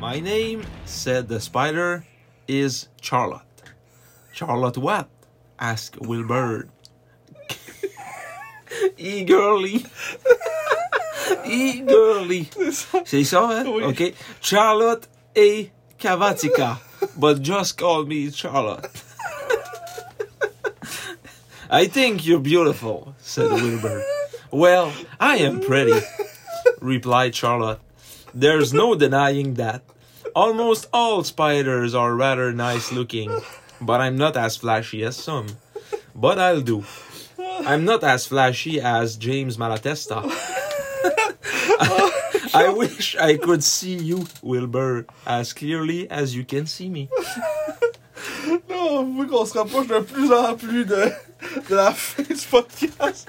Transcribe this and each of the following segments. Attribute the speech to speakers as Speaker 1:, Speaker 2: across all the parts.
Speaker 1: My name, said the spider, is Charlotte. Charlotte what? asked Wilbur. Eagerly. Eagerly. C'est ça, hein? OK. Charlotte et Kavatika. But just call me Charlotte. I think you're beautiful, said Wilbur. Well, I am pretty, replied Charlotte. There's no denying that. Almost all spiders are rather nice looking, but I'm not as flashy as some. But I'll do. I'm not as flashy as James Malatesta. I wish I could see you, Wilbur, as clearly as you can see me.
Speaker 2: Non, vu qu'on se rapproche de plus en plus de, de la fin du podcast,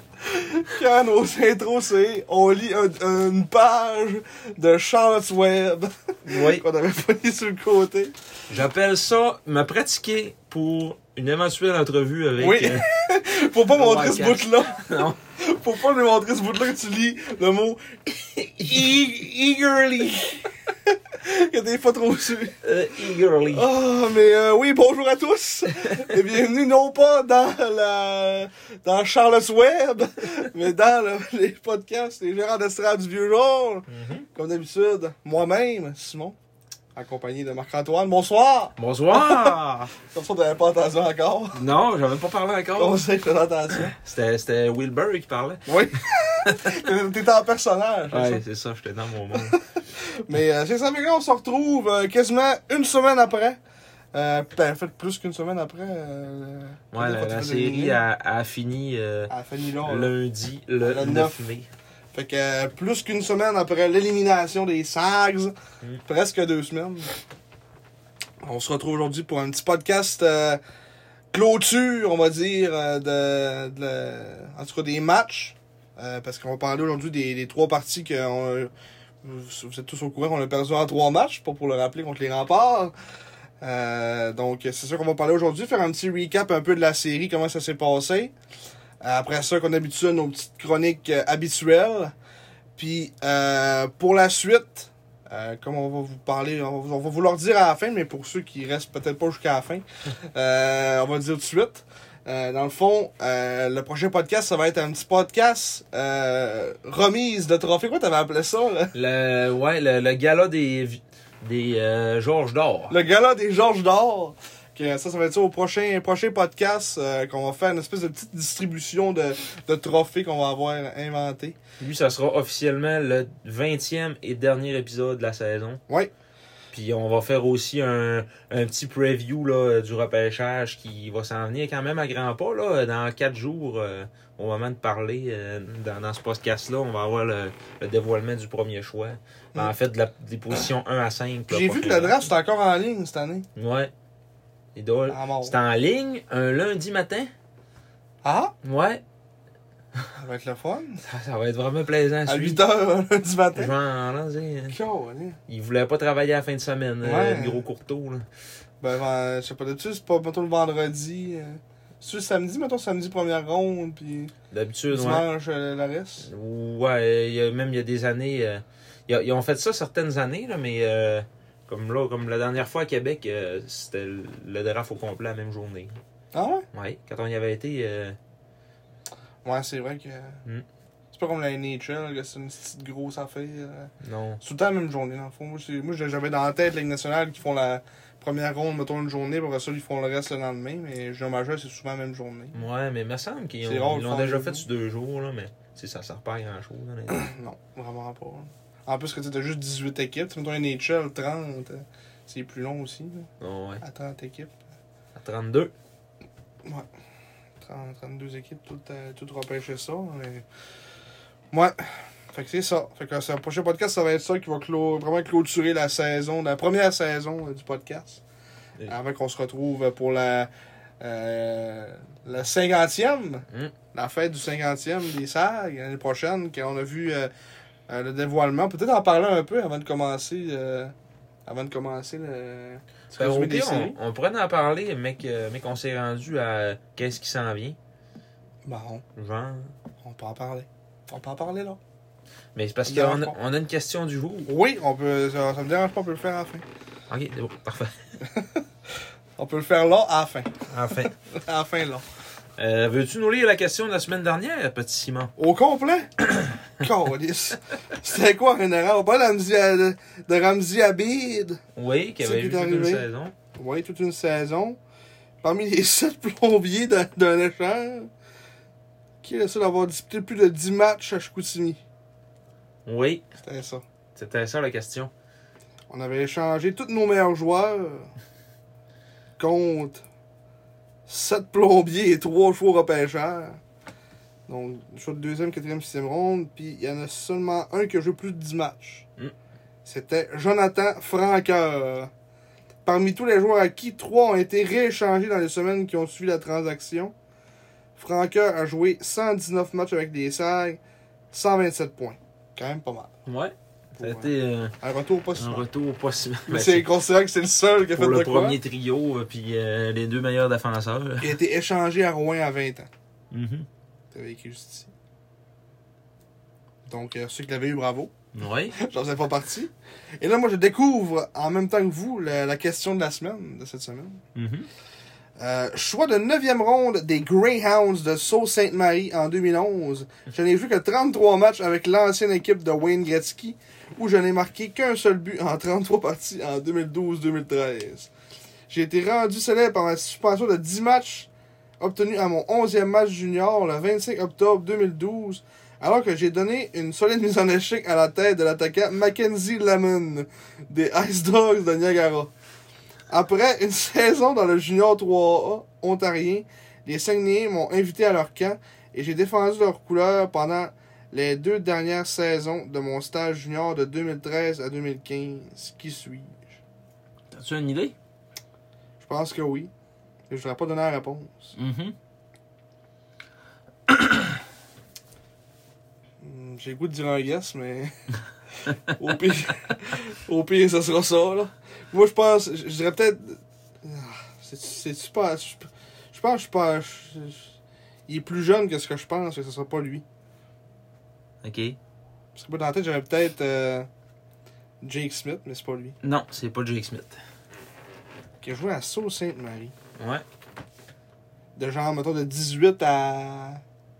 Speaker 2: quand nos intros, c'est on lit un- une page de Charlotte's Web
Speaker 1: Oui.
Speaker 2: qu'on avait pas mis sur le côté.
Speaker 1: J'appelle ça me pratiquer pour une éventuelle entrevue avec.
Speaker 2: Oui.
Speaker 1: euh,
Speaker 2: Faut pas
Speaker 1: Le
Speaker 2: montrer ce
Speaker 1: podcast.
Speaker 2: bout-là.
Speaker 1: non.
Speaker 2: Faut pas lui montrer ce bout-là que tu lis le mot
Speaker 1: E- eagerly.
Speaker 2: que t'es pas trop sûr.
Speaker 1: Euh, eagerly.
Speaker 2: Ah, mais euh, oui, bonjour à tous et bienvenue non pas dans la dans Charlotte's Web, mais dans le- les podcasts, les gérants d'estrade du vieux jour.
Speaker 1: Mm-hmm.
Speaker 2: Comme d'habitude, moi-même, Simon, accompagné de Marc-Antoine. Bonsoir!
Speaker 1: Bonsoir!
Speaker 2: Comme ça, t'avais pas attention encore.
Speaker 1: non, j'avais pas parlé encore.
Speaker 2: Conseil, fais attention.
Speaker 1: C'était c'était Wilbur qui parlait.
Speaker 2: Oui! T'es- T'es en personnage. c'est
Speaker 1: Ouais,
Speaker 2: ça.
Speaker 1: c'est ça, j'étais dans mon monde.
Speaker 2: Mais euh, c'est ça, mais là, on se retrouve euh, quasiment une semaine après. Euh, ben, en fait, plus qu'une semaine après. euh,
Speaker 1: Ouais, la, la
Speaker 2: tu faisais
Speaker 1: série
Speaker 2: une-
Speaker 1: a, a fini euh,
Speaker 2: à Fanny Laure, là.
Speaker 1: lundi, le,
Speaker 2: Ah, Le
Speaker 1: 9,
Speaker 2: 9.
Speaker 1: mai.
Speaker 2: Fait que euh, plus qu'une semaine après l'élimination des Sags,
Speaker 1: Mm.
Speaker 2: presque deux semaines. On se retrouve aujourd'hui pour un petit podcast euh, clôture, on va dire, euh, de, de la- en tout cas des matchs. Euh, parce qu'on va parler aujourd'hui des, des trois parties que on- euh, vous, vous êtes tous au courant qu'on a perdu en trois matchs, pas pour le rappeler contre les remparts. Euh, donc c'est ça qu'on va parler aujourd'hui, faire un petit recap un peu de la série, comment ça s'est passé. Après ça, qu'on habitue à nos petites chroniques euh, habituelles. Puis euh, pour la suite, euh, comme on va vous parler, on va, on va vous leur dire à la fin, mais pour ceux qui restent peut-être pas jusqu'à la fin, euh, on va le dire tout de suite. Euh, dans le fond, euh, le prochain podcast, ça va être un petit podcast euh, remise de trophée. Quoi, t'avais appelé ça, là?
Speaker 1: Le, ouais, le, le gala des, vi- des euh, Georges d'Or.
Speaker 2: Le gala des Georges d'Or. Que ça, ça va être ça au prochain, prochain podcast euh, qu'on va faire une espèce de petite distribution de, de trophées qu'on va avoir inventé.
Speaker 1: Lui, ça sera officiellement le 20e et dernier épisode de la saison.
Speaker 2: Ouais.
Speaker 1: Puis on va faire aussi un, un petit preview là, du repêchage qui va s'en venir quand même à grands pas. Là, dans quatre jours, euh, au moment de parler, euh, dans, dans ce podcast-là, on va avoir le, le dévoilement du premier choix. Ben,
Speaker 2: Mm.
Speaker 1: En fait, de la- des positions 1 à 5.
Speaker 2: J'ai vu que le draft Ah. est encore en ligne cette année.
Speaker 1: Ouais. Il doit-
Speaker 2: À mort.
Speaker 1: C'est en ligne un lundi matin.
Speaker 2: Ah,
Speaker 1: Ouais.
Speaker 2: ça va être le fun.
Speaker 1: Ça, ça va être vraiment plaisant.
Speaker 2: À
Speaker 1: celui-
Speaker 2: 8h lundi
Speaker 1: Je
Speaker 2: matin.
Speaker 1: vais en lancer, hein.
Speaker 2: Cool,
Speaker 1: Il voulait pas travailler à la fin de semaine, euh,
Speaker 2: Ouais.
Speaker 1: le gros courteau. Là.
Speaker 2: Ben, ben, je sais pas, dessus c'est pas mettons le vendredi. euh, C'est le samedi, mettons samedi première ronde, puis
Speaker 1: D'habitude, ouais.
Speaker 2: dimanche euh, le reste.
Speaker 1: Ouais, il y a- même il y a des années. euh, il y a- ils ont fait ça certaines années, là, mais euh, comme là, comme la dernière fois à Québec, euh, c'était le le draft au complet la même journée.
Speaker 2: Ah ouais?
Speaker 1: Ouais, quand on y avait été. euh,
Speaker 2: Ouais, c'est vrai que.
Speaker 1: Mm.
Speaker 2: C'est pas comme la NHL, que c'est une petite grosse affaire. euh.
Speaker 1: Non.
Speaker 2: C'est tout le temps la même journée, dans le fond. Moi, c'est- moi, j'avais dans la tête la Ligue nationale qui font la première ronde, mettons une journée, puis après ça, ils font le reste le lendemain. Mais jeu majeur, c'est souvent la même journée.
Speaker 1: Ouais, mais il me semble qu'ils
Speaker 2: C'est
Speaker 1: ont-
Speaker 2: rare,
Speaker 1: ils
Speaker 2: le
Speaker 1: l'ont
Speaker 2: faire
Speaker 1: déjà
Speaker 2: deux
Speaker 1: fait
Speaker 2: jours.
Speaker 1: sur deux jours, là, mais tu sais, ça sert pas à grand chose.
Speaker 2: non, vraiment pas. En plus, que tu as juste 18 équipes. Tu sais, mettons NHL, 30. euh, C'est plus long aussi, là,
Speaker 1: Non, ouais.
Speaker 2: à 30 équipes.
Speaker 1: À 32.
Speaker 2: 30, 32 équipes, tout, euh, tout repêcher ça. Mais... Ouais. Fait que c'est ça. Fait que le prochain podcast, ça va être ça qui va clo- vraiment clôturer la saison, la première saison euh, du podcast.
Speaker 1: Oui.
Speaker 2: Avant qu'on se retrouve pour la, euh, la 50e,
Speaker 1: Mm.
Speaker 2: la fête du 50e des SAG l'année prochaine, qu'on a vu euh, euh, le dévoilement. Peut-être en parler un peu avant de commencer. euh, avant de commencer le. petit
Speaker 1: Ben, au
Speaker 2: résumé des
Speaker 1: pire,
Speaker 2: séries.
Speaker 1: on, on pourrait en parler, mais que- mais qu'on s'est rendu à qu'est-ce qui s'en vient.
Speaker 2: Bon,
Speaker 1: Genre.
Speaker 2: Ben, on peut en parler. On peut en parler là.
Speaker 1: Mais c'est parce
Speaker 2: Ça me
Speaker 1: qu'on a,
Speaker 2: dérange
Speaker 1: on a une question du jour.
Speaker 2: Oui, on peut. Ça, ça me dérange pas, on peut le faire à la fin.
Speaker 1: Ok, c'est bon, parfait.
Speaker 2: On peut le faire là, à la fin.
Speaker 1: Enfin.
Speaker 2: À la fin, là.
Speaker 1: Euh, Veux-tu nous lire la question de la semaine dernière, petit Simon?
Speaker 2: Au complet? Calice. C'était quoi une erreur? Pas Ramzi à- de Ramzi Abid.
Speaker 1: Oui, qui
Speaker 2: C'est
Speaker 1: avait
Speaker 2: qui
Speaker 1: eu
Speaker 2: est
Speaker 1: toute une
Speaker 2: arrivé.
Speaker 1: saison.
Speaker 2: Oui, toute une saison. Parmi les sept plombiers d'un- d'un échange, qui est le seul à avoir disputé plus de 10 matchs à Chicoutimi?
Speaker 1: Oui,
Speaker 2: C'était ça.
Speaker 1: c'était ça la question.
Speaker 2: On avait échangé tous nos meilleurs joueurs contre 7 plombiers et 3 choix repêcheurs. Donc, le choix de deuxième, quatrième, sixième ronde. Puis, il y en a seulement un qui a joué plus de 10 matchs.
Speaker 1: Mm.
Speaker 2: C'était Jonathan Franqueur. Parmi tous les joueurs à qui 3 ont été rééchangés dans les semaines qui ont suivi la transaction, Franqueur a joué 119 matchs avec les SAG, 127 points. Quand même pas mal.
Speaker 1: Ouais.
Speaker 2: Pour, euh,
Speaker 1: C'était euh,
Speaker 2: un retour pas si
Speaker 1: un
Speaker 2: mal.
Speaker 1: retour possible. Ben,
Speaker 2: Mais c'est considéré que c'est le seul qui a fait
Speaker 1: pour
Speaker 2: de
Speaker 1: le
Speaker 2: quoi.
Speaker 1: premier trio, euh, puis euh, les deux meilleurs défenseurs.
Speaker 2: Il a été échangé à Rouen à 20 ans.
Speaker 1: Mhm.
Speaker 2: T'avais écrit juste ici. Donc, euh, ceux qui l'avaient eu, bravo.
Speaker 1: Oui.
Speaker 2: J'en faisais pas partie. Et là, moi, je découvre, en même temps que vous, la, la question de la semaine, de cette semaine.
Speaker 1: Mhm.
Speaker 2: Euh, choix de 9e ronde des Greyhounds de Sault-Sainte-Marie en 2011. Je n'ai joué que 33 matchs avec l'ancienne équipe de Wayne Gretzky, où je n'ai marqué qu'un seul but en 33 parties en 2012-2013. J'ai été rendu célèbre par ma suspension de 10 matchs obtenue à mon 11e match junior le 25 octobre 2012, alors que j'ai donné une solide mise en échec à la tête de l'attaquant Mackenzie Lamon des Ice Dogs de Niagara. Après une saison dans le Junior 3A ontarien, les Saguenayens m'ont invité à leur camp et j'ai défendu leur couleur pendant les deux dernières saisons de mon stage junior de 2013 à 2015. Qui suis-je?
Speaker 1: T'as-tu une idée?
Speaker 2: Je pense que oui. mais Je voudrais pas donner la réponse.
Speaker 1: Mhm.
Speaker 2: Hmm, J'ai le goût de dire un yes, mais au pire, au pire, ça sera ça, là. Moi, je pense, je je dirais peut-être... Ah, c'est- C'est-tu pas... Je je pense que je suis pas... je- je- Il est plus jeune que ce que je pense, que ce sera pas lui.
Speaker 1: Ok.
Speaker 2: Parce que moi, dans la tête, j'avais peut-être euh, Jake Smith, mais c'est pas lui.
Speaker 1: Non, c'est pas Jake Smith.
Speaker 2: Qui a joué à Sault Sainte Marie.
Speaker 1: Ouais.
Speaker 2: De genre, mettons, de 18 à,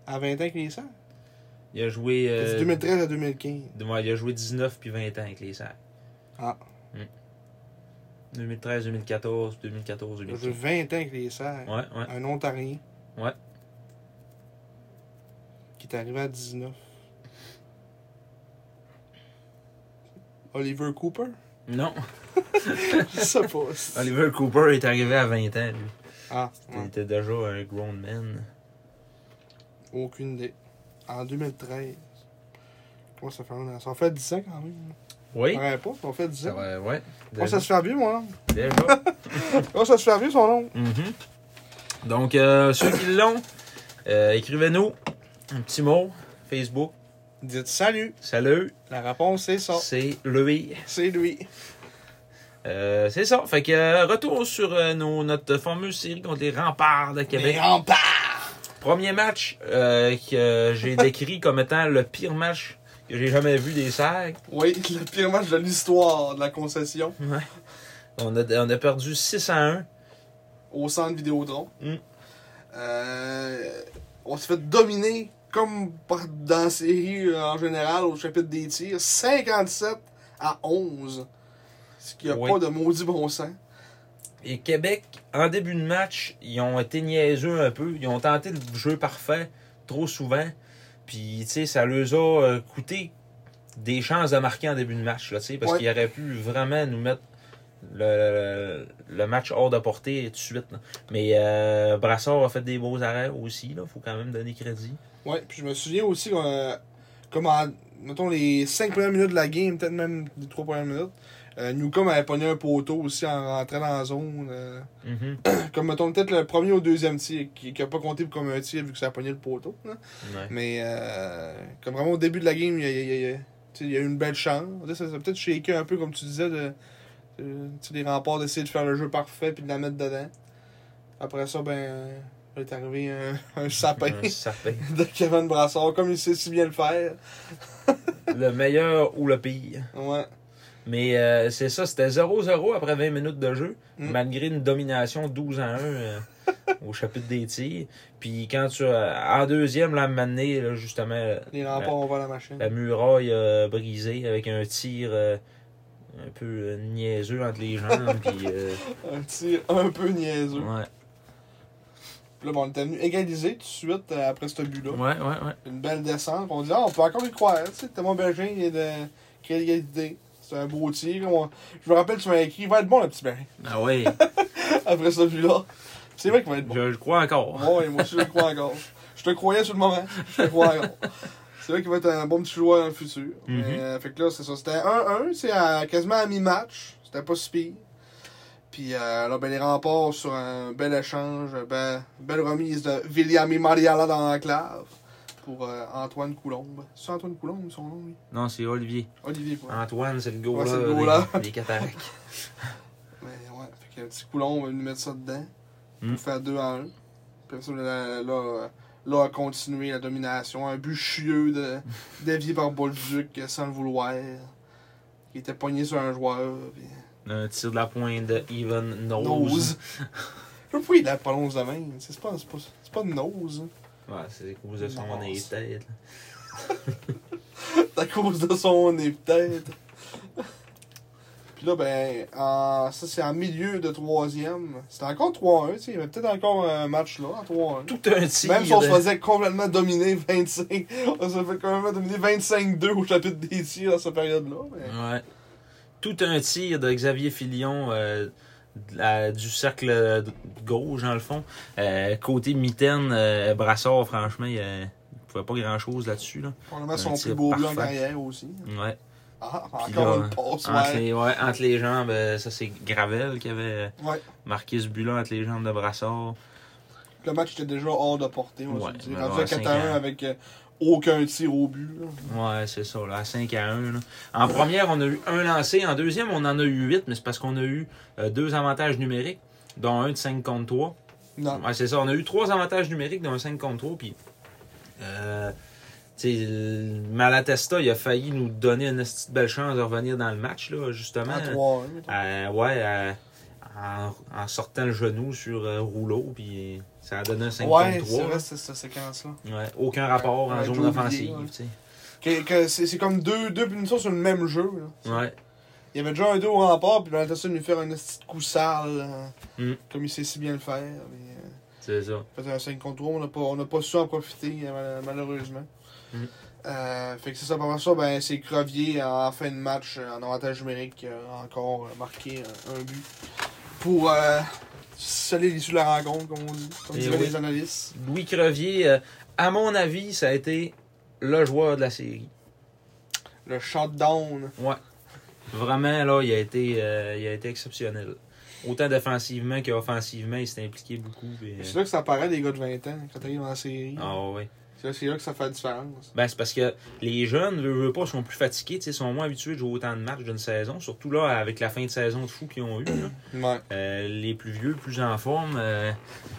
Speaker 2: à 20 ans avec les Saints.
Speaker 1: Il a joué.
Speaker 2: De
Speaker 1: euh,
Speaker 2: 2013 à 2015.
Speaker 1: ouais, il a joué 19 puis 20 ans avec les Sacs.
Speaker 2: Ah.
Speaker 1: Mm. 2013, 2014, 2014,
Speaker 2: Il a joué
Speaker 1: 2015.
Speaker 2: 20 ans avec les Saints.
Speaker 1: Ouais, ouais.
Speaker 2: Un Ontarien.
Speaker 1: Ouais.
Speaker 2: Qui est arrivé à 19. Oliver Cooper?
Speaker 1: Non.
Speaker 2: Je sais pas.
Speaker 1: Oliver Cooper est arrivé à 20 ans, lui.
Speaker 2: Ah,
Speaker 1: Il
Speaker 2: ouais.
Speaker 1: était déjà un grown man.
Speaker 2: aucune idée. En 2013. Comment ça fait un an? Ça en fait 10 ans quand même.
Speaker 1: Oui.
Speaker 2: Ouais, pas, on fait 10 ans.
Speaker 1: Ouais, ouais.
Speaker 2: Moi, ça se fait vieux, moi.
Speaker 1: Déjà.
Speaker 2: Moi, ça se fait vieux, son nom.
Speaker 1: Mhm. Donc, euh, ceux qui l'ont, euh, écrivez-nous un petit mot. Facebook.
Speaker 2: Dites salut.
Speaker 1: Salut.
Speaker 2: La réponse, c'est ça.
Speaker 1: C'est lui.
Speaker 2: C'est lui.
Speaker 1: Euh, c'est ça. Fait que euh, retour sur euh, nos- notre fameuse série contre les remparts de Québec.
Speaker 2: Les remparts.
Speaker 1: Premier match euh, que j'ai décrit comme étant le pire match que j'ai jamais vu des sacs.
Speaker 2: Oui, le pire match de l'histoire de la concession
Speaker 1: On a, on a perdu 6 à 1.
Speaker 2: au centre Vidéotron.
Speaker 1: Mm.
Speaker 2: Euh, on s'est fait dominer comme par- dans la série euh, en général, au chapitre des tirs, 57 à 11. Ce qui a
Speaker 1: Oui.
Speaker 2: pas de maudit bon sens.
Speaker 1: Et Québec, en début de match, ils ont été niaiseux un peu. Ils ont tenté le jeu parfait trop souvent. Puis, tu sais, ça leur a euh, coûté des chances de marquer en début de match, là, tu sais, parce
Speaker 2: Ouais.
Speaker 1: qu'ils auraient pu vraiment nous mettre le, le match hors de portée tout de suite. là. Mais euh, Brassard a fait des beaux arrêts aussi, là. Faut quand même donner crédit.
Speaker 2: Ouais, puis je me souviens aussi qu'on a- comme en, mettons, les 5 premières minutes de la game, peut-être même les 3 premières minutes, euh, Newcomb avait pogné un poteau aussi en rentrant dans la zone. euh,
Speaker 1: Mhm.
Speaker 2: comme, mettons, peut-être le premier ou deuxième tir, qui n'a pas compté comme un tir vu que ça a pogné le poteau. hein.
Speaker 1: Ouais.
Speaker 2: Mais, euh, comme vraiment au début de la game, il y a, il y a- il y a- tu sais, il y a eu une belle chance. Ça, ça a peut-être shaké un peu, comme tu disais, de, de- tu sais, les remparts d'essayer de faire le jeu parfait puis de la mettre dedans. Après ça, ben, est arrivé un, un sapin
Speaker 1: Un sapin.
Speaker 2: de Kevin Brassard, comme il sait si bien le faire.
Speaker 1: le meilleur ou le pire.
Speaker 2: Ouais.
Speaker 1: Mais euh, c'est ça, c'était 0-0 après 20 minutes de jeu,
Speaker 2: Mm.
Speaker 1: malgré une domination 12 à 1 euh, au chapitre des tirs. Puis quand tu as- en deuxième, là, à un moment donné, là, justement, euh,
Speaker 2: Les remparts, on va la machine.
Speaker 1: la muraille euh, brisée avec un tir euh, un peu euh, niaiseux entre les jambes. puis, euh,
Speaker 2: Un tir un peu niaiseux.
Speaker 1: ouais,
Speaker 2: Puis là, bon, on était venu égaliser tout de suite euh, après ce but-là.
Speaker 1: ouais, ouais, ouais.
Speaker 2: Une belle descente. On dit, ah, on peut encore y croire. Tu sais, Thomas Bergin, il est de quelle égalité. C'est un beau tir. On- Je me rappelle, tu m'as écrit, il va être bon, le petit Bergin.
Speaker 1: Ah oui,
Speaker 2: Après ce but-là. C'est vrai qu'il va être bon.
Speaker 1: je le crois encore.
Speaker 2: Bon, et Oh, moi aussi, je le crois encore. Je te croyais sur le moment. Je te crois encore. C'est vrai qu'il va être un bon petit joueur dans le futur.
Speaker 1: Mhm.
Speaker 2: Mais, euh, fait que là, c'est ça. C'était 1-1, c'est à- quasiment à mi-match. C'était pas si pire. Puis euh, là, ben, les remparts sur un bel échange, ben, belle remise de William Mariala dans l'enclave pour euh, Antoine Coulombe. C'est Antoine Coulombe, son nom, oui.
Speaker 1: Non, c'est Olivier.
Speaker 2: Olivier, quoi.
Speaker 1: Antoine, c'est le
Speaker 2: Ouais, c'est le
Speaker 1: goal-là
Speaker 2: goaler.
Speaker 1: des, des cataractes.
Speaker 2: Mais ouais, fait que petit coulon, on va lui mettre ça dedans.
Speaker 1: Mm.
Speaker 2: Pour faire 2 en 1. Puis ça, là, là, euh, là, a continué la domination. Un but chieux de, dévié par Bolduc euh, sans le vouloir. Il était pogné sur un joueur. Puis...
Speaker 1: Un tir de la pointe de Ivan Nose.
Speaker 2: Nose. Je sais pas pourquoi il la prononce de même. C'est pas, c'est pas, c'est pas de nose.
Speaker 1: Ouais, c'est à cause de son
Speaker 2: Nose.
Speaker 1: tête.
Speaker 2: C'est à cause de son nez, peut-être. Puis là, ben, en- ça c'est en milieu de troisième. C'était encore 3-1, tu sais. Il y avait peut-être encore un match là, en 3-1.
Speaker 1: tout un tir.
Speaker 2: Même si on se faisait complètement dominer 25, on se fait complètement dominer 25-2 au chapitre des tirs dans cette période-là. Mais...
Speaker 1: Ouais. Tout un tir de Xavier Filion euh, de la- du cercle euh, d- gauche, dans le fond. Euh, côté mitaine, euh, Brassard, franchement, il ne pouvait pas grand-chose là-dessus. Là.
Speaker 2: Probablement
Speaker 1: Un
Speaker 2: son
Speaker 1: tir
Speaker 2: plus beau but en
Speaker 1: parfait.
Speaker 2: carrière aussi.
Speaker 1: Ouais.
Speaker 2: Ah,
Speaker 1: Puis
Speaker 2: encore
Speaker 1: là,
Speaker 2: une passe,
Speaker 1: Entre,
Speaker 2: ouais.
Speaker 1: les, ouais, entre les jambes, euh, ça c'est Gravel qui avait euh,
Speaker 2: Ouais.
Speaker 1: marqué ce but-là entre les jambes de Brassard.
Speaker 2: Le match était déjà hors de portée, on
Speaker 1: Ouais,
Speaker 2: va se dire.
Speaker 1: mais
Speaker 2: Rendu
Speaker 1: ouais,
Speaker 2: à 4
Speaker 1: cinq
Speaker 2: à 1
Speaker 1: ans.
Speaker 2: avec euh, aucun tir au but. là.
Speaker 1: Ouais, c'est ça, là, à 5 à 1. là. En première, on a eu un lancé. En deuxième, on en a eu 8, mais c'est parce qu'on a eu euh, deux avantages numériques, dont un de 5 contre 3.
Speaker 2: Non.
Speaker 1: Ah, Ouais, c'est ça. On a eu trois avantages numériques dans un 5 contre 3. Puis, euh, tu sais, le Malatesta, il a failli nous donner une petite belle chance de revenir dans le match, là, justement.
Speaker 2: En 3-1.
Speaker 1: Euh, ouais, euh, en, en sortant le genou sur euh, rouleau. Puis, ça a donné un 5
Speaker 2: Ouais,
Speaker 1: contre
Speaker 2: c'est
Speaker 1: 3.
Speaker 2: vrai, c'est cette séquence-là.
Speaker 1: Ouais, aucun rapport en
Speaker 2: Ouais,
Speaker 1: zone
Speaker 2: Joe
Speaker 1: offensive.
Speaker 2: Villiers, ouais.
Speaker 1: tu sais.
Speaker 2: Que- que C'est c'est comme deux, deux punitions sur le même jeu. là.
Speaker 1: Ouais.
Speaker 2: Il y avait déjà un deux au rempart, puis Valentin de lui faire un petit coup sale, euh,
Speaker 1: Mm.
Speaker 2: comme il sait si bien le faire. mais, euh,
Speaker 1: c'est ça.
Speaker 2: faisait un 5 contre 3. On n'a pas, on n'a pas su en profiter, euh, mal- malheureusement.
Speaker 1: Mhm.
Speaker 2: Euh, fait que c'est ça, par ça, ben, c'est Crevier en fin de match, euh, en avantage numérique, qui a encore euh, marqué euh, un but pour euh, sceller l'issue de la rencontre, comme on dit, comme
Speaker 1: Et
Speaker 2: diraient
Speaker 1: Eh oui.
Speaker 2: les analystes.
Speaker 1: Louis Crevier, euh, à mon avis, ça a été le joueur de la série.
Speaker 2: Le shutdown.
Speaker 1: Vraiment, là, il a été, euh, il a été exceptionnel. Autant défensivement qu'offensivement, il s'est impliqué beaucoup. puis, euh,
Speaker 2: C'est là que ça paraît des gars de 20 ans, quand t'arrives dans la série.
Speaker 1: Ah ouais.
Speaker 2: C'est là- C'est là que ça fait la différence.
Speaker 1: Ben, c'est parce que les jeunes, veulent, veulent pas, sont plus fatigués, tu sais, sont moins habitués de jouer autant de matchs d'une saison. Surtout là, avec la fin de saison de fou qu'ils ont eu. là.
Speaker 2: Ouais.
Speaker 1: Euh, les plus vieux, plus en forme, euh,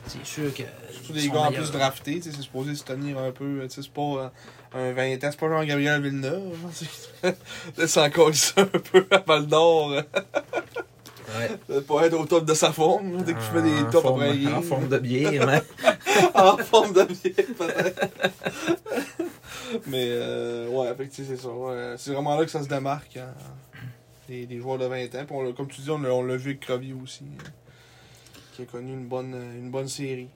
Speaker 1: c'est sûr que.
Speaker 2: Surtout
Speaker 1: ils
Speaker 2: des
Speaker 1: sont
Speaker 2: gars en
Speaker 1: meilleurs.
Speaker 2: plus draftés, tu sais, c'est supposé se tenir un peu, euh, tu sais, c'est pas euh, un 20 ans, c'est pas genre Gabriel Villeneuve. hein, c'est- Laisse encore ça un peu à Val d'Or. euh,
Speaker 1: Ouais.
Speaker 2: de pas être au top de sa forme. Dès que tu fais des
Speaker 1: Ah, En
Speaker 2: tops
Speaker 1: forme-
Speaker 2: après les
Speaker 1: En
Speaker 2: games.
Speaker 1: forme de bière, hein.
Speaker 2: en forme de vieille, peut-être. Mais, euh, ouais, effectivement, c'est ça. ouais. C'est vraiment là que ça se démarque. hein. Des, des joueurs de 20 ans. Puis on l'a- comme tu dis, on l'a on l'a vu avec Crowley aussi. hein, qui a connu une bonne, une bonne série.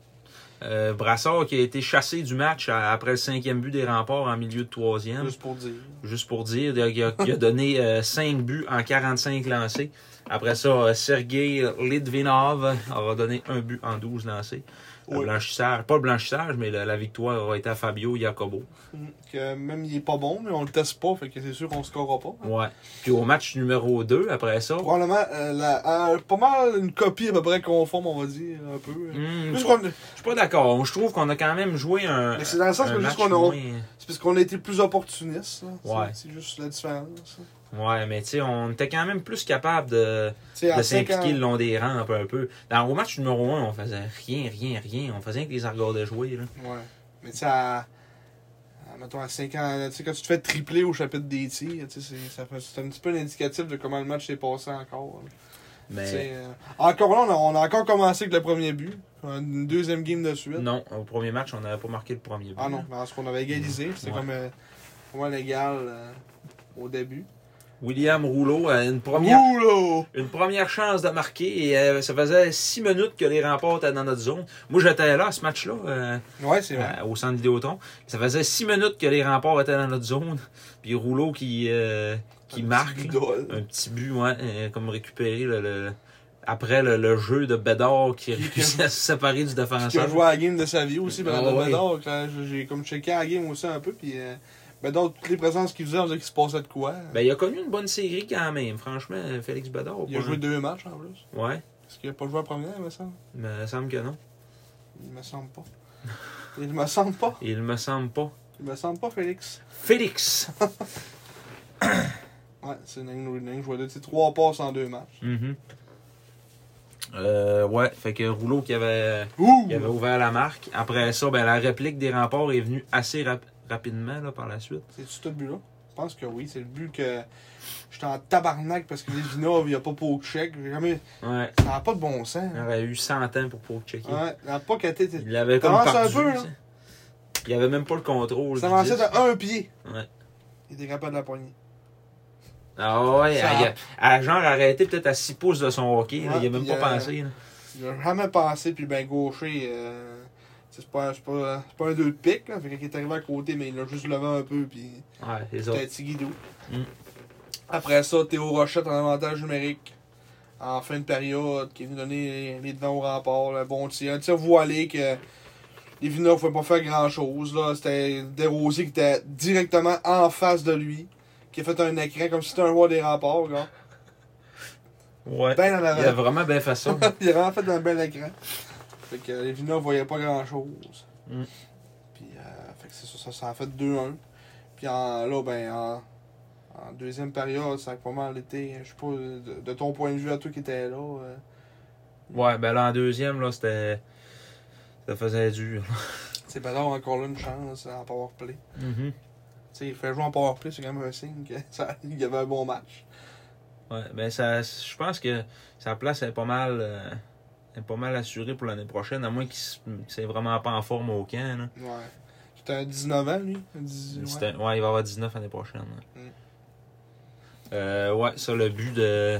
Speaker 1: Euh, Brassard qui a été chassé du match à- après le cinquième but des remparts en milieu de troisième.
Speaker 2: Juste pour dire.
Speaker 1: Juste pour dire, il a, il a donné 5 buts en 45 lancés. Après ça, euh, Sergei Litvinov aura donné un but en 12 lancés. Le
Speaker 2: Oui.
Speaker 1: blanchissage, pas le blanchissage, mais la, la victoire aura été à Fabio Jacobo.
Speaker 2: Mm. Que même il est pas bon, mais on le teste pas, fait que c'est sûr qu'on scorera pas.
Speaker 1: Ouais. Puis au match numéro 2, après ça,
Speaker 2: Probablement, euh, la- euh, pas mal une copie à peu près conforme, on va dire, un peu.
Speaker 1: hmm,
Speaker 2: Juste
Speaker 1: je
Speaker 2: qu'on-
Speaker 1: suis pas d'accord. Je trouve qu'on a quand même joué un.
Speaker 2: Mais c'est dans le sens
Speaker 1: un
Speaker 2: que juste
Speaker 1: match
Speaker 2: qu'on a-
Speaker 1: moins-
Speaker 2: C'est parce qu'on a été plus opportuniste. là. C'est-
Speaker 1: Ouais.
Speaker 2: C'est juste la différence. là.
Speaker 1: Ouais, mais tu sais, on était quand même plus capable de,
Speaker 2: Tu sais, à
Speaker 1: de
Speaker 2: cinq ans-
Speaker 1: s'impliquer le long des rangs un peu. Un peu. Dans, au match numéro 1, on faisait rien, rien, rien. On faisait rien que les de jouer. Là.
Speaker 2: Ouais. Mais tu sais, à, à, mettons, à 5 ans, tu sais, quand tu te fais tripler au chapitre des tirs, tu sais, c'est- ça fait- c'est un petit peu indicatif de comment le match s'est passé encore. là. Tu
Speaker 1: Mais
Speaker 2: sais, euh, encore là, on a, on a encore commencé avec le premier but. Une deuxième game de suite.
Speaker 1: non, au premier match, on n'avait pas marqué le premier but.
Speaker 2: Ah non, parce qu'on avait égalisé. C'était
Speaker 1: hein? Ouais.
Speaker 2: comme euh, pour moi légal euh, au début.
Speaker 1: William Rouleau a une
Speaker 2: Ouh
Speaker 1: première,
Speaker 2: là!
Speaker 1: une première chance de marquer et euh, ça faisait six minutes que les remparts étaient dans notre zone. Moi, j'étais là à ce match-là, euh,
Speaker 2: Ouais, c'est vrai.
Speaker 1: euh, au centre Vidéotron. Ça faisait six minutes que les remparts étaient dans notre zone. Puis Rouleau qui, euh, qui
Speaker 2: Un
Speaker 1: marque.
Speaker 2: petit idole.
Speaker 1: un petit but, ouais, euh, comme récupérer le, le- après le, le jeu de Bédard qui réussit à se séparer du
Speaker 2: qui a
Speaker 1: défenseur.
Speaker 2: joué à la game de sa vie aussi. Ben,
Speaker 1: Ah ouais.
Speaker 2: Bedard, quand j'ai comme checké à la game aussi un peu. Puis euh, Bedard, toutes les présences qu'il faisait, on disait qu'il se passait de quoi.
Speaker 1: Ben, il a connu une bonne série quand même, franchement, euh, Félix Bédard.
Speaker 2: il a
Speaker 1: pas
Speaker 2: joué
Speaker 1: un-
Speaker 2: deux matchs en plus.
Speaker 1: Ouais,
Speaker 2: Est-ce qu'il a pas joué à la première, il me semble
Speaker 1: il me semble que non.
Speaker 2: Il me semble pas. Il me semble pas.
Speaker 1: Il me semble pas.
Speaker 2: Il me semble pas, Félix.
Speaker 1: Félix!
Speaker 2: Ouais, c'est une ligne, une ligne. Je vois deux. C'est trois passes en deux matchs.
Speaker 1: Mhm. Euh, ouais, fait que Rouleau qui avait,
Speaker 2: Ouh!
Speaker 1: qui avait ouvert la marque. Après ça, ben, la réplique des remparts est venue assez rap- rapidement là, par la suite.
Speaker 2: C'est-tu ce but-là? Je pense que oui. C'est le but que j'étais en tabarnak parce que Lévinov, il a pas pour chèque. J'ai jamais...
Speaker 1: Ouais,
Speaker 2: Ça n'a pas de bon sens.
Speaker 1: il aurait eu 100 ans pour pour checker.
Speaker 2: Ouais, il n'a pas qu'à
Speaker 1: Il l'avait comme
Speaker 2: Avance un
Speaker 1: perdu.
Speaker 2: peu, là.
Speaker 1: ça. Il avait même pas le contrôle.
Speaker 2: Ça
Speaker 1: du
Speaker 2: avançait
Speaker 1: disque.
Speaker 2: de un pied.
Speaker 1: Ouais.
Speaker 2: Il était capable de la poignée.
Speaker 1: Ah ouais,
Speaker 2: Ça-
Speaker 1: elle, elle, genre arrêté peut-être à 6 pouces de son hockey. là.
Speaker 2: Ouais,
Speaker 1: il a même
Speaker 2: puis,
Speaker 1: pas
Speaker 2: euh,
Speaker 1: pensé. là.
Speaker 2: Il n'a jamais passé, puis ben gaucher, euh, c'est pas, c'est pas, c'est pas un deux de pique. Là. Fait qu'il est arrivé à côté, mais il l'a juste levé un peu, puis
Speaker 1: Ouais, c'est ça.
Speaker 2: c'était un petit guidou.
Speaker 1: Mm.
Speaker 2: Après ça, Théo Rochette en avantage numérique. En fin de période, qui est venu donner les, les devants au rempart, un bon tir. Un tir voilé que les Vinois ne pouvaient pas faire grand-chose. là. C'était Desrosiers qui était directement en face de lui, qui a fait un écran comme si c'était un roi des remparts. Gars.
Speaker 1: Ouais.
Speaker 2: Ben en
Speaker 1: Il a
Speaker 2: avant.
Speaker 1: vraiment bien fait ça.
Speaker 2: Il a vraiment fait un bel écran. Fait que euh, Lévina voyait pas grand chose.
Speaker 1: Mm.
Speaker 2: Puis, euh, fait que c'est ça, ça, ça a fait 2-1. Puis en, là, ben, en, en deuxième période, ça a pas mal été, je sais pas, de, de ton point de vue à toi qui était là. euh,
Speaker 1: ouais, ben là en deuxième, là, c'était. Ça faisait dur.
Speaker 2: c'est pas d'avoir encore là une chance en powerplay.
Speaker 1: Mm-hmm.
Speaker 2: Tu sais, il fait jouer en powerplay, c'est quand même un signe qu'il y avait un bon match.
Speaker 1: Ouais, ben ça. Je pense que sa place est pas mal. euh, est pas mal assurée pour l'année prochaine, à moins qu'il s- c'est vraiment pas en forme au camp. Là.
Speaker 2: Ouais. C'était un 19 ans, lui. Un 18, ouais.
Speaker 1: C'était- ouais. il va avoir 19 l'année prochaine. Ouais.
Speaker 2: Mm.
Speaker 1: Euh, ouais, ça, le but de,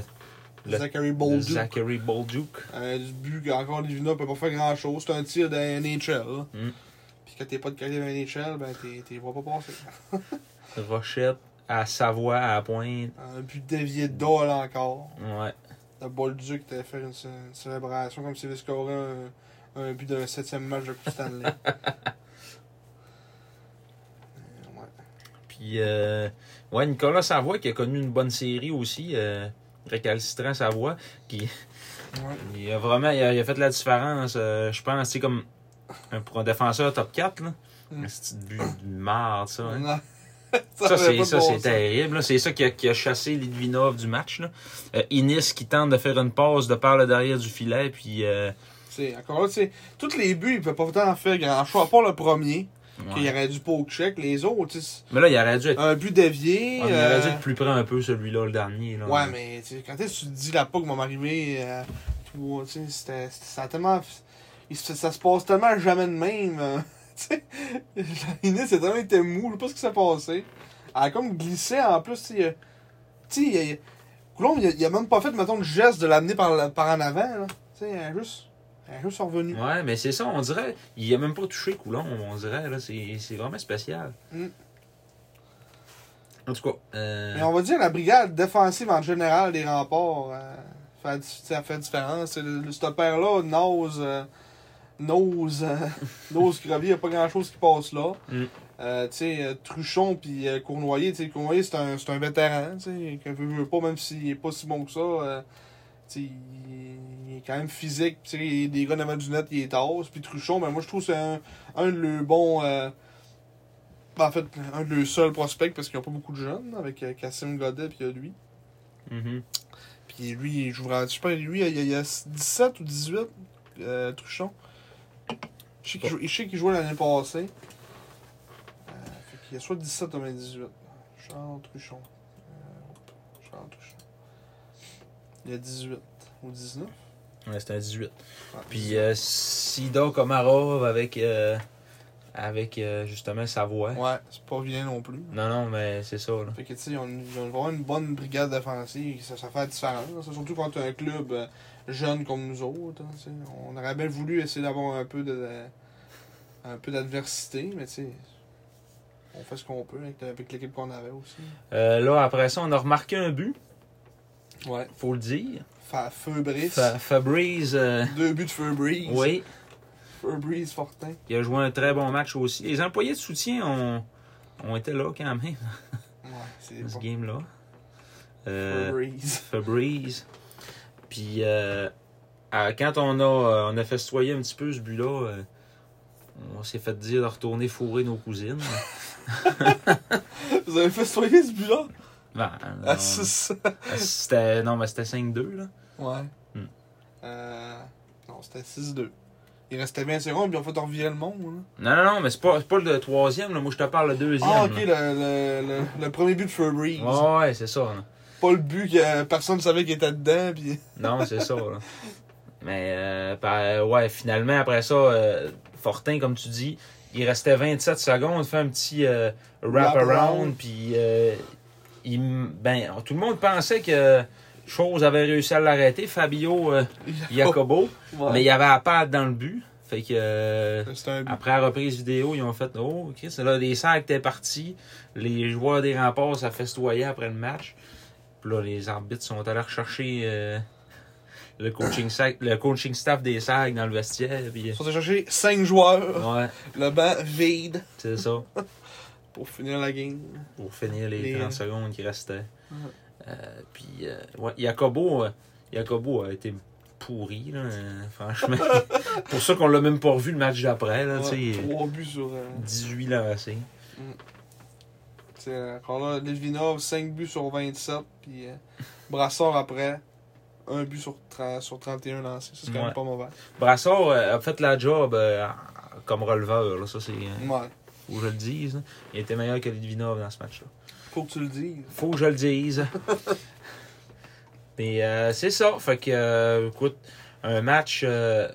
Speaker 1: le-
Speaker 2: Zachary
Speaker 1: de
Speaker 2: Bolduc.
Speaker 1: Zachary Bolduc.
Speaker 2: Euh, du but qu'encore Livina peut pas faire grand chose. C'est un tir d'un NHL. là.
Speaker 1: Mm.
Speaker 2: Puis quand t'es pas de calibre NHL, ben t'es, t'es vois pas passer.
Speaker 1: Rochette à Savoie, à la Pointe.
Speaker 2: Un but dévié d'ol encore.
Speaker 1: Ouais.
Speaker 2: Le Bolduc t'avait fait une, cé- une célébration comme s'il avait scoré un, un but d'un septième match de Coupe Stanley. Euh, ouais.
Speaker 1: Puis, euh, ouais, Nicolas Savoie qui a connu une bonne série aussi. euh, récalcitrant Savoie.
Speaker 2: Ouais.
Speaker 1: Il a vraiment il a, il a fait la différence, euh, je pense. C'est comme un- pour un défenseur top 4. Là.
Speaker 2: Mm.
Speaker 1: Un petit but de marde, ça. hein.
Speaker 2: Non.
Speaker 1: Ça,
Speaker 2: avait
Speaker 1: c'est
Speaker 2: pas de
Speaker 1: ça,
Speaker 2: bon
Speaker 1: c'est
Speaker 2: sens.
Speaker 1: terrible. là. C'est ça qui a, qui a chassé Lidvinov du match. Là. Euh, Innis qui tente de faire une passe de par le derrière du filet. Puis, euh,
Speaker 2: Tu sais, Encore là, tu sais, tous les buts, il peut pas autant en faire grand chose, à part le premier. qu'il aurait dû poke check les autres. tu sais,
Speaker 1: Mais là, il aurait dû
Speaker 2: c'est
Speaker 1: être,
Speaker 2: Un but dévié.
Speaker 1: on aurait
Speaker 2: euh,
Speaker 1: dû être plus près un peu, celui-là, le dernier. Là.
Speaker 2: Ouais, mais tu sais, quand est-ce que tu te dis la POC va m'arriver, euh, tout, tu sais, c'était- c'était- ça a tellement. il se- ça se passe tellement jamais de même. euh, tu sais, Inès, c'est tellement été mou, je sais pas ce qui s'est passé. Elle a comme glissé en plus, tu sais. euh, Tu sais, il y a- Coulombe, il a, il a même pas fait, mettons, le geste de l'amener par, la- par en avant, là. Tu sais, elle est juste. Elle est juste revenue.
Speaker 1: Ouais, mais c'est ça, on dirait. Il a même pas touché Coulon, on dirait. là C'est c'est vraiment spécial.
Speaker 2: Mm.
Speaker 1: En tout cas, euh,
Speaker 2: Mais on va dire la brigade défensive en général des remparts, euh, fait, tu sais, ça fait différence. C'est Le, le stopper-là, Nose, euh, Nose, euh, Nose Crevier, il n'y a pas grand-chose qui passe là.
Speaker 1: Mm.
Speaker 2: Euh, tu sais, euh, Truchon puis euh, Cournoyer, tu sais, Cournoyer, c'est un, c'est un vétéran, tu sais, que veut, veut pas, même s'il n'est pas si bon que ça. euh, tu sais, il, il est quand même physique, puis tu sais, des gars devant du net, il est tasse. Puis Truchon, ben, moi, je trouve que c'est un, un de leurs bons... euh, ben, en fait, un de leurs seuls prospects, parce qu'il n'y a pas beaucoup de jeunes, avec euh, Cassim Godet puis euh, lui.
Speaker 1: mhm.
Speaker 2: Puis lui, il joue vraiment. Je pense, lui, il y a, il y a 17 ou 18, euh, Truchon. Je sais qu'il joue- je sais qu'il jouait l'année passée. Euh, fait qu'il y a soit 17 ou bien 18. Charles Truchon. Euh, Charles Truchon. Il y a 18 ou 19.
Speaker 1: Ouais, c'était un 18.
Speaker 2: Ah,
Speaker 1: Puis euh, Sida Komarov avec, euh, avec euh, justement sa voix.
Speaker 2: Ouais, c'est pas vilain non plus.
Speaker 1: Non, non, mais c'est ça. Là.
Speaker 2: Fait que, tu sais, on, on va avoir une bonne brigade défensive, ça, ça fait la différence. là. Ça, surtout quand t'as un club euh, jeune comme nous autres. hein, tu sais. on aurait bien voulu essayer d'avoir un peu de, un peu d'adversité, mais tu sais, on fait ce qu'on peut avec, avec l'équipe qu'on avait aussi.
Speaker 1: Euh, là, après ça, on a remarqué un but,
Speaker 2: Ouais.
Speaker 1: faut le dire.
Speaker 2: Fa Feu Brice.
Speaker 1: Fa- Fabrice, euh,
Speaker 2: Deux buts de Feu Breeze.
Speaker 1: oui,
Speaker 2: Feu Breeze Fortin.
Speaker 1: il a joué un très bon match aussi. Les employés de soutien ont, ont été là quand même,
Speaker 2: Ouais, c'est
Speaker 1: dans ce
Speaker 2: bon.
Speaker 1: game-là.
Speaker 2: Feu
Speaker 1: Euh,
Speaker 2: Breeze.
Speaker 1: Fabrice. Puis euh, à- quand on a, euh, on a festoyé un petit peu ce but-là, euh, on s'est fait dire de retourner fourrer nos cousines.
Speaker 2: Vous avez fait soigner ce but-là?
Speaker 1: Ben,
Speaker 2: Ah,
Speaker 1: on-
Speaker 2: c'est ça.
Speaker 1: Ah, c'était, non, mais c'était 5-2. Là.
Speaker 2: Ouais.
Speaker 1: Hmm.
Speaker 2: Euh, non, c'était 6-2. Il restait 20 secondes, puis on fait revirer le monde. là.
Speaker 1: Non, non, non, mais c'est pas, c'est pas le troisième. Là. Moi, je te parle le deuxième.
Speaker 2: Ah, ok, le,
Speaker 1: là.
Speaker 2: le, le, le premier but de Fur Breeze.
Speaker 1: Ouais, ouais, c'est ça. là.
Speaker 2: Pas le but que euh, personne ne savait qu'il était dedans. Puis...
Speaker 1: Non, c'est ça. là. Mais euh, par- ouais, finalement, après ça, euh, Fortin, comme tu dis, il restait 27 secondes, fait un petit euh, wrap-around,
Speaker 2: Wrap-around.
Speaker 1: puis euh, il m- ben, tout le monde pensait que Chose avait réussi à l'arrêter, Fabio euh, Jacobo,
Speaker 2: Ouais.
Speaker 1: mais il y avait la patte dans le but. Fait que euh,
Speaker 2: C'était un but.
Speaker 1: après la reprise vidéo, ils ont fait Oh, Chris, là, les sacs étaient partis. Les joueurs des remparts, ça festoyait après le match. Puis là, les arbitres sont allés rechercher euh, le, coaching sac, le coaching staff des sacs dans le vestiaire. Puis,
Speaker 2: Ils sont allés chercher 5 joueurs,
Speaker 1: ouais,
Speaker 2: le banc vide
Speaker 1: c'est ça.
Speaker 2: pour finir la game.
Speaker 1: Pour finir les,
Speaker 2: Les-
Speaker 1: 30 secondes qui restaient.
Speaker 2: Ouais.
Speaker 1: Euh, puis, euh, ouais, Jacobo, euh, Jacobo a été pourri, là, euh, franchement. Pour ça qu'on l'a même pas revu le match d'après. là, Ah, tu sais,
Speaker 2: 3 buts sur. euh,
Speaker 1: 18 lancés.
Speaker 2: tu sais, encore là, Litvinov, 5 buts sur 27. Puis euh, Brassard après, 1 but sur, 30 sur 31 lancés. Ça, c'est quand
Speaker 1: Ouais.
Speaker 2: même pas mauvais.
Speaker 1: Brassard euh, a fait la job euh, comme releveur, là, ça c'est. euh,
Speaker 2: Ouais.
Speaker 1: Faut que je le dise. là. Il était meilleur que Litvinov dans ce match-là.
Speaker 2: Faut que tu le dises.
Speaker 1: Faut que je le dise. Mais euh, c'est ça. Fait que, euh, écoute, un match. euh,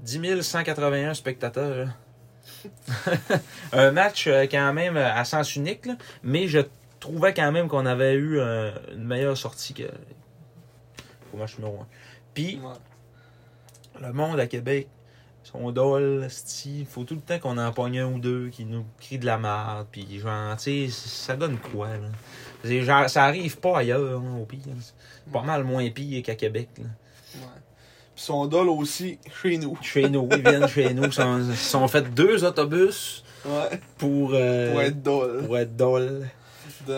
Speaker 1: 10 181 spectateurs. là. un match euh, quand même euh, à sens unique, là, mais je trouvais quand même qu'on avait eu euh, une meilleure sortie que. Au match numéro 1. Puis,
Speaker 2: Ouais.
Speaker 1: le monde à Québec, sont dole, il faut tout le temps qu'on en pogne un ou deux qui nous crient de la merde, puis genre, tu sais, ça donne quoi, là? C'est genre, ça arrive pas ailleurs, hein, au pire. C'est pas mal moins pire qu'à Québec, là.
Speaker 2: Ouais. Puis son dol aussi chez nous.
Speaker 1: Chez nous, ils viennent chez nous, ils sont, ils sont fait deux autobus
Speaker 2: Ouais.
Speaker 1: pour, euh,
Speaker 2: Pour être dol.
Speaker 1: pour être dole.
Speaker 2: dans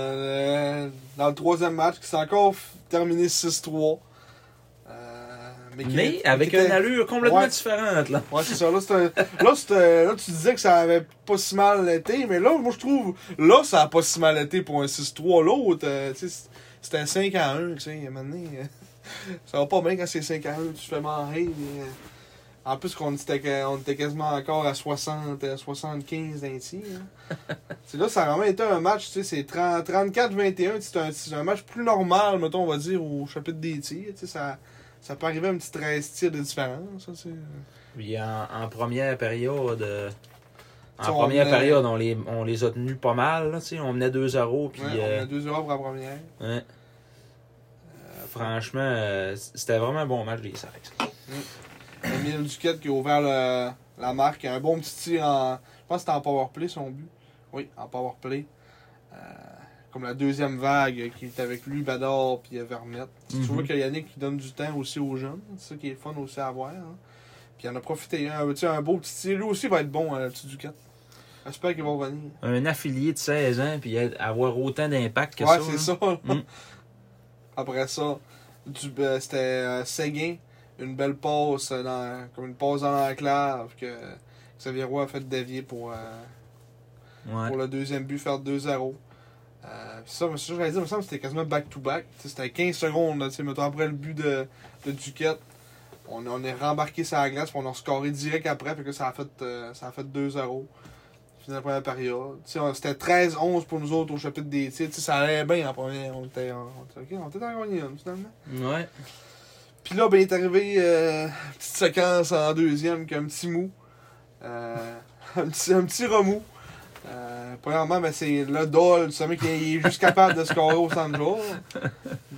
Speaker 2: le, dans le troisième match qui s'est encore f- terminé 6-3. Euh, qui-
Speaker 1: Mais
Speaker 2: qui
Speaker 1: avec
Speaker 2: était-
Speaker 1: une allure complètement
Speaker 2: Ouais.
Speaker 1: différente, là.
Speaker 2: Ouais, c'est ça. Là, c'est un- là, c'est un- là, tu disais que ça avait pas si mal été, mais là, moi, je trouve, là, ça a pas si mal été pour un 6-3. L'autre, euh, tu sais, c'est- c'était 5 à 1, tu sais, à un moment donné, euh, ça va pas bien quand c'est 5 à 1, tu te fais marrer. mais, euh, En plus, qu'on était, que- on était quasiment encore à 60, euh, 75 ainsi. hein. c'est là, ça a vraiment été un match, tu sais, c'est 30 34-21. C'est un, c'est un match plus normal, mettons, on va dire, au chapitre des tirs. Tu sais, ça, ça peut arriver à un petit 13 tirs de différence. ça, tu sais.
Speaker 1: Puis en, en première période, euh,
Speaker 2: Tu sais,
Speaker 1: en
Speaker 2: on
Speaker 1: première
Speaker 2: venait-
Speaker 1: période, on les, on les a tenus pas mal. là, tu sais, on menait 2-0. Puis
Speaker 2: Ouais,
Speaker 1: euh,
Speaker 2: On a deux heures pour la première.
Speaker 1: ouais. franchement, euh, c'était vraiment un bon match des Saints.
Speaker 2: Emile Duquette qui a ouvert le- la marque. Un bon petit tir en. Je pense que c'était en powerplay son but. Oui, en powerplay. Euh, comme la deuxième vague qui est avec lui, Bador puis euh, Vermette. Tu vois
Speaker 3: Mhm.
Speaker 2: que Yannick qui donne du temps aussi aux jeunes. C'est ça qui est le fun aussi à voir. hein. Puis il en a profité. hein. Tu sais, un beau petit tir. Lui aussi va être bon, hein, le petit Duquette. J'espère qu'il va revenir.
Speaker 1: Un affilié de 16 ans, puis être- avoir autant d'impact que
Speaker 2: ouais,
Speaker 1: ça.
Speaker 2: c'est
Speaker 1: là.
Speaker 2: ça.
Speaker 1: Mm.
Speaker 2: Après ça, du- euh, c'était euh, Séguin, une belle passe, euh, dans, comme une passe dans l'enclave que Xavier Roy a fait dévier pour, euh,
Speaker 1: Ouais.
Speaker 2: pour le deuxième but, faire 2-0. Euh, pis ça, mais ça, j'allais dire, il me semble que c'était quasiment back-to-back. Tu sais, C'était 15 secondes, là, tu sais, mettons, après le but de, de Duquette. On, on est rembarqué sur la glace, puis on a scoré direct après, puis que ça a fait, euh, ça a fait 2-0. Fin de la première période. Tu sais, on- C'était 13-11 pour nous autres au chapitre des tirs. Tu sais, Ça allait bien en première. On était, on, était- ok, on était en gagner une, finalement.
Speaker 1: Ouais.
Speaker 2: Puis là, ben, est arrivé euh, petite séquence en deuxième qui a un petit mou. Euh, un, petit, un petit remous. Euh, premièrement, ben, c'est le doll, ce mec qui est juste capable de scorer au centre jour.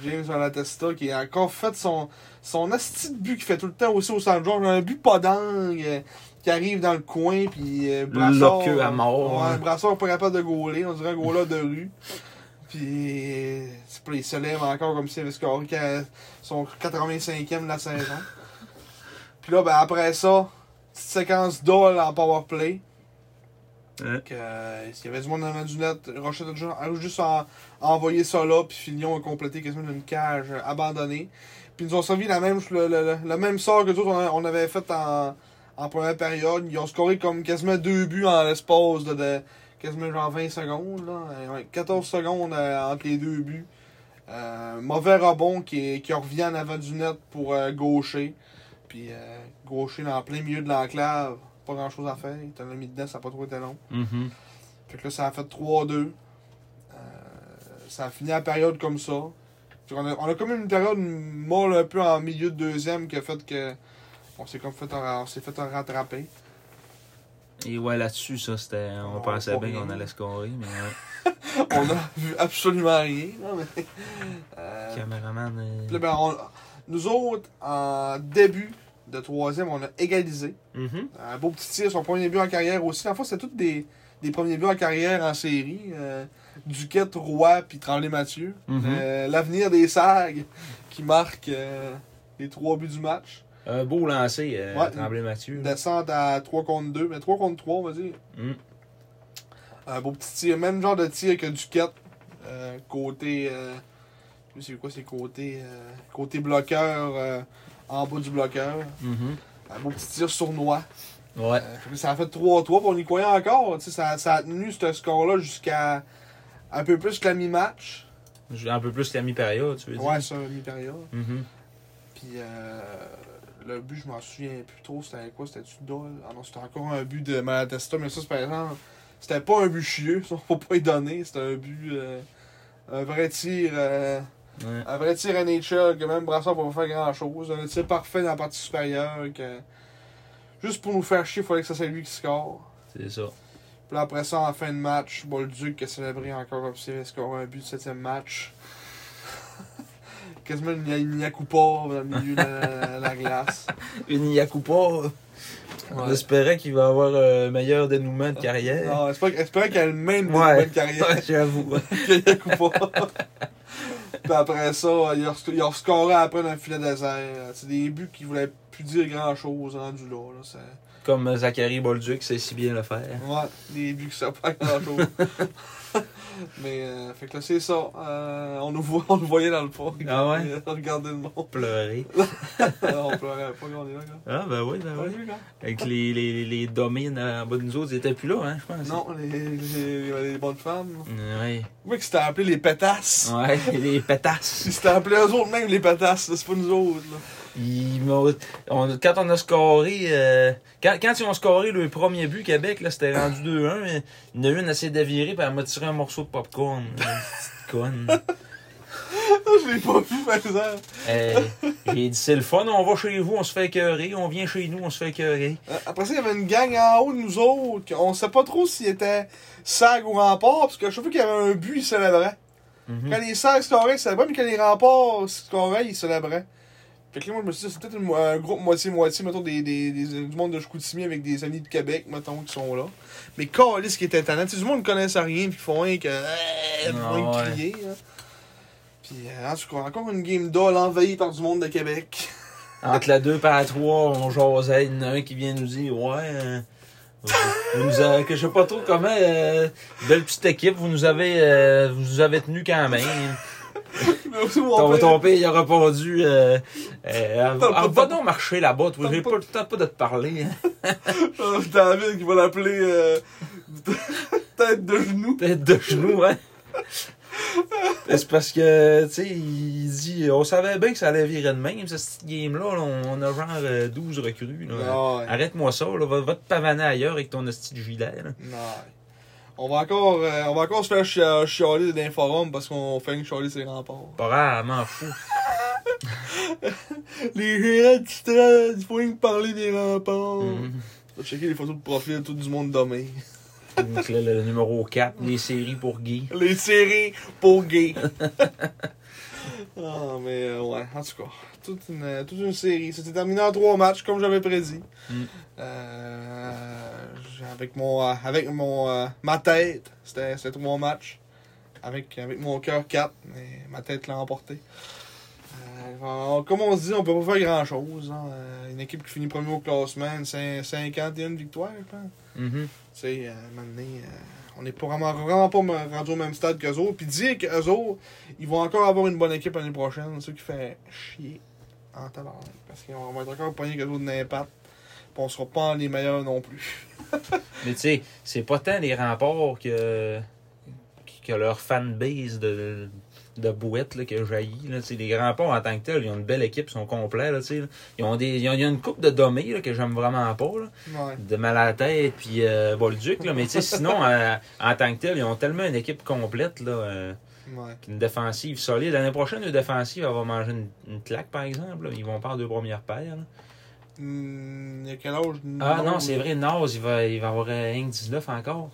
Speaker 2: James Malatesta qui a encore fait son, son asti de but qu'il fait tout le temps aussi au centre jour. Un but pas dingue euh, qui arrive dans le coin. Puis euh, Brassard.
Speaker 1: Loqueux à mort,
Speaker 2: Ouais,
Speaker 1: hein.
Speaker 2: Brassard pas capable de gauler. On dirait un goaler de rue. Puis, euh, c'est pas, il se lève encore comme s'il avait scoré qu'à- son 85e de la saison. Puis là, ben, après ça, petite séquence d'All en powerplay.
Speaker 1: Ouais.
Speaker 2: Que, euh, il y avait du monde dans du net. Rochette a juste- a juste en- envoyé ça là, puis Fillon a complété quasiment une cage euh, abandonnée. Puis ils nous ont servi la même, le, le- le- le même sort que nous autres, on, a- on avait fait en, en première période. Ils ont scoré comme quasiment deux buts en l'espace de, de quasiment genre 20 secondes. Là. Euh, ouais, 14 secondes euh, entre les deux buts. Euh, mauvais rebond qui, qui revient en avant du net pour euh, gaucher. Puis euh, gaucher dans plein milieu de l'enclave. Pas grand chose à faire. Il t'en a mis dedans, ça n'a pas trop été long.
Speaker 1: Mhm.
Speaker 2: Fait que là, ça a fait 3-2. Euh, ça a fini la période comme ça. Fait qu'on a- on, a, comme une période molle un peu en milieu de deuxième qui a fait que on s'est comme fait un- on s'est fait un rattraper.
Speaker 1: Et ouais, là-dessus, ça, c'était. On,
Speaker 2: On
Speaker 1: pensait
Speaker 2: voit
Speaker 1: bien
Speaker 2: rien.
Speaker 1: qu'on allait scorer, mais ouais.
Speaker 2: on a vu absolument rien. là, mais, euh,
Speaker 1: Caméraman. euh,
Speaker 2: Puis là, ben, on- nous autres, en début de troisième, on a égalisé.
Speaker 1: mhm.
Speaker 2: Un beau petit tir, son premier but en carrière aussi. En fait, c'est tous des, des premiers buts en carrière en série. Euh, Duquette, Roy, puis Tremblay-Mathieu.
Speaker 1: Mhm.
Speaker 2: Euh, L'avenir des Sags qui marque euh, les trois buts du match.
Speaker 1: Un beau lancé, euh,
Speaker 2: Ouais.
Speaker 1: Tremblay-Mathieu.
Speaker 2: Une descente à 3 contre 2, mais 3 contre 3, on va dire.
Speaker 1: Mm.
Speaker 2: Un beau petit tir, même genre de tir que Duquette. Euh, côté. euh, je sais quoi, c'est côté. euh, côté bloqueur, euh, en bas du bloqueur.
Speaker 1: Mhm.
Speaker 2: Un beau petit tir sournois.
Speaker 1: Ouais.
Speaker 2: Euh, fait que ça a fait 3-3, puis on y croyait encore. Tu sais, Ça, ça a tenu ce score-là jusqu'à un peu plus que la mi-match.
Speaker 1: J'ai Un peu plus qu'à mi-période, tu veux dire.
Speaker 2: Ouais, ça, mi-période.
Speaker 1: Mhm.
Speaker 2: Puis euh, le but, je m'en souviens plus trop, c'était quoi C'était-tu Doll Ah non, c'était encore un but de Malatesta, mais ça, c'est par exemple, c'était pas un but chieux, ça, on peut pas y donner. C'était un but. euh, un vrai tir. euh,
Speaker 1: Ouais.
Speaker 2: un vrai tir NHL que même Brassard va pas faire grand chose. Un tir parfait dans la partie supérieure. que Juste pour nous faire chier, il fallait que ça soit lui qui score.
Speaker 1: C'est ça.
Speaker 2: Puis là, après ça, en fin de match, Bolduc qui a célébré encore comme s'il avait scoré un but du septième match. Quasiment une Yakupov dans le milieu de la, la glace.
Speaker 1: Une Yakupa. On
Speaker 2: Ouais.
Speaker 1: espérait qu'il va avoir un meilleur dénouement de carrière.
Speaker 2: Non, j'espère j'espère qu'elle a le même
Speaker 1: Ouais.
Speaker 2: bonne Ah, carrière
Speaker 1: Ouais, J'avoue.
Speaker 2: que Yakupov. Puis après ça, il a, resc- il a rescoré après dans le filet désert. C'est des buts qui voulaient plus dire grand chose rendu là. là. C'est-
Speaker 1: Comme Zachary Bolduc sait si bien le faire.
Speaker 2: Ouais, des buts que ça pas grand chose. Mais, euh, fait que là, c'est ça. Euh, on, nous voit, on nous voyait dans le parc.
Speaker 1: Ah ouais?
Speaker 2: Regardez le monde.
Speaker 1: Pleurer.
Speaker 2: Alors, on pleurait pas quand on est là, gars.
Speaker 1: Ah, ben oui, ben
Speaker 2: T'as
Speaker 1: oui.
Speaker 2: vu, gars?
Speaker 1: Avec les, les, les domines en bas de nous autres, ils étaient plus là, hein, je pense.
Speaker 2: Non, les, les, les- les bonnes femmes.
Speaker 1: Ouais.
Speaker 2: Oui, qui s'étaient appelés les pétasses.
Speaker 1: Ouais, les pétasses.
Speaker 2: Ils s'étaient appelés eux autres même les pétasses, là, c'est pas nous autres. Là.
Speaker 1: Ils m'ont- on- quand on a scoré, euh, quand, quand ils ont scoré le premier but Québec, là, c'était rendu 2-1, mais il y en a une assez d'avirer, puis elle m'a tiré un morceau de popcorn. là, Petite conne.
Speaker 2: Je l'ai pas vu, par exemple.
Speaker 1: Euh, J'ai dit, c'est le fun, on va chez vous, on se fait écœurer, on vient chez nous, on se fait écœurer.
Speaker 2: Euh, Après ça, il y avait une gang en haut de nous autres. On sait pas trop s'ils étaient SAG ou remparts, parce que je trouve qu'il y avait un but, ils célébraient.
Speaker 1: Mhm.
Speaker 2: Quand les SAG scoraient, ils célébraient, mais quand les remparts scoraient, ils célébraient. Fait que là, moi, je me suis dit, c'est peut-être une mo- un groupe moitié-moitié, mettons, des, des, des- euh, du monde de Chicoutimi avec des amis de Québec, mettons, qui sont là. Mais câlisse qui était talent. Tu sais, du monde ne connaissait rien, puis ils font rien que. Euh,
Speaker 1: Ah
Speaker 2: rien que
Speaker 1: ouais.
Speaker 2: crier, là. Puis, euh, en tout cas, encore une game d'ol envahie par du monde de Québec.
Speaker 1: Entre la 2 et la 3, on jasait. Il y en a un qui vient nous dire Ouais, euh, vous nous avez, que je sais pas trop comment, euh, belle petite équipe, vous nous avez, euh, vous nous avez tenu quand même. Ton, ton père, il a répondu euh, euh,
Speaker 2: T'as pas
Speaker 1: Ah,
Speaker 2: de-
Speaker 1: Va donc marcher là-bas, toi,
Speaker 2: T'as
Speaker 1: j'ai
Speaker 2: pas-
Speaker 1: pas le temps pas de te parler. hein.
Speaker 2: Euh, David qui va l'appeler euh, tête de genou.
Speaker 1: Tête de genoux, hein. C'est parce que, tu sais, il dit On savait bien que ça allait virer de même, cette petite game-là, là, on, on a genre euh, 12 recrues. là.
Speaker 2: Non, Ah, ouais.
Speaker 1: Arrête-moi ça, là, va, va te pavaner ailleurs avec ton hostie de gilet. là.
Speaker 2: Non. On va encore, euh, on va encore se faire chia- chialer d'un forum parce qu'on fait une chialer ses remparts.
Speaker 1: Pas rare, elle m'en fout.
Speaker 2: Les gérants du stade, il faut rien que parler des remparts.
Speaker 1: Mhm.
Speaker 2: On va checker les photos de profil de tout du monde demain.
Speaker 1: Donc là, le numéro 4, les séries pour Guy.
Speaker 2: Les séries pour gay. Ah, mais euh, ouais, en tout cas, toute une, euh, toute une série. C'était terminé en trois matchs, comme j'avais prédit.
Speaker 1: Mm.
Speaker 2: Euh, j'ai- avec mon, euh, avec mon, euh, ma tête, c'était c'était trois matchs. Avec, avec mon cœur, quatre, mais ma tête l'a emporté. Euh, on- comme on se dit, on peut pas faire grand-chose. hein. Euh, Une équipe qui finit premier au classement, une cin- 51 victoires, je pense.
Speaker 1: Mhm.
Speaker 2: Tu sais, euh, à un moment donné, euh, on n'est pas vraiment, vraiment pas m- rendu au même stade qu'eux autres. Puis dire qu'eux autres, ils vont encore avoir une bonne équipe l'année prochaine, ce qui fait chier en tabarnak. Parce qu'on va être encore pognés qu'eux autres d'impact. Puis on sera pas les meilleurs non plus.
Speaker 1: Mais tu sais, c'est pas tant les remparts que, que leur fanbase de, de bouette là, que jaillit. Là. Tu sais, Les remparts en tant que tels, ils ont une belle équipe, ils sont complets. Là, tu sais, là. Ils, ont des, ils, ont, ils ont une coupe de dommés là, que j'aime vraiment pas. Là.
Speaker 2: Ouais.
Speaker 1: De mal à la tête, puis euh, Bolduc. Là. Mais tu sais, sinon, euh, en tant que tels, ils ont tellement une équipe complète. Là, euh,
Speaker 2: Ouais.
Speaker 1: Puis une défensive solide. L'année prochaine, une défensive, elle va manger une, une claque, par exemple. là. Ils vont perdre deux premières paires. là.
Speaker 2: Hmm, il y a quel âge
Speaker 1: Ah non, c'est vrai, Naz, il va, il va avoir euh, un 19 encore.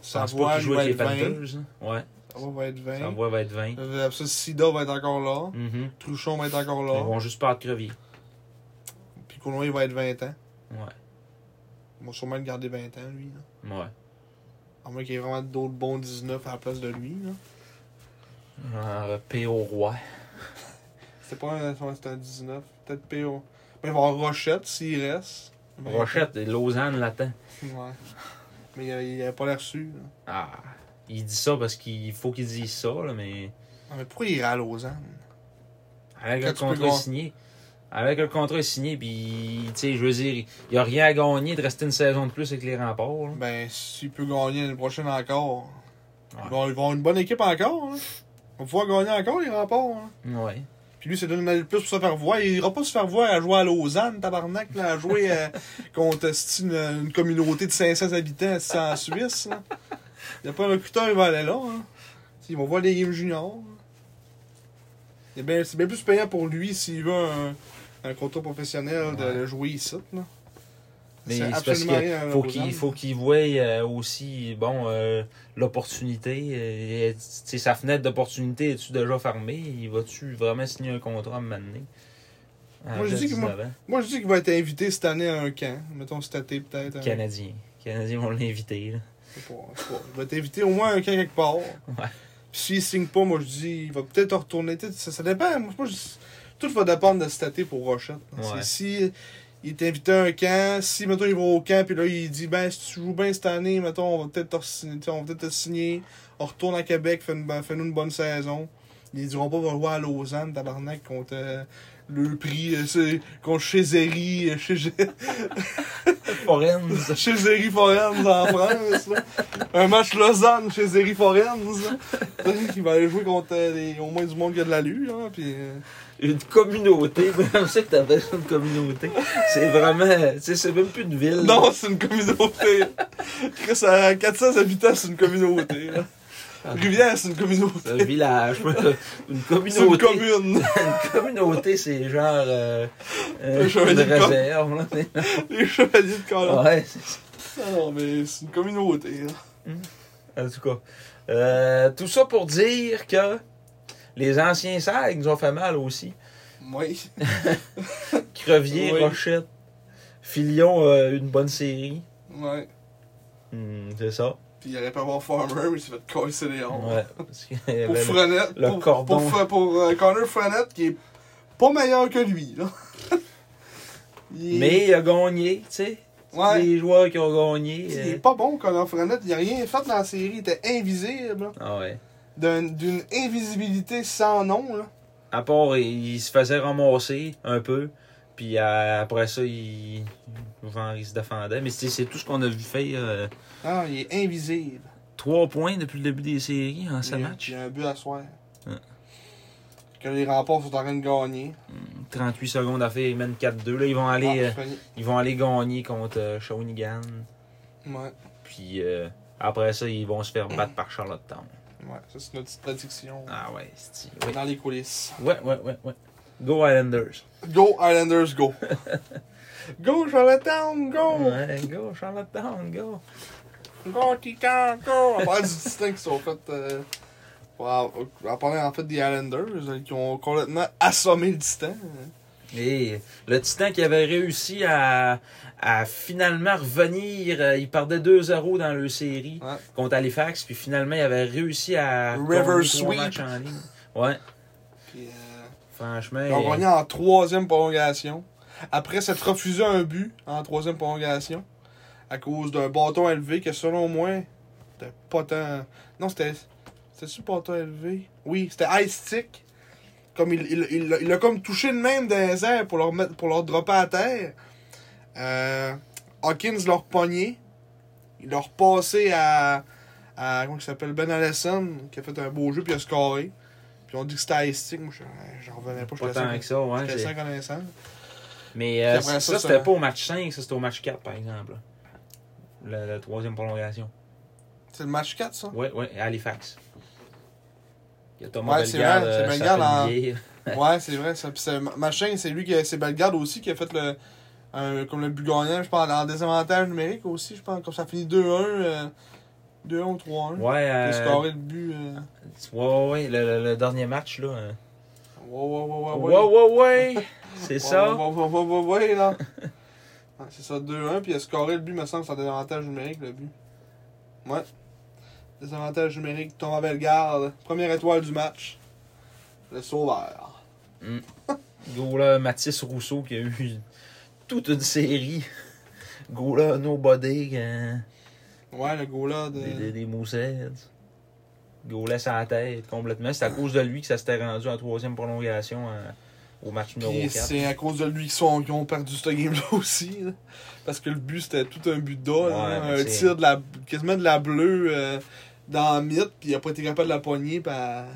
Speaker 1: Je
Speaker 2: Ça
Speaker 1: pense pas
Speaker 2: va,
Speaker 1: qu'il joue avec les
Speaker 2: va être 20.
Speaker 1: Panthers. hein. Ouais,
Speaker 2: Ça va être 20.
Speaker 1: Savoie va être 20.
Speaker 2: Euh, après ça, Sida va être encore là.
Speaker 1: Mhm.
Speaker 2: Truchon va être encore
Speaker 1: Ils
Speaker 2: là.
Speaker 1: vont juste pas être crevier.
Speaker 2: Puis Coulon, il va être 20 ans.
Speaker 1: Ouais,
Speaker 2: Ils vont sûrement le garder 20 ans, lui. là.
Speaker 1: ouais.
Speaker 2: À moins qu'il y ait vraiment d'autres bons 19 à la place de lui. Là.
Speaker 1: Euh, P.O. Roy.
Speaker 2: C'est pas un, c'est un 19. Peut-être PO. Mais il va y avoir Rochette s'il reste. Mais-
Speaker 1: Rochette, Lausanne l'attend.
Speaker 2: Ouais. Mais il a- il a pas l'air sûr. là.
Speaker 1: Ah, il dit ça parce qu'il faut qu'il dise ça, là, mais
Speaker 2: Ah, mais pourquoi il irait à Lausanne
Speaker 1: avec
Speaker 2: Quand
Speaker 1: le
Speaker 2: tu peux
Speaker 1: contrat
Speaker 2: gagner.
Speaker 1: signé. Avec le contrat signé, puis, tu sais, je veux dire, il n'y a rien à gagner de rester une saison de plus avec les remparts. là.
Speaker 2: Ben, s'il peut gagner l'année prochaine encore.
Speaker 1: Ouais.
Speaker 2: Ils, vont, ils vont avoir une bonne équipe encore. Là. On va pouvoir gagner encore les remparts. hein. Là.
Speaker 1: Ouais.
Speaker 2: Puis lui, c'est donne une année de plus pour se faire voir. Il ira pas se faire voir à jouer à Lausanne, tabarnak, là, à jouer euh, contre c'ti, une, une communauté de 500 habitants c'ti, en Suisse. là. Il n'y a pas un recruteur, il va aller là. hein. T'sais, Ils vont voir les games juniors. là. Il est bien- C'est bien plus payant pour lui s'il veut un, un contrat professionnel de
Speaker 1: Ouais.
Speaker 2: jouer ici. Là.
Speaker 1: Mais
Speaker 2: C'est
Speaker 1: c'est parce
Speaker 2: absolument
Speaker 1: que
Speaker 2: rien à
Speaker 1: faut
Speaker 2: Lausanne.
Speaker 1: qu'il faut qu'il voie euh, aussi bon euh, l'opportunité. euh, et, tu sais, sa fenêtre d'opportunité est-tu déjà fermée? Il va-tu vraiment signer un contrat à un moment donné? À
Speaker 2: Moi, je dis que
Speaker 1: 19 ans.
Speaker 2: Moi, je dis qu'il va être invité cette année à un camp. Mettons cet été, peut-être. un-
Speaker 1: Canadien. Canadien vont l'inviter. là.
Speaker 2: Je sais pas, je sais pas. Il va t'inviter au moins un camp quelque part. Puis s'il signe pas, moi je dis, il va peut-être retourner. Tu sais, Ça, ça dépend. Moi, moi, je- tout va dépendre de cet été pour Rochette.
Speaker 1: Ouais.
Speaker 2: C'est Si il est invité à un camp, si mettons il va au camp, puis là il dit, ben si tu joues bien cette année, mettons, on va peut-être te, re-signer- tu sais, on va peut te signer, on retourne à Québec, fais-nous fais une bonne saison. Ils diront pas, va voir à Lausanne, tabarnak, contre euh, le prix, euh, c'est- contre chez Zéry, euh, chez.
Speaker 1: Forenz.
Speaker 2: chez Zeri Forens en France. là. Un match Lausanne chez Zeri Forens. là. Il va aller jouer contre euh, les- au moins du monde qui a de l'alu. Là, puis, euh,
Speaker 1: Une communauté. Mais comme ça que t'appelles ça une communauté. C'est vraiment. Tu sais, c'est même plus une ville.
Speaker 2: Non, c'est une communauté. Chris, à 400 habitants, c'est une communauté. là. Rivière, c'est une communauté.
Speaker 1: C'est un village. Une communauté.
Speaker 2: C'est une commune.
Speaker 1: Une communauté, c'est genre. Euh, euh,
Speaker 2: Un chevalier
Speaker 1: une
Speaker 2: de camp.
Speaker 1: réserve, là.
Speaker 2: Les chevaliers de Colombe.
Speaker 1: Ouais, c'est ça.
Speaker 2: Non, mais c'est une communauté. hein. là.
Speaker 1: En tout cas. Euh, tout ça pour dire que les anciens sacs nous ont fait mal aussi.
Speaker 2: Oui.
Speaker 1: Crevier,
Speaker 2: Oui.
Speaker 1: Rochette, Filion, euh, une bonne série.
Speaker 2: Ouais.
Speaker 1: Hmm, c'est ça.
Speaker 2: Puis il aurait pu avoir Farmer, mais il s'est fait casser les hanches.
Speaker 1: Ouais. Parce qu'il y
Speaker 2: Pour
Speaker 1: avait le-
Speaker 2: Frenette.
Speaker 1: le
Speaker 2: pour,
Speaker 1: cordon.
Speaker 2: Pour, Fre- pour, euh, Connor Frenette, qui est pas meilleur que lui. Là. Il est-
Speaker 1: Mais il a gagné, tu sais.
Speaker 2: Ouais.
Speaker 1: Les joueurs qui ont gagné.
Speaker 2: Il
Speaker 1: euh,
Speaker 2: est pas bon, Connor Frenette. Il a rien fait dans la série. Il était invisible. là.
Speaker 1: Ah ouais.
Speaker 2: D'un- D'une invisibilité sans nom. Là.
Speaker 1: À part, il, il se faisait ramasser un peu. Puis euh, après ça, il, Van- il se défendait. Mais c'est c'est tout ce qu'on a vu faire. euh,
Speaker 2: Non, Ah, il est invisible.
Speaker 1: Trois points depuis le début des séries en ce
Speaker 2: Il y a-
Speaker 1: match.
Speaker 2: Il y a un but à soir.
Speaker 1: Hein.
Speaker 2: Que les remports sont en train de gagner.
Speaker 1: 38 secondes à faire, ils mènent 4-2. Là, ils vont aller,
Speaker 2: Ah,
Speaker 1: euh,
Speaker 2: c'est fini.
Speaker 1: ils vont aller gagner contre euh, Shawinigan.
Speaker 2: Ouais,
Speaker 1: Puis euh, après ça, ils vont se faire battre par Charlottetown.
Speaker 2: ouais, ça c'est notre petite prédiction.
Speaker 1: Ah ouais, c'est ouais.
Speaker 2: Dans les coulisses.
Speaker 1: ouais, ouais, ouais, ouais. Go Islanders.
Speaker 2: Go Islanders, go! go Charlottetown, go!
Speaker 1: Ouais, go Charlottetown, go.
Speaker 2: Go Titan, go! On parle du Titan qui sont fait... Euh, pour avoir- on parlait en fait des Islanders euh, qui ont complètement assommé le Titan. hein.
Speaker 1: Et le Titan qui avait réussi à, à finalement revenir, euh, il perdait 2-0 dans leur série
Speaker 2: Ouais.
Speaker 1: contre Halifax, puis finalement il avait réussi à
Speaker 2: River
Speaker 1: gagner trois
Speaker 2: sweep.
Speaker 1: matchs en ligne. Ouais,
Speaker 2: Puis, euh,
Speaker 1: franchement.
Speaker 2: Ils ont
Speaker 1: euh,
Speaker 2: gagné en troisième prolongation. Après s'être refusé un but en troisième prolongation. À cause d'un bâton élevé que selon moi, c'était pas tant. Non, c'était. C'était-tu bâton élevé Oui, c'était Ice Stick. Comme il, il, il, l'a- il l'a comme touché le même dans les airs pour leur, mettre, pour leur dropper à terre. Euh, Hawkins l'a repogné. Il l'a repassé à. à comment il s'appelle Ben Allison, qui a fait un beau jeu puis il a scoré. Puis on dit que c'était Ice Stick. Moi, je- j'en revenais pas. je
Speaker 1: Pas
Speaker 2: pensais
Speaker 1: tant
Speaker 2: que-
Speaker 1: que ça, ouais.
Speaker 2: c'était
Speaker 1: c'est-
Speaker 2: ça connaissance.
Speaker 1: Mais euh,
Speaker 2: Puis après
Speaker 1: ça,
Speaker 2: ça,
Speaker 1: c'était
Speaker 2: ça-
Speaker 1: pas au match 5, ça c'était au match 4, par exemple. là. La, la troisième prolongation.
Speaker 2: C'est le match 4, ça?
Speaker 1: Ouais, ouais, à Halifax. Il y a Thomas
Speaker 2: Ouais, c'est vrai,
Speaker 1: Bellegarde,
Speaker 2: c'est
Speaker 1: euh,
Speaker 2: Bellegarde en-
Speaker 1: Sapelier.
Speaker 2: Ouais, c'est vrai. Ça. Puis c'est Machin, c'est lui qui a- c'est Bellegarde aussi qui a fait le un- comme le but gagnant, je pense, en désavantage numérique aussi, je pense. Comme ça finit 2-1, euh, 2-1 ou 3-1. Ouais.
Speaker 1: Ouais, euh,
Speaker 2: scoré le but. euh,
Speaker 1: ouais, ouais, ouais, le, le- le dernier match, là. euh,
Speaker 2: Ouais, ouais, ouais, Ah ouais, ouais.
Speaker 1: Ouais, ouais, ouais! C'est ça.
Speaker 2: Ouais, ouais, ouais, ouais, ouais, ouais, là. Ouais, c'est ça, 2-1, puis il a scoré le but, me semble, c'est en désavantage numérique, le but. Ouais. Désavantage numérique, Thomas Bellegarde, première étoile du match. Le sauveur.
Speaker 1: Go là, Mathis Rousseau qui a eu toute une série. Go là, Nobody, euh,
Speaker 2: Ouais, le goal-là de...
Speaker 1: des, des, des moussettes. Go là, sa tête complètement. C'est à cause de lui que ça s'était rendu en troisième prolongation euh, au match numéro
Speaker 2: Puis
Speaker 1: 4.
Speaker 2: c'est à cause de lui qu'ils sont- qu'ils ont perdu ce game-là aussi. là. Parce que le but, c'était tout un but d'or. hein.
Speaker 1: Ouais, mais
Speaker 2: un
Speaker 1: c'est-
Speaker 2: tir de la, quasiment de la bleue euh, dans le mythe, puis il a pas été capable de la poignée, puis à,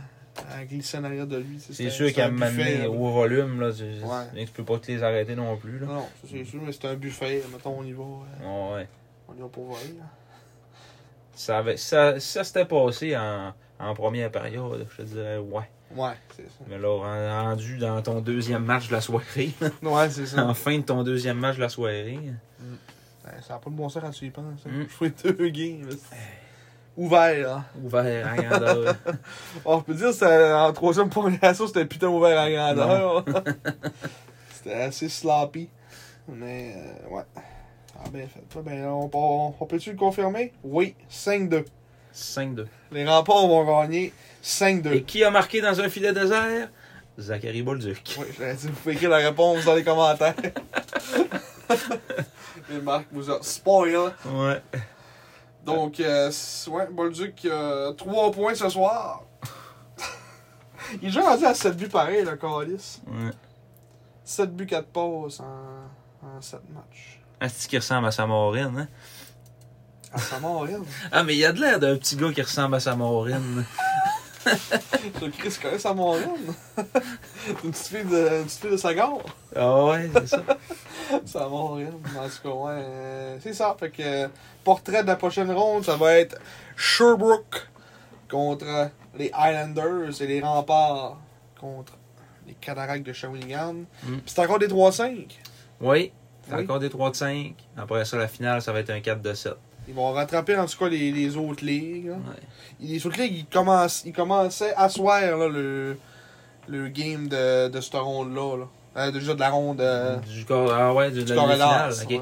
Speaker 2: à glisser en arrière de lui.
Speaker 1: C'est sûr qu'à m'amener
Speaker 2: Ouais.
Speaker 1: au volume, là, tu,
Speaker 2: Ouais.
Speaker 1: tu peux pas te les arrêter non plus. Là.
Speaker 2: Non, ça, c'est sûr, mais c'était un buffet. Mettons, on y va. euh,
Speaker 1: ouais.
Speaker 2: On y va pour voler. là.
Speaker 1: Ça, avait- ça, ça s'était passé en, en première période, je te dirais, ouais.
Speaker 2: Ouais, c'est ça.
Speaker 1: Mais là, ren- rendu dans ton deuxième match de la soirée,
Speaker 2: Ouais, c'est ça.
Speaker 1: en fin de ton deuxième match de la soirée,
Speaker 2: Ouais, Ça n'a pas de bon sens quand tu y penses. hein.
Speaker 1: Mm.
Speaker 2: Jouer deux games. là. Ouvert, hein.
Speaker 1: ouvert à grandeur.
Speaker 2: On peut dire que en troisième prolongation, c'était putain ouvert à grandeur. c'était assez sloppy. Mais euh, ouais. Ah ben fait. Ah, ben, on, on- on peut-tu le confirmer? Oui, 5-2.
Speaker 1: 5-2.
Speaker 2: Les remports vont gagner
Speaker 1: Et
Speaker 2: 5-2.
Speaker 1: qui a marqué dans un filet désert? Zachary Bolduc.
Speaker 2: Oui, j'allais dire, vous pouvez écrire la réponse dans les commentaires. Mais Marc vous a spoil. hein.
Speaker 1: Ouais.
Speaker 2: Donc, euh, c- ouais, Bolduc, 3 points ce soir. Il est déjà rendu à 7 buts pareil, le Calis.
Speaker 1: ouais.
Speaker 2: 7 buts, 4 passes en, en 7 matchs.
Speaker 1: Un petit qui ressemble à Samorin, hein?
Speaker 2: Ah, ça m'a rien.
Speaker 1: Ah, mais il a de l'air d'un petit gars qui ressemble à Samorin.
Speaker 2: Je Chris connaît ça m'a rien. Une petite fille de, une petite fille de Sagar.
Speaker 1: Ah ouais, c'est ça.
Speaker 2: Ça m'a rien. En tout cas, ouais. euh, c'est ça. Fait que, euh, portrait de la prochaine ronde, ça va être Sherbrooke contre les Highlanders et les Remparts contre les Cataractes de Shawinigan.
Speaker 1: Mm.
Speaker 2: Puis c'est encore des 3-5.
Speaker 1: Oui. c'est
Speaker 2: Oui.
Speaker 1: Encore des 3 de 5. Après ça, la finale, ça va être un 4 de 7.
Speaker 2: Ils vont rattraper en tout cas les, les autres ligues. là.
Speaker 1: Ouais.
Speaker 2: Les autres ligues, ils, commencent, ils commençaient à soir là, le, le game de, de cette ronde-là. Là. Euh, déjà de la ronde euh,
Speaker 1: Du corps, ah ouais, du, de
Speaker 2: du
Speaker 1: la
Speaker 2: corridor.
Speaker 1: finale. ok.
Speaker 2: ouais.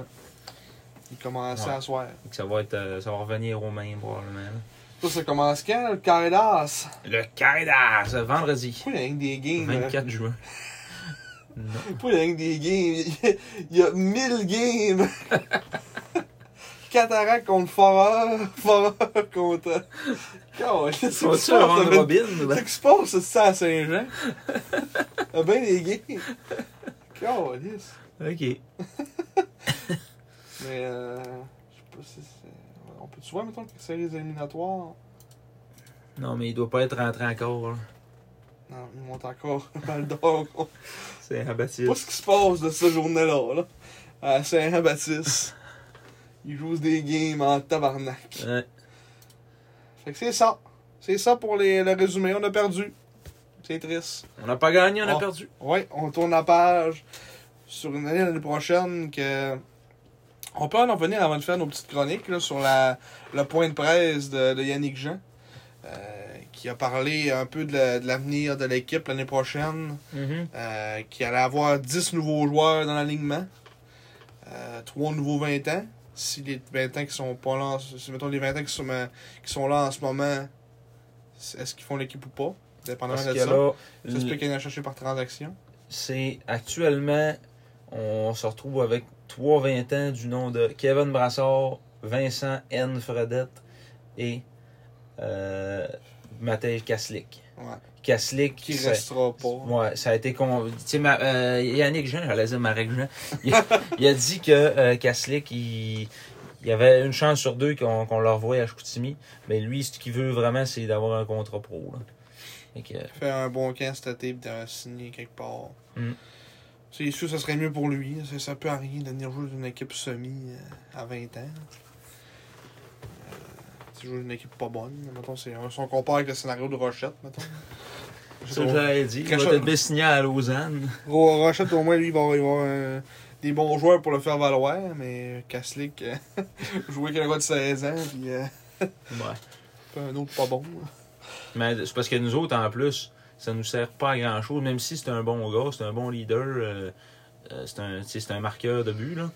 Speaker 2: Ils commençaient
Speaker 1: Ouais.
Speaker 2: à soir.
Speaker 1: Donc Ça va, être, euh, ça va revenir aux mains, probablement. là.
Speaker 2: Ça, ça commence quand, le Kaidas?
Speaker 1: Le Kaidas, ce vendredi.
Speaker 2: Pourquoi il y a rien que des games? là?
Speaker 1: 24 juin. Non.
Speaker 2: Pourquoi il y a rien que des games? Il y a 1000 games! Cataract contre Forer, Forer contre... Calais, qu'est-ce qui
Speaker 1: Faut-tu
Speaker 2: se passe?
Speaker 1: rendre
Speaker 2: là, ben?
Speaker 1: Robin?
Speaker 2: Qu'est-ce qui se passe, c'est ça, à Saint-Jean? Ah, ben, Il y a bien des games! Calais.
Speaker 1: Ok.
Speaker 2: Mais, euh, je sais pas si c'est... On peut tu voir, mettons, que c'est les éliminatoires?
Speaker 1: Non, mais il doit pas être rentré encore. là.
Speaker 2: Non, ils montent encore dans le dos.
Speaker 1: C'est un
Speaker 2: pas
Speaker 1: baptiste.
Speaker 2: ce qui se passe de cette journée-là, là. À Saint-Jean-Baptiste. Ils jouent des games en tabarnak.
Speaker 1: Ouais.
Speaker 2: Fait que c'est ça. C'est ça pour les, le résumé. On a perdu. C'est triste.
Speaker 1: On n'a pas gagné, on a
Speaker 2: Oh.
Speaker 1: perdu.
Speaker 2: Ouais, on tourne la page sur une année l'année prochaine que. On peut en revenir avant de faire nos petites chroniques là, sur la, le point de presse de, de Yannick Jean, euh, qui a parlé un peu de la- de l'avenir de l'équipe l'année prochaine.
Speaker 1: Mm-hmm.
Speaker 2: Euh, qui allait avoir 10 nouveaux joueurs dans l'alignement. Euh, 3 nouveaux 20 ans. Si les 20 ans qui sont pas là, en- si mettons les 20 ans qui sont, euh, qui sont là en ce moment, c- est-ce qu'ils font l'équipe ou pas? Dépendamment
Speaker 1: Parce
Speaker 2: de
Speaker 1: que
Speaker 2: ça.
Speaker 1: là,
Speaker 2: Ça se peut qu'il y en a cherché par transaction.
Speaker 1: c'est actuellement, on se retrouve avec 3-20 ans du nom de Kevin Brassard, Vincent N. Fredette et euh, Matej Kaslik.
Speaker 2: Ouais.
Speaker 1: Kaslik
Speaker 2: Qui
Speaker 1: ça-
Speaker 2: restera pas.
Speaker 1: Ouais, ça a été con. Tu sais, ma- euh, Yannick Jean, j'allais dire Marek Jean, il, a- il a dit que euh, Kaslik, il, il y avait une chance sur deux qu'on qu'on le revoie à Chicoutimi. Mais lui, ce qu'il veut vraiment, c'est d'avoir un contrat pro. Là. Fait que,
Speaker 2: Fait un bon camp cet été pis de signer quelque part.
Speaker 1: Mm.
Speaker 2: C'est sûr ça serait mieux pour lui. Ça, ça peut arriver de venir jouer d'une équipe semi euh, à 20 ans. Euh, Tu joues une équipe pas bonne. Mettons, c'est, si on compare avec le scénario de Rochette, mettons.
Speaker 1: c'est ça que j'avais dit. Il
Speaker 2: Quelque
Speaker 1: va
Speaker 2: chose-
Speaker 1: être bien signé à Lausanne.
Speaker 2: Ro- Rochette, au moins, lui, il va il va avoir un- des bons joueurs pour le faire valoir, mais Kaslik, euh, jouer qu'un gars de 16 ans, puis euh,
Speaker 1: Ouais.
Speaker 2: un autre pas bon.
Speaker 1: Mais c'est parce que nous autres, en plus, ça nous sert pas à grand chose. Même si c'est un bon gars, c'est un bon leader, euh, euh, c'est un, tu sais, c'est un marqueur de but, là.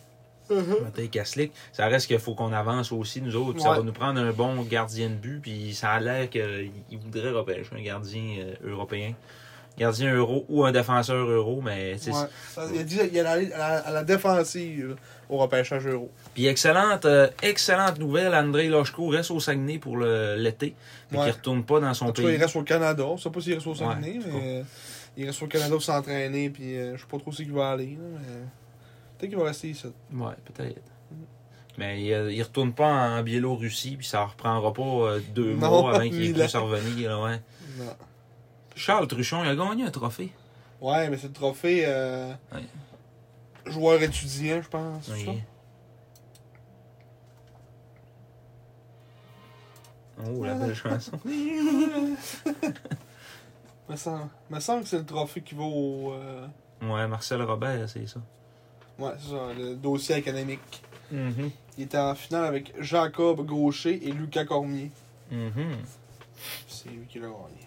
Speaker 1: Matej Kaslik, ça reste qu'il faut qu'on avance aussi, nous autres. puis Ça
Speaker 2: Ouais.
Speaker 1: va nous prendre un bon gardien de but, puis ça a l'air qu'il voudrait repêcher un gardien euh, européen. Gardien euro ou un défenseur euro, mais tu sais,
Speaker 2: Ouais. Ça, Il a dit qu'il allait à la, à la défensive au repêchage euro.
Speaker 1: Puis excellente, euh, excellente nouvelle, André Lochko reste au Saguenay pour le- l'été, mais
Speaker 2: Ouais.
Speaker 1: qui retourne pas dans son
Speaker 2: En tout cas, il
Speaker 1: pays.
Speaker 2: reste au Canada. Je sais pas s'il reste au Saguenay,
Speaker 1: en tout cas.
Speaker 2: mais euh, il reste au Canada pour s'entraîner. Puis euh, je sais pas trop où il va aller. là, mais Peut-être qu'il va rester ici.
Speaker 1: Ouais, peut-être. Mais il, euh, il retourne pas en Biélorussie, puis ça reprendra pas euh, deux
Speaker 2: Non,
Speaker 1: mois avant qu'il
Speaker 2: mille
Speaker 1: puisse revenir. là, ouais.
Speaker 2: Non.
Speaker 1: Charles Truchon, il a gagné un trophée.
Speaker 2: Ouais, mais c'est le trophée euh,
Speaker 1: Ouais.
Speaker 2: joueur étudiant, je pense. c'est
Speaker 1: Oui.
Speaker 2: ça?
Speaker 1: Oh, la
Speaker 2: Ah.
Speaker 1: belle chanson.
Speaker 2: me, semble, me semble que c'est le trophée qui va au. euh,
Speaker 1: Ouais, Marcel Robert, c'est ça.
Speaker 2: Ouais, c'est ça, le dossier académique.
Speaker 1: Mm-hmm.
Speaker 2: Il était en finale avec Jacob Gaucher et Lucas Cormier.
Speaker 1: Mhm.
Speaker 2: C'est lui qui l'a gagné.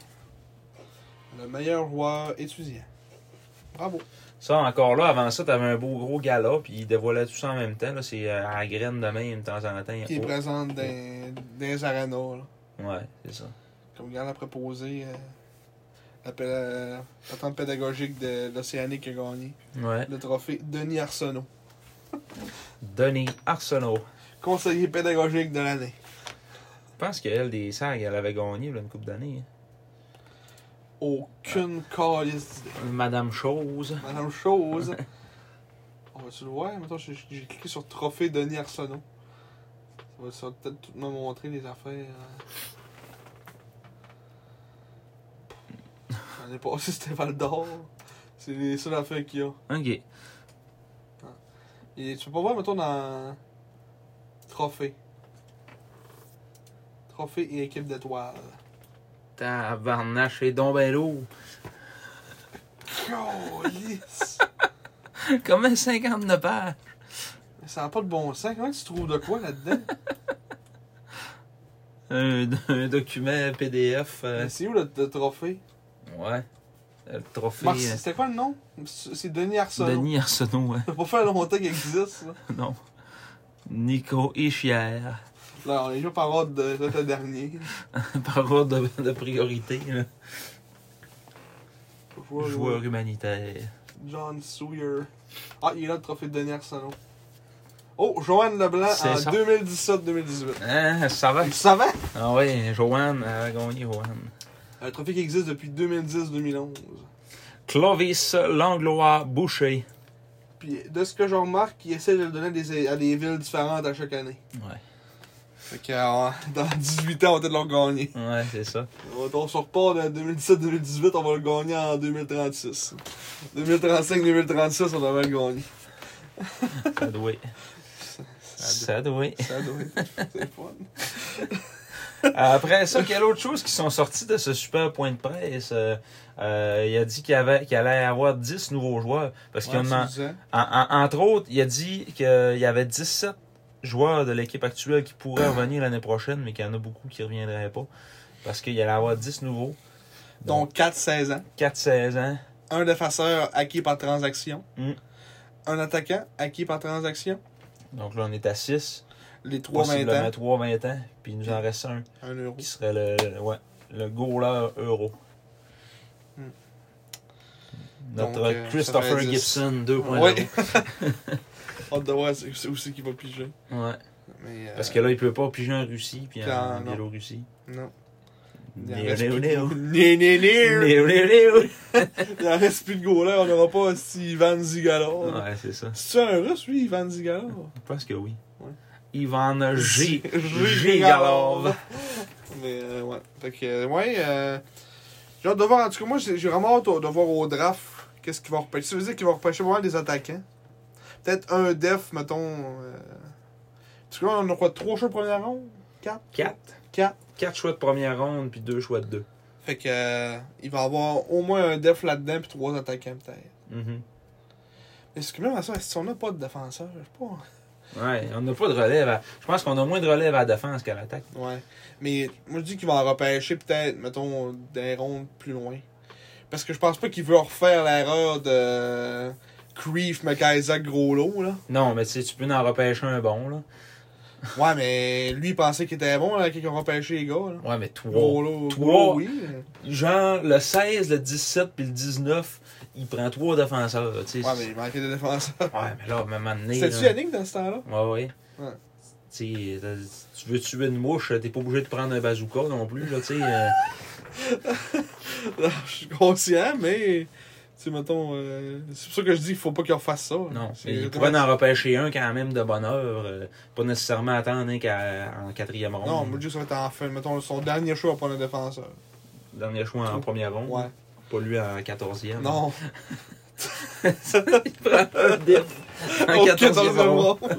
Speaker 2: Le meilleur joueur étudiant. Bravo.
Speaker 1: Ça, encore là, avant ça, t'avais un beau gros gala, puis il dévoilait tout ça en même temps. là. C'est euh, à la graine de même, de temps en temps. il y a-
Speaker 2: Qui est présente dans, dans les arenas, là.
Speaker 1: Ouais, c'est ça.
Speaker 2: Comme Yann a proposé, euh, la, pé- euh, la tente pédagogique de l'Océanique a gagné
Speaker 1: Ouais.
Speaker 2: le trophée Denis Arsenault,
Speaker 1: Denis Arsenault.
Speaker 2: conseiller pédagogique de l'année.
Speaker 1: Je pense qu'elle, des sages, elle avait gagné là, une coupe d'années. hein.
Speaker 2: Aucune calice d'idée.
Speaker 1: hein. Madame Chose.
Speaker 2: Madame Chose, on va tu le vois, maintenant j'ai j'ai cliqué sur Trophée Denis Arsenault. Ça va, ça va peut-être tout me montrer les affaires. euh. L'année passée, c'était Val d'Or. C'est les seules affaires qu'il y a.
Speaker 1: Ok.
Speaker 2: Et tu peux pas voir, mettons, dans Trophée. Trophée et équipe d'étoiles.
Speaker 1: Tabarnache et donc ben lourd.
Speaker 2: Calice!
Speaker 1: Comment 59 pages?
Speaker 2: Ça n'a pas de bon sens. Comment tu trouves de quoi là-dedans?
Speaker 1: Un, un document PDF. euh,
Speaker 2: Mais C'est où le, le trophée?
Speaker 1: ouais. Euh, Le trophée
Speaker 2: Marc-
Speaker 1: euh,
Speaker 2: C'était quoi le nom? C'est c'est Denis Arsenault.
Speaker 1: Denis Arsenault. hein.
Speaker 2: Ça fait pas faire longtemps qu'il existe. Là,
Speaker 1: Non. Nico Ischière.
Speaker 2: là on est déjà par ordre de l'été dernier.
Speaker 1: Par ordre de, de priorité. là.
Speaker 2: Faut voir,
Speaker 1: Joueur
Speaker 2: ouais.
Speaker 1: humanitaire.
Speaker 2: John Sawyer. Ah, il est là le trophée de Denis Arsenault. Oh, Joanne Leblanc
Speaker 1: C'est
Speaker 2: en
Speaker 1: ça.
Speaker 2: 2017-2018.
Speaker 1: Hein, ça va?
Speaker 2: Tu savais?
Speaker 1: Ah ouais, Joanne, elle a gagné Joanne.
Speaker 2: Un trophée qui existe depuis 2010-2011.
Speaker 1: Clovis Langlois Boucher.
Speaker 2: Puis de ce que je remarque, il essaie de le donner à des, à des villes différentes à chaque année.
Speaker 1: Ouais.
Speaker 2: Fait que euh, dans 18 ans, on va peut-être leur gagner.
Speaker 1: Ouais, c'est ça.
Speaker 2: On, hein, on se repart de 2017-2018, on va le gagner en 2036. 2035-2036, on devrait le gagner.
Speaker 1: Ça doit. Ça doit.
Speaker 2: Ça doit être c'est fun.
Speaker 1: Après ça, quelle autre chose qui sont sorties de ce super point de presse? Euh, euh, il a dit qu'il y avait- qu'il allait avoir 10 nouveaux joueurs. Parce qu'il y
Speaker 2: Ouais,
Speaker 1: en a-
Speaker 2: c'est ça.
Speaker 1: en- en- entre autres, il a dit qu'il y avait 17 joueurs de l'équipe actuelle qui pourraient revenir l'année prochaine, mais qu'il y en a beaucoup qui ne reviendraient pas. Parce qu'il allait avoir 10 nouveaux,
Speaker 2: Dont 4 16 ans.
Speaker 1: 4-16 ans.
Speaker 2: Un défenseur acquis par transaction.
Speaker 1: Mm.
Speaker 2: Un attaquant acquis par transaction.
Speaker 1: Donc là, on est à 6.
Speaker 2: Les 3 20
Speaker 1: Possiblement
Speaker 2: ans.
Speaker 1: 3-20 ans. Puis il nous en reste un
Speaker 2: 1 euro.
Speaker 1: qui serait le, ouais, le goaler euro.
Speaker 2: Hmm.
Speaker 1: Notre
Speaker 2: Donc, euh, ça
Speaker 1: Christopher
Speaker 2: fait dix.
Speaker 1: Gibson 2.0.
Speaker 2: Ouais. Hâte de voir c'est c'est où c'est qu'il va piger.
Speaker 1: Ouais.
Speaker 2: Mais, euh,
Speaker 1: Parce que là, il peut pas piger en Russie puis
Speaker 2: Ah,
Speaker 1: en
Speaker 2: non.
Speaker 1: Biélorussie.
Speaker 2: Non. Il en
Speaker 1: Léo,
Speaker 2: reste
Speaker 1: Léo,
Speaker 2: plus de
Speaker 1: Léo.
Speaker 2: go- Né, né, né.
Speaker 1: Léo, Léo, Léo.
Speaker 2: Il en reste plus de goalers. On n'aura pas si Ivan Zigalor.
Speaker 1: Ouais, c'est ça.
Speaker 2: C'est-tu un russe, lui, Ivan Zigalor?
Speaker 1: Je pense que oui.
Speaker 2: Ouais.
Speaker 1: Ivan G.
Speaker 2: G.
Speaker 1: Galov.
Speaker 2: Mais euh, ouais. Fait que, euh, ouais. Euh, j'ai hâte de voir. En tout cas, moi, j'ai j'ai vraiment hâte de voir au draft qu'est-ce qu'ils vont repêcher. Ça veut dire qu'ils vont repêcher vraiment des attaquants. Peut-être un def, mettons. Euh... Tu crois on a quoi Trois choix de première ronde
Speaker 1: 4.
Speaker 2: Quatre.
Speaker 1: 4 choix de première ronde puis 2 choix de 2.
Speaker 2: Fait que. euh, il va y avoir au moins un def là-dedans, puis trois attaquants, peut-être.
Speaker 1: Mhm.
Speaker 2: Mais ce que même à ça, si on n'a pas de défenseur, je sais pas. hein.
Speaker 1: Ouais, on n'a pas de relève. à- Je pense qu'on a moins de relève à la défense qu'à l'attaque.
Speaker 2: Ouais. Mais moi, je dis qu'ils vont en repêcher peut-être, mettons, des rondes plus loin. Parce que je pense pas qu'ils veulent refaire l'erreur de Creef, McIsaac, Groslo, là.
Speaker 1: Non, mais tu sais, tu peux en repêcher un bon, là.
Speaker 2: Ouais, mais lui, il pensait qu'il était bon, là, qu'ils ont repêché les gars, là.
Speaker 1: Ouais, mais trois.
Speaker 2: Groslo,
Speaker 1: Trois.
Speaker 2: Groslo, oui. mais-
Speaker 1: Genre, le 16, le 17 puis le 19, il prend trois défenseurs, tu sais. Ah,
Speaker 2: Ouais, mais il manquait de défenseurs.
Speaker 1: Ouais, mais euh, là, à un moment donné...
Speaker 2: C'était-tu
Speaker 1: là-
Speaker 2: Yannick dans ce temps-là?
Speaker 1: Ouais, ouais.
Speaker 2: Ouais.
Speaker 1: Tu sais, t'as- tu veux tuer une mouche, t'es pas obligé de prendre un bazooka non plus, là, tu sais. euh,
Speaker 2: Non, je suis conscient, mais... Tu sais, mettons... euh, C'est pour ça que je dis qu'il faut pas qu'ils refassent ça. là.
Speaker 1: non.
Speaker 2: C'est-
Speaker 1: Mais il pourrait en repêcher un quand même de bonne heure. euh, pas nécessairement attendre un qu'à- en quatrième ronde.
Speaker 2: Non, moi, je dis que ça va être en fin. Mettons, son dernier choix va prendre un défenseur.
Speaker 1: Dernier choix en première ronde.
Speaker 2: Ouais.
Speaker 1: Pas lui en quatorzième.
Speaker 2: Non.
Speaker 1: il prend un dip en
Speaker 2: Ok, dans le
Speaker 1: quatorzième
Speaker 2: même
Speaker 1: ronde.
Speaker 2: rang.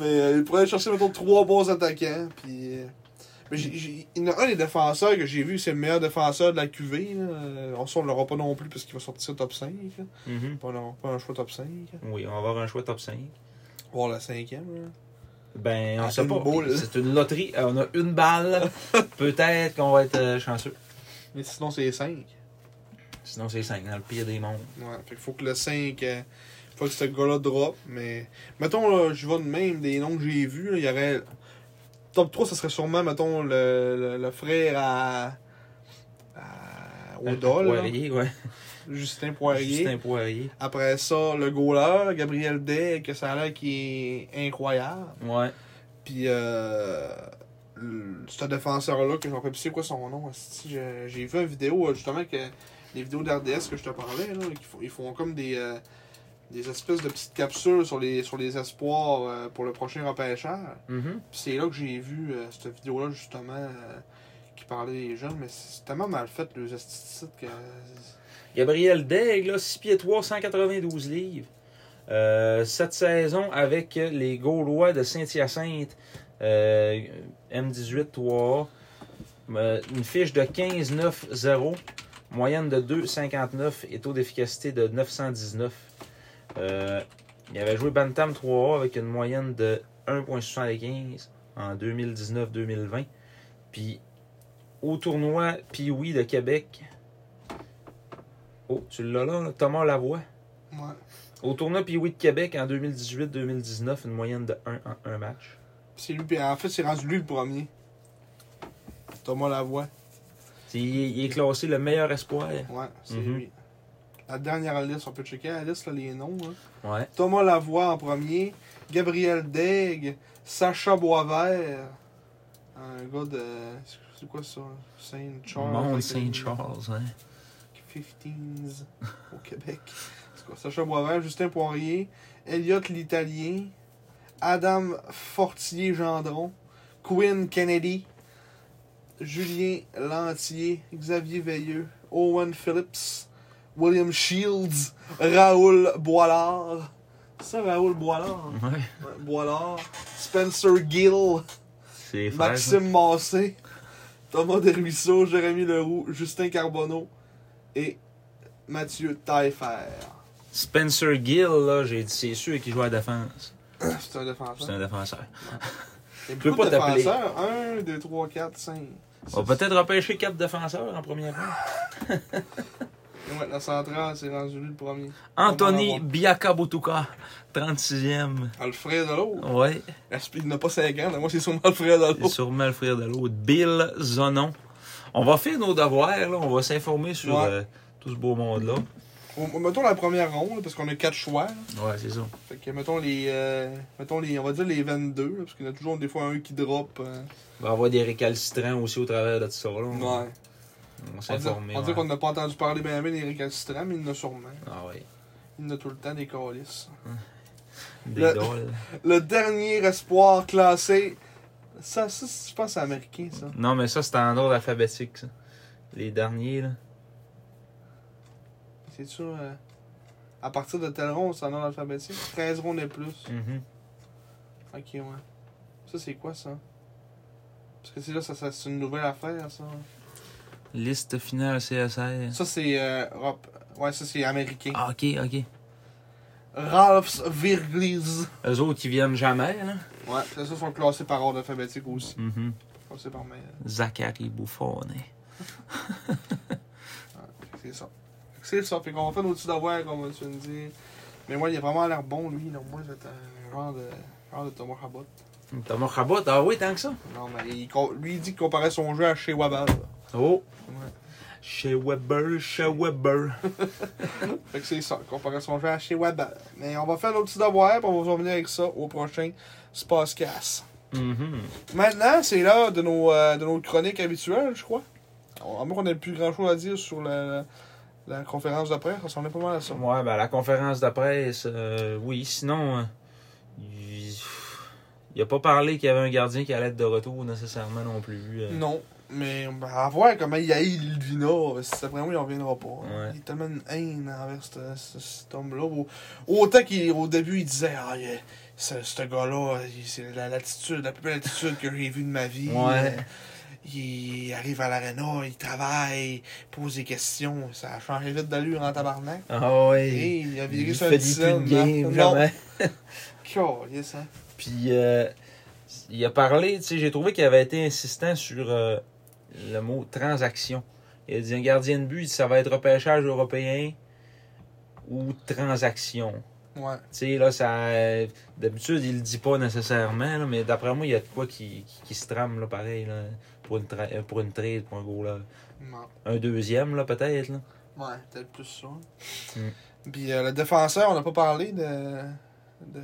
Speaker 2: mais euh, il pourrait aller chercher, mettons, trois bons attaquants. Puis, euh, mais j'ai- j'ai- il y en a un des défenseurs que j'ai vu, c'est le meilleur défenseur de la QV. là. Euh, En soi, on ne l'aura pas non plus parce qu'il va sortir top 5. là.
Speaker 1: Mhm.
Speaker 2: Puis On n'aura pas un choix top 5. là.
Speaker 1: Oui, on va avoir un choix top 5.
Speaker 2: Voir la cinquième. là.
Speaker 1: Ben, on
Speaker 2: Ah,
Speaker 1: sait
Speaker 2: une
Speaker 1: pas.
Speaker 2: boule.
Speaker 1: C'est une loterie. Euh, On a une balle. Peut-être qu'on va être euh, chanceux.
Speaker 2: Mais sinon, c'est 5.
Speaker 1: Sinon, c'est 5 dans le pire des mondes.
Speaker 2: Ouais, fait qu'il faut que le 5. faut que ce gars-là drop. Mais mettons, là, je vais de même des noms que j'ai vus. là, Il y aurait. Top 3, ça serait sûrement, mettons, le, le, le frère à. à- au Dol. là.
Speaker 1: Poirier, ouais.
Speaker 2: Justin Poirier.
Speaker 1: Justin Poirier.
Speaker 2: Après ça, le goaler, Gabriel Day, que ça a l'air qui est incroyable.
Speaker 1: Ouais.
Speaker 2: Puis, euh, le- ce défenseur-là, que je me rappelle plus c'est quoi son nom. esti, je- J'ai vu une vidéo, euh, justement, que les vidéos d'RDS que je te parlais, là, qu'ils font- ils font comme des, euh, des espèces de petites capsules sur les, sur les espoirs euh, pour le prochain repêchage.
Speaker 1: Mhm.
Speaker 2: Puis c'est là que j'ai vu euh, cette vidéo-là, justement, euh, qui parlait des jeunes, mais c'est tellement mal fait, les esthétiques, que.
Speaker 1: Gabriel Daigle, là, 6 pieds 3, 192 livres. Euh, cette saison avec les Gaulois de Saint-Hyacinthe, euh, M18 3 euh, une fiche de 15-9-0, moyenne de 2,59 et taux d'efficacité de 919. Euh, il avait joué Bantam 3A avec une moyenne de 1,75 en 2019-2020. Puis au tournoi Pioui de Québec, Oh, tu l'as là, là, Thomas Lavoie.
Speaker 2: Ouais.
Speaker 1: Au tournoi Pioui de Québec en 2018-2019, une moyenne de 1 en 1 match.
Speaker 2: C'est lui, puis en fait, c'est rendu lui le premier. Thomas Lavoie.
Speaker 1: C'est- Il est, il est classé le meilleur espoir.
Speaker 2: Ouais, c'est
Speaker 1: Mhm.
Speaker 2: lui. La dernière liste, on peut checker la liste, là, les noms. là.
Speaker 1: Ouais.
Speaker 2: Thomas Lavoie en premier, Gabriel Daigle, Sacha Boisvert, un gars de. C'est quoi ça Saint-Charles.
Speaker 1: Mont Saint-Charles, hein.
Speaker 2: 15 au Québec. C'est quoi Sacha Boisvert, Justin Poirier, Elliot l'Italien, Adam Fortier-Gendron, Quinn Kennedy, Julien Lantier, Xavier Veilleux, Owen Phillips, William Shields, Raoul Boilard. C'est ça, Raoul Boilard.
Speaker 1: Ouais.
Speaker 2: Ouais, Boilard. Spencer Gill.
Speaker 1: C'est frère, ça.
Speaker 2: Maxime Massé, Thomas Desruisseaux, Jérémy Leroux, Justin Carbonneau et Mathieu Taillefer. Ah,
Speaker 1: Spencer Gill, là, j'ai dit, c'est sûr qu'il joue à la défense.
Speaker 2: C'est un
Speaker 1: C'est
Speaker 2: défenseur.
Speaker 1: un défenseur.
Speaker 2: Il y a
Speaker 1: peux
Speaker 2: beaucoup de
Speaker 1: pas t'appeler.
Speaker 2: défenseurs. 1, 2, 3, 4, 5.
Speaker 1: On va peut-être repêcher 4 défenseurs en première ronde.
Speaker 2: Ouais, la centrale, c'est rendu lui le premier.
Speaker 1: Anthony Biakabutuka, 36e.
Speaker 2: Alfred Allo.
Speaker 1: Ouais.
Speaker 2: Il n'a pas 5 ans, moi c'est sûrement Alfred Allo.
Speaker 1: C'est sûrement le frère de l'autre. Bill Zonon. On va faire nos devoirs, là. On va s'informer sur
Speaker 2: Ouais.
Speaker 1: euh, tout ce beau monde-là.
Speaker 2: On- Mettons la première ronde, parce qu'on a 4 choix. là.
Speaker 1: Ouais, c'est ça.
Speaker 2: Fait que mettons les, euh, mettons les. On va dire les 22, là, parce qu'il y en a toujours des fois un qui drop. euh,
Speaker 1: On va avoir des récalcitrants aussi au travers de tout ça. Là. On,
Speaker 2: Ouais.
Speaker 1: on
Speaker 2: On dit-
Speaker 1: s'informer.
Speaker 2: on dit
Speaker 1: ouais.
Speaker 2: qu'on n'a pas entendu parler bien bien des récalcitrants, mais il y en a sûrement.
Speaker 1: Ah ouais.
Speaker 2: Il y en a tout le temps des calices.
Speaker 1: Des
Speaker 2: Le-
Speaker 1: drôles.
Speaker 2: Le dernier espoir classé. Ça, ça c'est- je pense que c'est américain, ça.
Speaker 1: Non, mais ça, c'est en ordre alphabétique, ça. Les derniers, là.
Speaker 2: C'est sûr. euh, à partir de telle ronde, c'est en ordre alphabétique. 13 rondes et plus.
Speaker 1: Mhm.
Speaker 2: Ok, ouais. Ça, c'est quoi, ça Parce que c'est là, ça, ça, c'est une nouvelle affaire, ça.
Speaker 1: Liste finale CSR.
Speaker 2: Ça, c'est. euh, Europe. ouais, ça, c'est américain.
Speaker 1: Ah, ok, ok.
Speaker 2: Ralphs Virglis.
Speaker 1: Eux autres, qui viennent jamais, là.
Speaker 2: Ouais, ça, ça, sont classés par ordre alphabétique aussi.
Speaker 1: Mhm.
Speaker 2: Classés par mail.
Speaker 1: Zachary Bouffone.
Speaker 2: C'est ça. C'est ça. Fait qu'on va faire nos petits devoirs, comme tu me dis. Mais moi, il a vraiment l'air bon, lui. Donc, moi, je vais être un genre de, genre de Thomas Chabot.
Speaker 1: Thomas Rabot, ah oui, tant que ça.
Speaker 2: Non, mais il com- lui, il dit qu'il comparait son jeu à chez Wabab.
Speaker 1: Oh.
Speaker 2: Ouais.
Speaker 1: Chez Weber, chez Weber.
Speaker 2: Fait que c'est ça. Il comparait son jeu à chez Wabab. Mais on va faire nos petits devoirs, puis on va vous revenir avec ça au prochain Spacecast.
Speaker 1: Mhm.
Speaker 2: Maintenant, c'est l'heure de, nos, euh, de nos chroniques habituelles, je crois. On- À moins qu'on n'ait plus grand chose à dire sur la, la conférence de presse, ça ressemblait pas mal à ça.
Speaker 1: Ouais, ben la conférence de presse, euh, oui, sinon, euh, il il a pas parlé qu'il y avait un gardien qui allait être de retour nécessairement non plus. euh.
Speaker 2: Non, mais ben, à voir comment il haït Ludvina, c'est vraiment il en reviendra pas. hein.
Speaker 1: Ouais.
Speaker 2: Il y a tellement une haine envers ce- ce- cet homme-là. Au- Autant qu'au début, il disait Ah, il- ce, ce gars-là, il- c'est la l'attitude, la plus belle attitude que j'ai vue de ma vie.
Speaker 1: Ouais.
Speaker 2: Il arrive à l'aréna, il travaille, pose des questions. Ça a changé vite d'allure en tabarnak.
Speaker 1: Ah ouais.
Speaker 2: Et il a viré
Speaker 1: Il
Speaker 2: sur
Speaker 1: fait
Speaker 2: le
Speaker 1: des
Speaker 2: dixième,
Speaker 1: plus de
Speaker 2: hein.
Speaker 1: game,
Speaker 2: Non,
Speaker 1: jamais.
Speaker 2: Calisse, hein.
Speaker 1: Puis euh, il a parlé, tu sais, j'ai trouvé qu'il avait été insistant sur euh, le mot transaction. Il a dit un gardien de but, ça va être repêchage européen ou transaction.
Speaker 2: Ouais.
Speaker 1: Tu sais, là, ça. D'habitude, il le dit pas nécessairement, là, mais d'après moi, il y a de quoi qui, qui, qui se trame, là, pareil, là, pour, une tra- euh, pour une trade, pour un gros, là.
Speaker 2: Non.
Speaker 1: Un deuxième, là, peut-être, là.
Speaker 2: Ouais, peut-être plus ça.
Speaker 1: Mm.
Speaker 2: Puis euh, le défenseur, on n'a pas parlé de, de-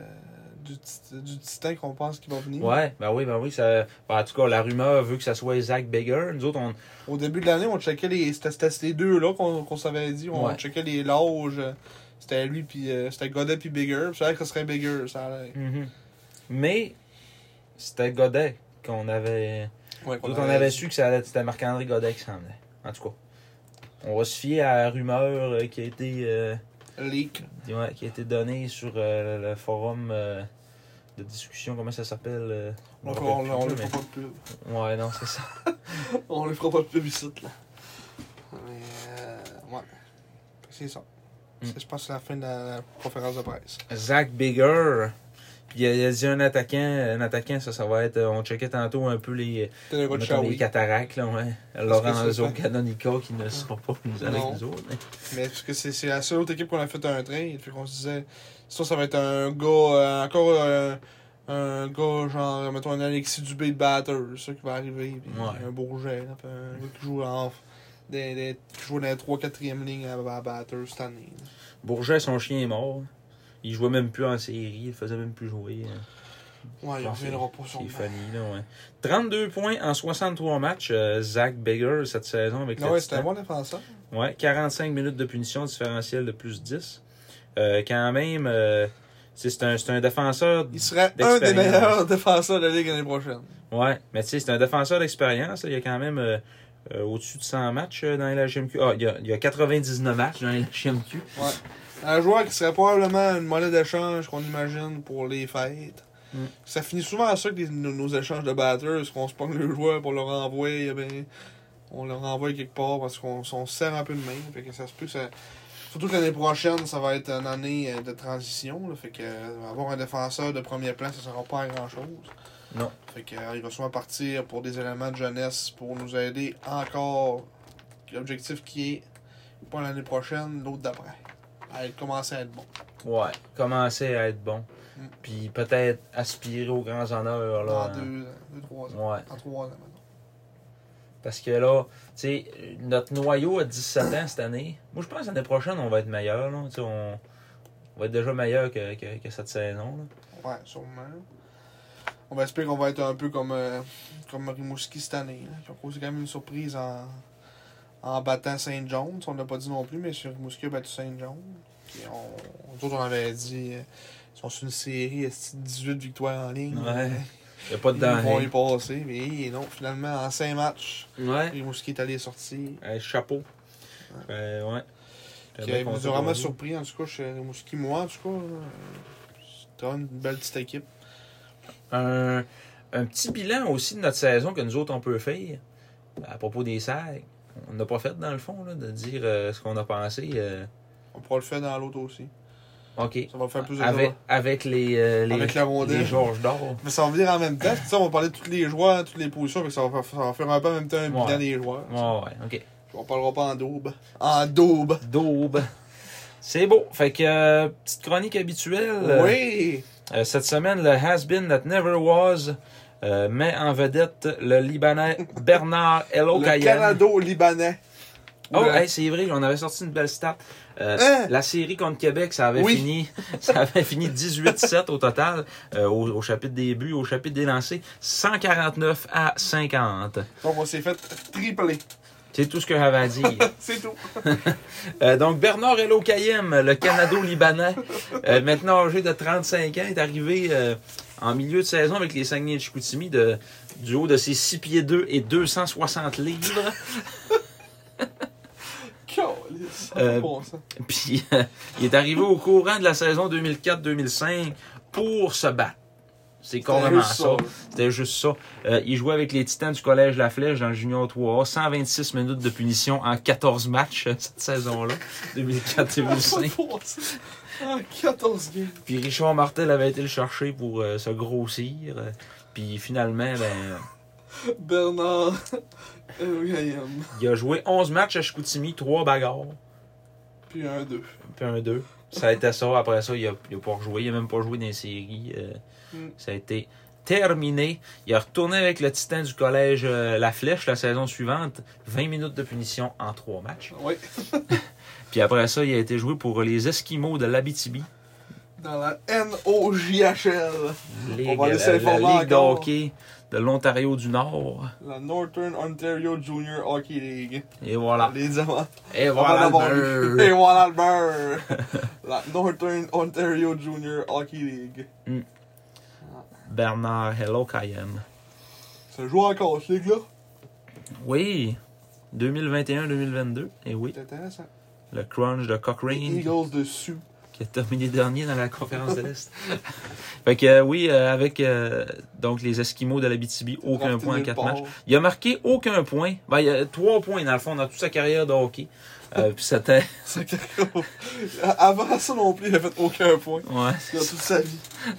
Speaker 2: du, tit- du titan qu'on pense qu'il va venir.
Speaker 1: Ouais, ben oui, ben oui. Ça, ben, en tout cas, la rumeur veut que ça soit Zach Bigger. Nous autres, on.
Speaker 2: Au début de l'année, on checkait les. C'était c'était ces deux-là qu'on qu'on s'avait dit. On
Speaker 1: Ouais.
Speaker 2: checkait les loges. euh, C'était lui, puis euh, c'était Godet, puis Bigger. Puis c'est vrai que ce serait Bigger. Ça a l'air.
Speaker 1: Mhm. Mais c'était Godet qu'on avait.
Speaker 2: Ouais,
Speaker 1: Nous autres, on avait su que ça allait- c'était Marc-André Godet qui s'en venait. En tout cas. On va se fier à la rumeur euh, qui a été euh,
Speaker 2: Leak.
Speaker 1: ouais, qui a été donnée sur euh, le forum euh, de discussion, comment ça s'appelle? euh, je me
Speaker 2: Donc, on,
Speaker 1: rappelle
Speaker 2: on,
Speaker 1: plus,
Speaker 2: lui fera pas de pub.
Speaker 1: mais- Ouais, non, c'est ça.
Speaker 2: On lui fera pas de pub ici, là. Mais, euh, ouais. C'est
Speaker 1: Mm.
Speaker 2: ça. C'est- Je pense que c'est la fin de la conférence de presse.
Speaker 1: Zach Bigger. Puis il a, il a dit un attaquant, un attaquant, ça, ça va être. euh, On checkait tantôt un peu les,
Speaker 2: T'es le gars de
Speaker 1: mettons, les
Speaker 2: Shawi.
Speaker 1: cataractes, là, ouais.
Speaker 2: que c'est
Speaker 1: Lorenzo
Speaker 2: ça.
Speaker 1: Canonico qui ne sera pas nous avec
Speaker 2: Non.
Speaker 1: nous autres. hein. mais-
Speaker 2: Mais parce que c'est c'est la seule autre équipe qu'on a fait un train. Puis qu'on se disait, ça, ça va être un gars, euh, encore euh, un gars, genre, mettons, un Alexis Dubé de batteur, ça qui va arriver. Puis
Speaker 1: Ouais.
Speaker 2: un Bourget, là, puis un gars qui joue en. Des, des, qui joue dans la 3-4e ligne à, à batteur cette année. là.
Speaker 1: Bourget, son chien est mort. Il jouait même plus en série, il faisait même plus jouer. hein.
Speaker 2: Ouais, il
Speaker 1: pense
Speaker 2: reviendra pas sur
Speaker 1: C'est funny, là, ouais. 32 points en 63 matchs, euh, Zach Bigger cette saison avec
Speaker 2: Non,
Speaker 1: le
Speaker 2: Ah ouais, c'était un
Speaker 1: Titan.
Speaker 2: bon défenseur.
Speaker 1: Ouais, 45 minutes de punition différentielle de plus 10. Euh, quand même, euh, c'est c'est un, c'est un défenseur.
Speaker 2: Il serait un des
Speaker 1: D'expérience.
Speaker 2: meilleurs défenseurs de la Ligue l'année prochaine.
Speaker 1: Ouais, mais tu sais, c'est un défenseur d'expérience. là. Il y a quand même euh, euh, au-dessus de 100 matchs euh, dans la LHMQ. Ah, il y a, il y a 99 matchs dans la LHMQ.
Speaker 2: Ouais. Un joueur qui serait probablement une monnaie d'échange qu'on imagine pour les fêtes.
Speaker 1: Mm.
Speaker 2: Ça finit souvent à ça que les- nos, nos échanges de batteurs, qu'on se pogne le joueur pour le renvoyer, eh ben, on le renvoie quelque part parce qu'on s'en serre un peu de main. Fait que ça se peut que ça- Surtout que l'année prochaine, ça va être une année euh, de transition. là. fait que euh, avoir un défenseur de premier plan, ça ne sera pas à grand chose.
Speaker 1: Non.
Speaker 2: Fait que, euh, il va souvent partir pour des éléments de jeunesse pour nous aider encore. L'objectif qui est pas l'année prochaine, l'autre d'après. À être- commencer à être bon.
Speaker 1: Ouais, commençait à être bon.
Speaker 2: Mm.
Speaker 1: Puis peut-être aspirer aux grands honneurs.
Speaker 2: Dans
Speaker 1: Là, hein.
Speaker 2: deux, ans, deux, trois ans.
Speaker 1: Ouais.
Speaker 2: Dans trois ans maintenant.
Speaker 1: Parce que là, tu sais, notre noyau a 17 ans cette année. Moi, je pense que l'année prochaine, on va être meilleur. Là. Tu sais, On, on va être déjà meilleur que, que, que cette saison. là.
Speaker 2: Ouais, sûrement. On va espérer qu'on va être un peu comme, euh, comme Rimouski cette année. hein. là, qui ont causé quand même une surprise en, en battant Saint John. On l'a pas dit non plus, mais Rimouski a battu Saint John. Puis on, nous autres, on avait dit. euh, ils sont sur une série, est-ce que 18 victoires en ligne.
Speaker 1: Ouais. Il n'y a pas de
Speaker 2: Ils vont y
Speaker 1: danger.
Speaker 2: passer, mais non, finalement, en 5 matchs,
Speaker 1: Ouais.
Speaker 2: Rimouski est allé sortir.
Speaker 1: Euh, chapeau. Euh, ouais.
Speaker 2: Qui
Speaker 1: J'étais bien
Speaker 2: nous
Speaker 1: content
Speaker 2: a
Speaker 1: pour
Speaker 2: vraiment
Speaker 1: lui.
Speaker 2: surpris, en tout cas, chez Rimouski, moi, en tout cas. euh, C'était vraiment une belle petite équipe.
Speaker 1: Un, un petit bilan aussi de notre saison que nous autres, on peut faire. À propos des sacs. On n'a pas fait, dans le fond, là, de dire euh, ce qu'on a pensé. euh,
Speaker 2: On pourra le faire dans l'autre aussi.
Speaker 1: OK.
Speaker 2: Ça va faire plus de
Speaker 1: Avec,
Speaker 2: joueurs.
Speaker 1: avec les, euh, les,
Speaker 2: Avec la rondelle.
Speaker 1: les Georges d'or.
Speaker 2: Mais ça va venir en même temps. puis ça, on va parler de tous les joueurs, toutes les positions, fait que ça va faire, ça va faire un peu en même temps un
Speaker 1: Ouais.
Speaker 2: bilan des joueurs.
Speaker 1: Ouais, ouais, OK.
Speaker 2: On parlera pas en daube. En daube!
Speaker 1: Daube. C'est beau. Fait que, euh, petite chronique habituelle. Euh,
Speaker 2: Oui!
Speaker 1: euh, cette semaine, le Has Been That Never Was euh, met en vedette le Libanais Bernard El
Speaker 2: Le
Speaker 1: Okayen.
Speaker 2: Canado-Libanais.
Speaker 1: Oh,
Speaker 2: Ouais.
Speaker 1: hey, c'est vrai, on avait sorti une belle stat. Euh,
Speaker 2: Hein?
Speaker 1: La série contre Québec, ça avait
Speaker 2: Oui.
Speaker 1: fini, ça avait fini 18-7 au total, euh, au, au chapitre des buts, au chapitre des lancers, 149 à 50.
Speaker 2: Donc, on s'est fait tripler.
Speaker 1: C'est tout ce que j'avais à dire.
Speaker 2: C'est tout.
Speaker 1: Euh, donc, Bernard Elokayem, le Canado-Libanais, euh, maintenant âgé de 35 ans, est arrivé euh, en milieu de saison avec les Saguenay de Chicoutimi de, du haut de ses 6 pieds 2 et 260 livres.
Speaker 2: Calisse. Ça
Speaker 1: Euh,
Speaker 2: fait bon, ça.
Speaker 1: Puis, euh, il est arrivé au courant de la saison 2004-2005 pour se battre. C'est carrément
Speaker 2: Juste
Speaker 1: ça. C'était juste ça. Euh, il jouait avec les Titans du Collège La Flèche dans le Junior 3A. 126 minutes de punition en 14 matchs euh, cette saison-là, 2004-2005.
Speaker 2: Ah, 14 games.
Speaker 1: Puis Richard Martel avait été le chercher pour euh, se grossir. Euh, Puis finalement, ben,
Speaker 2: Bernard. Euh, William.
Speaker 1: il a joué 11 matchs à Chicoutimi, 3 bagarres,
Speaker 2: Puis un 2.
Speaker 1: puis un 2. Ça a été ça. Après ça, il a, il a pas rejoué. Il a même pas joué dans les séries. Euh,
Speaker 2: Mm.
Speaker 1: Ça a été terminé. Il a retourné avec le titan du collège euh, La Flèche la saison suivante. 20 minutes de punition en 3 matchs.
Speaker 2: Ouais.
Speaker 1: Puis après ça, il a été joué pour les Esquimaux de l'Abitibi.
Speaker 2: dans la NOJHL,
Speaker 1: Ligue, euh,
Speaker 2: On va
Speaker 1: la,
Speaker 2: aller
Speaker 1: la
Speaker 2: s'informer
Speaker 1: Ligue de
Speaker 2: encore.
Speaker 1: hockey de l'Ontario du Nord.
Speaker 2: la Northern Ontario Junior Hockey League.
Speaker 1: Et voilà.
Speaker 2: Les diamants.
Speaker 1: Et
Speaker 2: On va
Speaker 1: voilà.
Speaker 2: l'avoir
Speaker 1: le
Speaker 2: lu. Et
Speaker 1: beurre.
Speaker 2: voilà le beurre. La Northern Ontario Junior Hockey League.
Speaker 1: Bernard Hello Cayenne.
Speaker 2: Ça joue encore, ce ligue-là.
Speaker 1: Oui. 2021-2022. Et Eh oui.
Speaker 2: C'est intéressant.
Speaker 1: Le crunch de Cochrane.
Speaker 2: Eagles dessus.
Speaker 1: qui a terminé dernier dans la conférence de l'Est. fait que euh, oui, euh, avec euh, donc les Esquimaux de la BTB, aucun
Speaker 2: Drafté
Speaker 1: point en
Speaker 2: nulle
Speaker 1: quatre
Speaker 2: part.
Speaker 1: matchs. Il a marqué aucun point. Ben, il a trois points dans le fond dans toute sa carrière de hockey. Euh, puis c'était.
Speaker 2: C'est quelque- Avant ça non plus, il a fait aucun point.
Speaker 1: Ouais,
Speaker 2: Dans toute sa vie.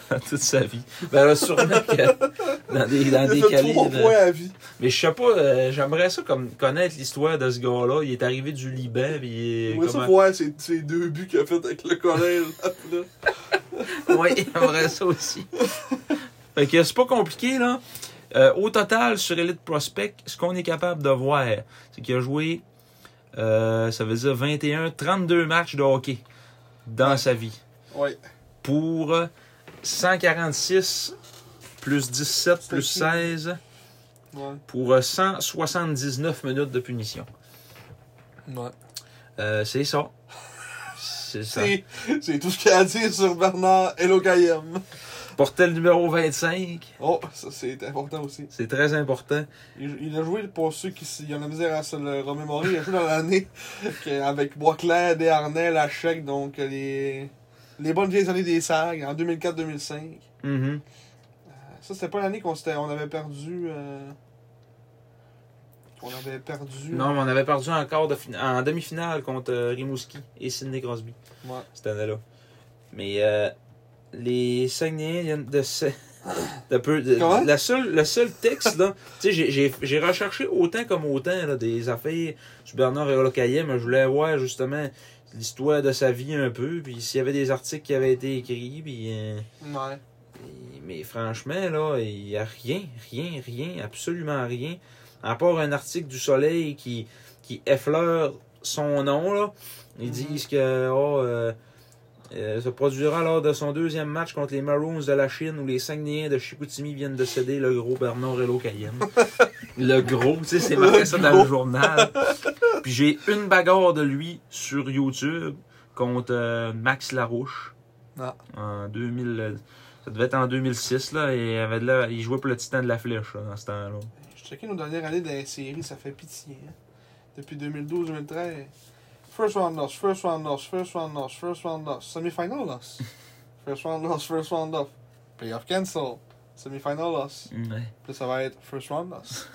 Speaker 1: dans toute sa vie. Ben là, sûrement que dans des, dans des
Speaker 2: Il a fait trois
Speaker 1: calibres,
Speaker 2: points à vie.
Speaker 1: Mais je sais pas, euh, j'aimerais ça comme connaître l'histoire de ce gars-là. Il est arrivé du Liban, puis il est.
Speaker 2: Moi, ça,
Speaker 1: comment-
Speaker 2: ouais, c'est c'est deux buts qu'il a fait avec le collège. là.
Speaker 1: Oui, j'aimerais ça aussi. Fait que c'est pas compliqué, là. Euh, au total, sur Elite Prospect, ce qu'on est capable de voir, c'est qu'il a joué, euh, ça veut dire 21, 32 matchs de hockey dans sa vie.
Speaker 2: Ouais.
Speaker 1: Pour 146 plus 17 plus
Speaker 2: C'est
Speaker 1: 16
Speaker 2: Ouais.
Speaker 1: pour 179 minutes de punition.
Speaker 2: Ouais.
Speaker 1: Euh, c'est ça. C'est ça.
Speaker 2: C'est c'est tout ce qu'il y a à dire sur Bernard Elokayem.
Speaker 1: Portel numéro 25,
Speaker 2: Oh, ça c'est important aussi.
Speaker 1: c'est très important.
Speaker 2: Il, il a joué pour ceux qui s- ils ont la misère à se le remémorer. Il a joué dans l'année que- avec Boisclair, Desharnais, Lachec, donc euh, les, les bonnes vieilles années des SAG en 2004-2005.
Speaker 1: Mhm.
Speaker 2: Ah, Ça, c'était pas l'année qu'on s'était- on avait perdu. euh, qu'on avait perdu.
Speaker 1: Non, mais on avait perdu encore de fin- en demi-finale contre euh, Rimouski et Sidney Crosby
Speaker 2: Ouais.
Speaker 1: cette année-là. Mais euh, les Saguenayens viennent de se- de peu- de-
Speaker 2: Comment?
Speaker 1: la seule, le seul texte, là, tu sais, j'ai- j'ai- j'ai recherché autant comme autant là, des affaires sur Bernard et Holocaïem, mais je voulais voir justement l'histoire de sa vie un peu, puis s'il y avait des articles qui avaient été écrits, puis. euh,
Speaker 2: Ouais.
Speaker 1: mais franchement, là, il n'y a rien, rien, rien, absolument rien. À part un article du Soleil qui, qui effleure son nom, là. Ils
Speaker 2: Mhm.
Speaker 1: disent que oh, euh, euh, se produira lors de son deuxième match contre les Maroons de la Chine où les Saguenayens de Chicoutimi viennent de céder le gros Bernard Hello Cayenne. le gros, tu sais, c'est marqué ça dans le journal. Puis j'ai une bagarre de lui sur YouTube contre euh, Max Larouche.
Speaker 2: Ah.
Speaker 1: En 2000, euh, ça devait être en 2006, là, et il, avait de la- il jouait pour le Titan de la Flèche, là, dans ce temps-là.
Speaker 2: Je checkais nos dernières années dans les séries, ça fait pitié. hein. Depuis 2012-2013. First round loss, first round loss, first round loss, first round loss. Semi-final loss. First round loss, first round off. Playoff cancel. Semi-final loss.
Speaker 1: Ouais.
Speaker 2: Puis ça va être first round loss.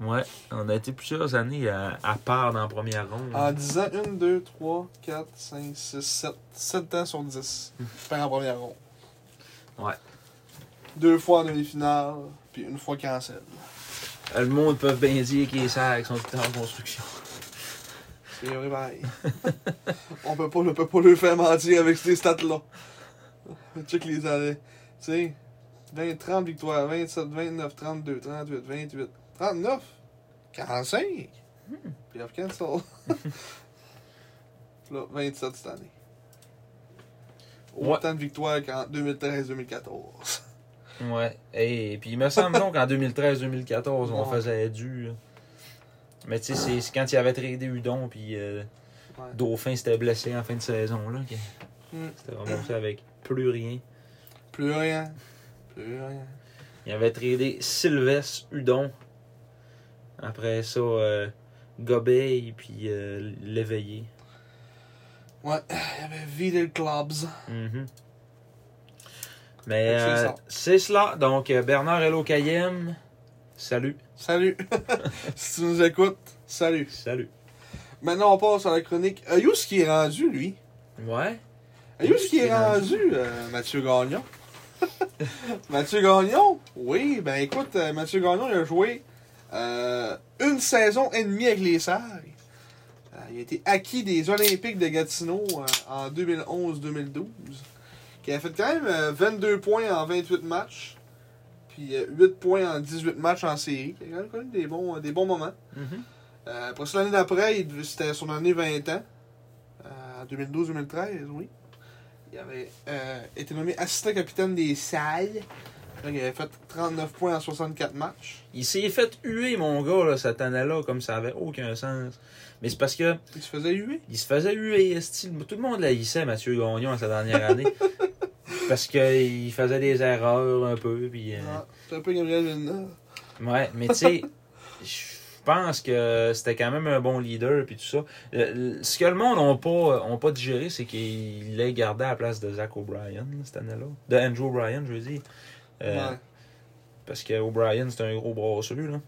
Speaker 1: Ouais, on a été plusieurs années à, à part dans la première ronde.
Speaker 2: En 10 ans, 1, 2, 3, 4, 5, 6, 7. 7 ans sur 10. Faire en première ronde.
Speaker 1: Ouais.
Speaker 2: Deux fois en demi-finale, puis une fois cancel.
Speaker 1: Euh, Le monde peut bien dire qu'ils savent qu'ils sont tout le temps en construction.
Speaker 2: C'est vrai, pareil. on peut pas, on peut pas le faire mentir avec ces stats-là. Check les années. Tu sais, 20, 30 victoires, 27, 29, 32, 38, 28, 39, 45. Puis off cancel. Puis là, 27 cette année.
Speaker 1: Ouais.
Speaker 2: Autant de victoires qu'en 2013-2014.
Speaker 1: Ouais. Et puis il me semble donc qu'en 2013-2014, on
Speaker 2: Ouais.
Speaker 1: faisait du. là. Mais tu sais, c'est- c'est quand il avait tradé Udon, puis euh,
Speaker 2: Ouais.
Speaker 1: Dauphin s'était blessé en fin de saison. là. que
Speaker 2: Hmm.
Speaker 1: C'était remonté avec plus rien.
Speaker 2: Plus rien. Plus rien.
Speaker 1: Il avait tradé Sylvestre Hudon. Après ça, euh, Gobeil, puis euh, Léveillé.
Speaker 2: Ouais, il y avait vidé le clubs.
Speaker 1: Mhm. Mais
Speaker 2: C'est
Speaker 1: euh,
Speaker 2: ça.
Speaker 1: c'est cela. Donc, euh, Bernard Hello Cayenne, salut.
Speaker 2: Salut. si tu nous écoutes, salut.
Speaker 1: Salut.
Speaker 2: Maintenant, on passe à la chronique. Euh, Ayous qui est rendu, lui.
Speaker 1: Ouais.
Speaker 2: Ayous qui est rendu, euh, Mathieu Gagnon. Mathieu Gagnon? Oui, ben écoute, euh, Mathieu Gagnon, il a joué euh, une saison et demie avec les Serres. Euh, il a été acquis des Olympiques de Gatineau euh, en 2011-2012. Qui a fait quand même euh, 22 points en 28 matchs. Puis euh, 8 points en 18 matchs en série. Il a quand même connu des bons, euh, des bons moments.
Speaker 1: Mhm.
Speaker 2: Euh, après ça, l'année d'après, il dev- c'était son année 20 ans. Euh, en 2012-2013, oui. Il avait euh, été nommé assistant capitaine des Sailles. Il avait fait 39 points en 64 matchs.
Speaker 1: Il s'est fait huer, mon gars, là, cette année-là, comme ça avait aucun sens. Mais c'est parce que
Speaker 2: Il se faisait huer.
Speaker 1: il se faisait huer, esti. Tout le monde l'haïssait, Mathieu Gagnon, à sa dernière année. parce qu'il faisait des erreurs un peu, puis... euh,
Speaker 2: Ah, C'est un peu Gabriel Villeneuve.
Speaker 1: Ouais, mais tu sais, je pense que c'était quand même un bon leader puis tout ça. Le- le- ce que le monde n'a pas, ont pas digéré, c'est qu'il l'a gardé à la place de Zach O'Brien cette année-là. De Andrew O'Brien, je veux dire. Euh,
Speaker 2: Ouais.
Speaker 1: Parce que O'Brien, c'est un gros brasseux, là.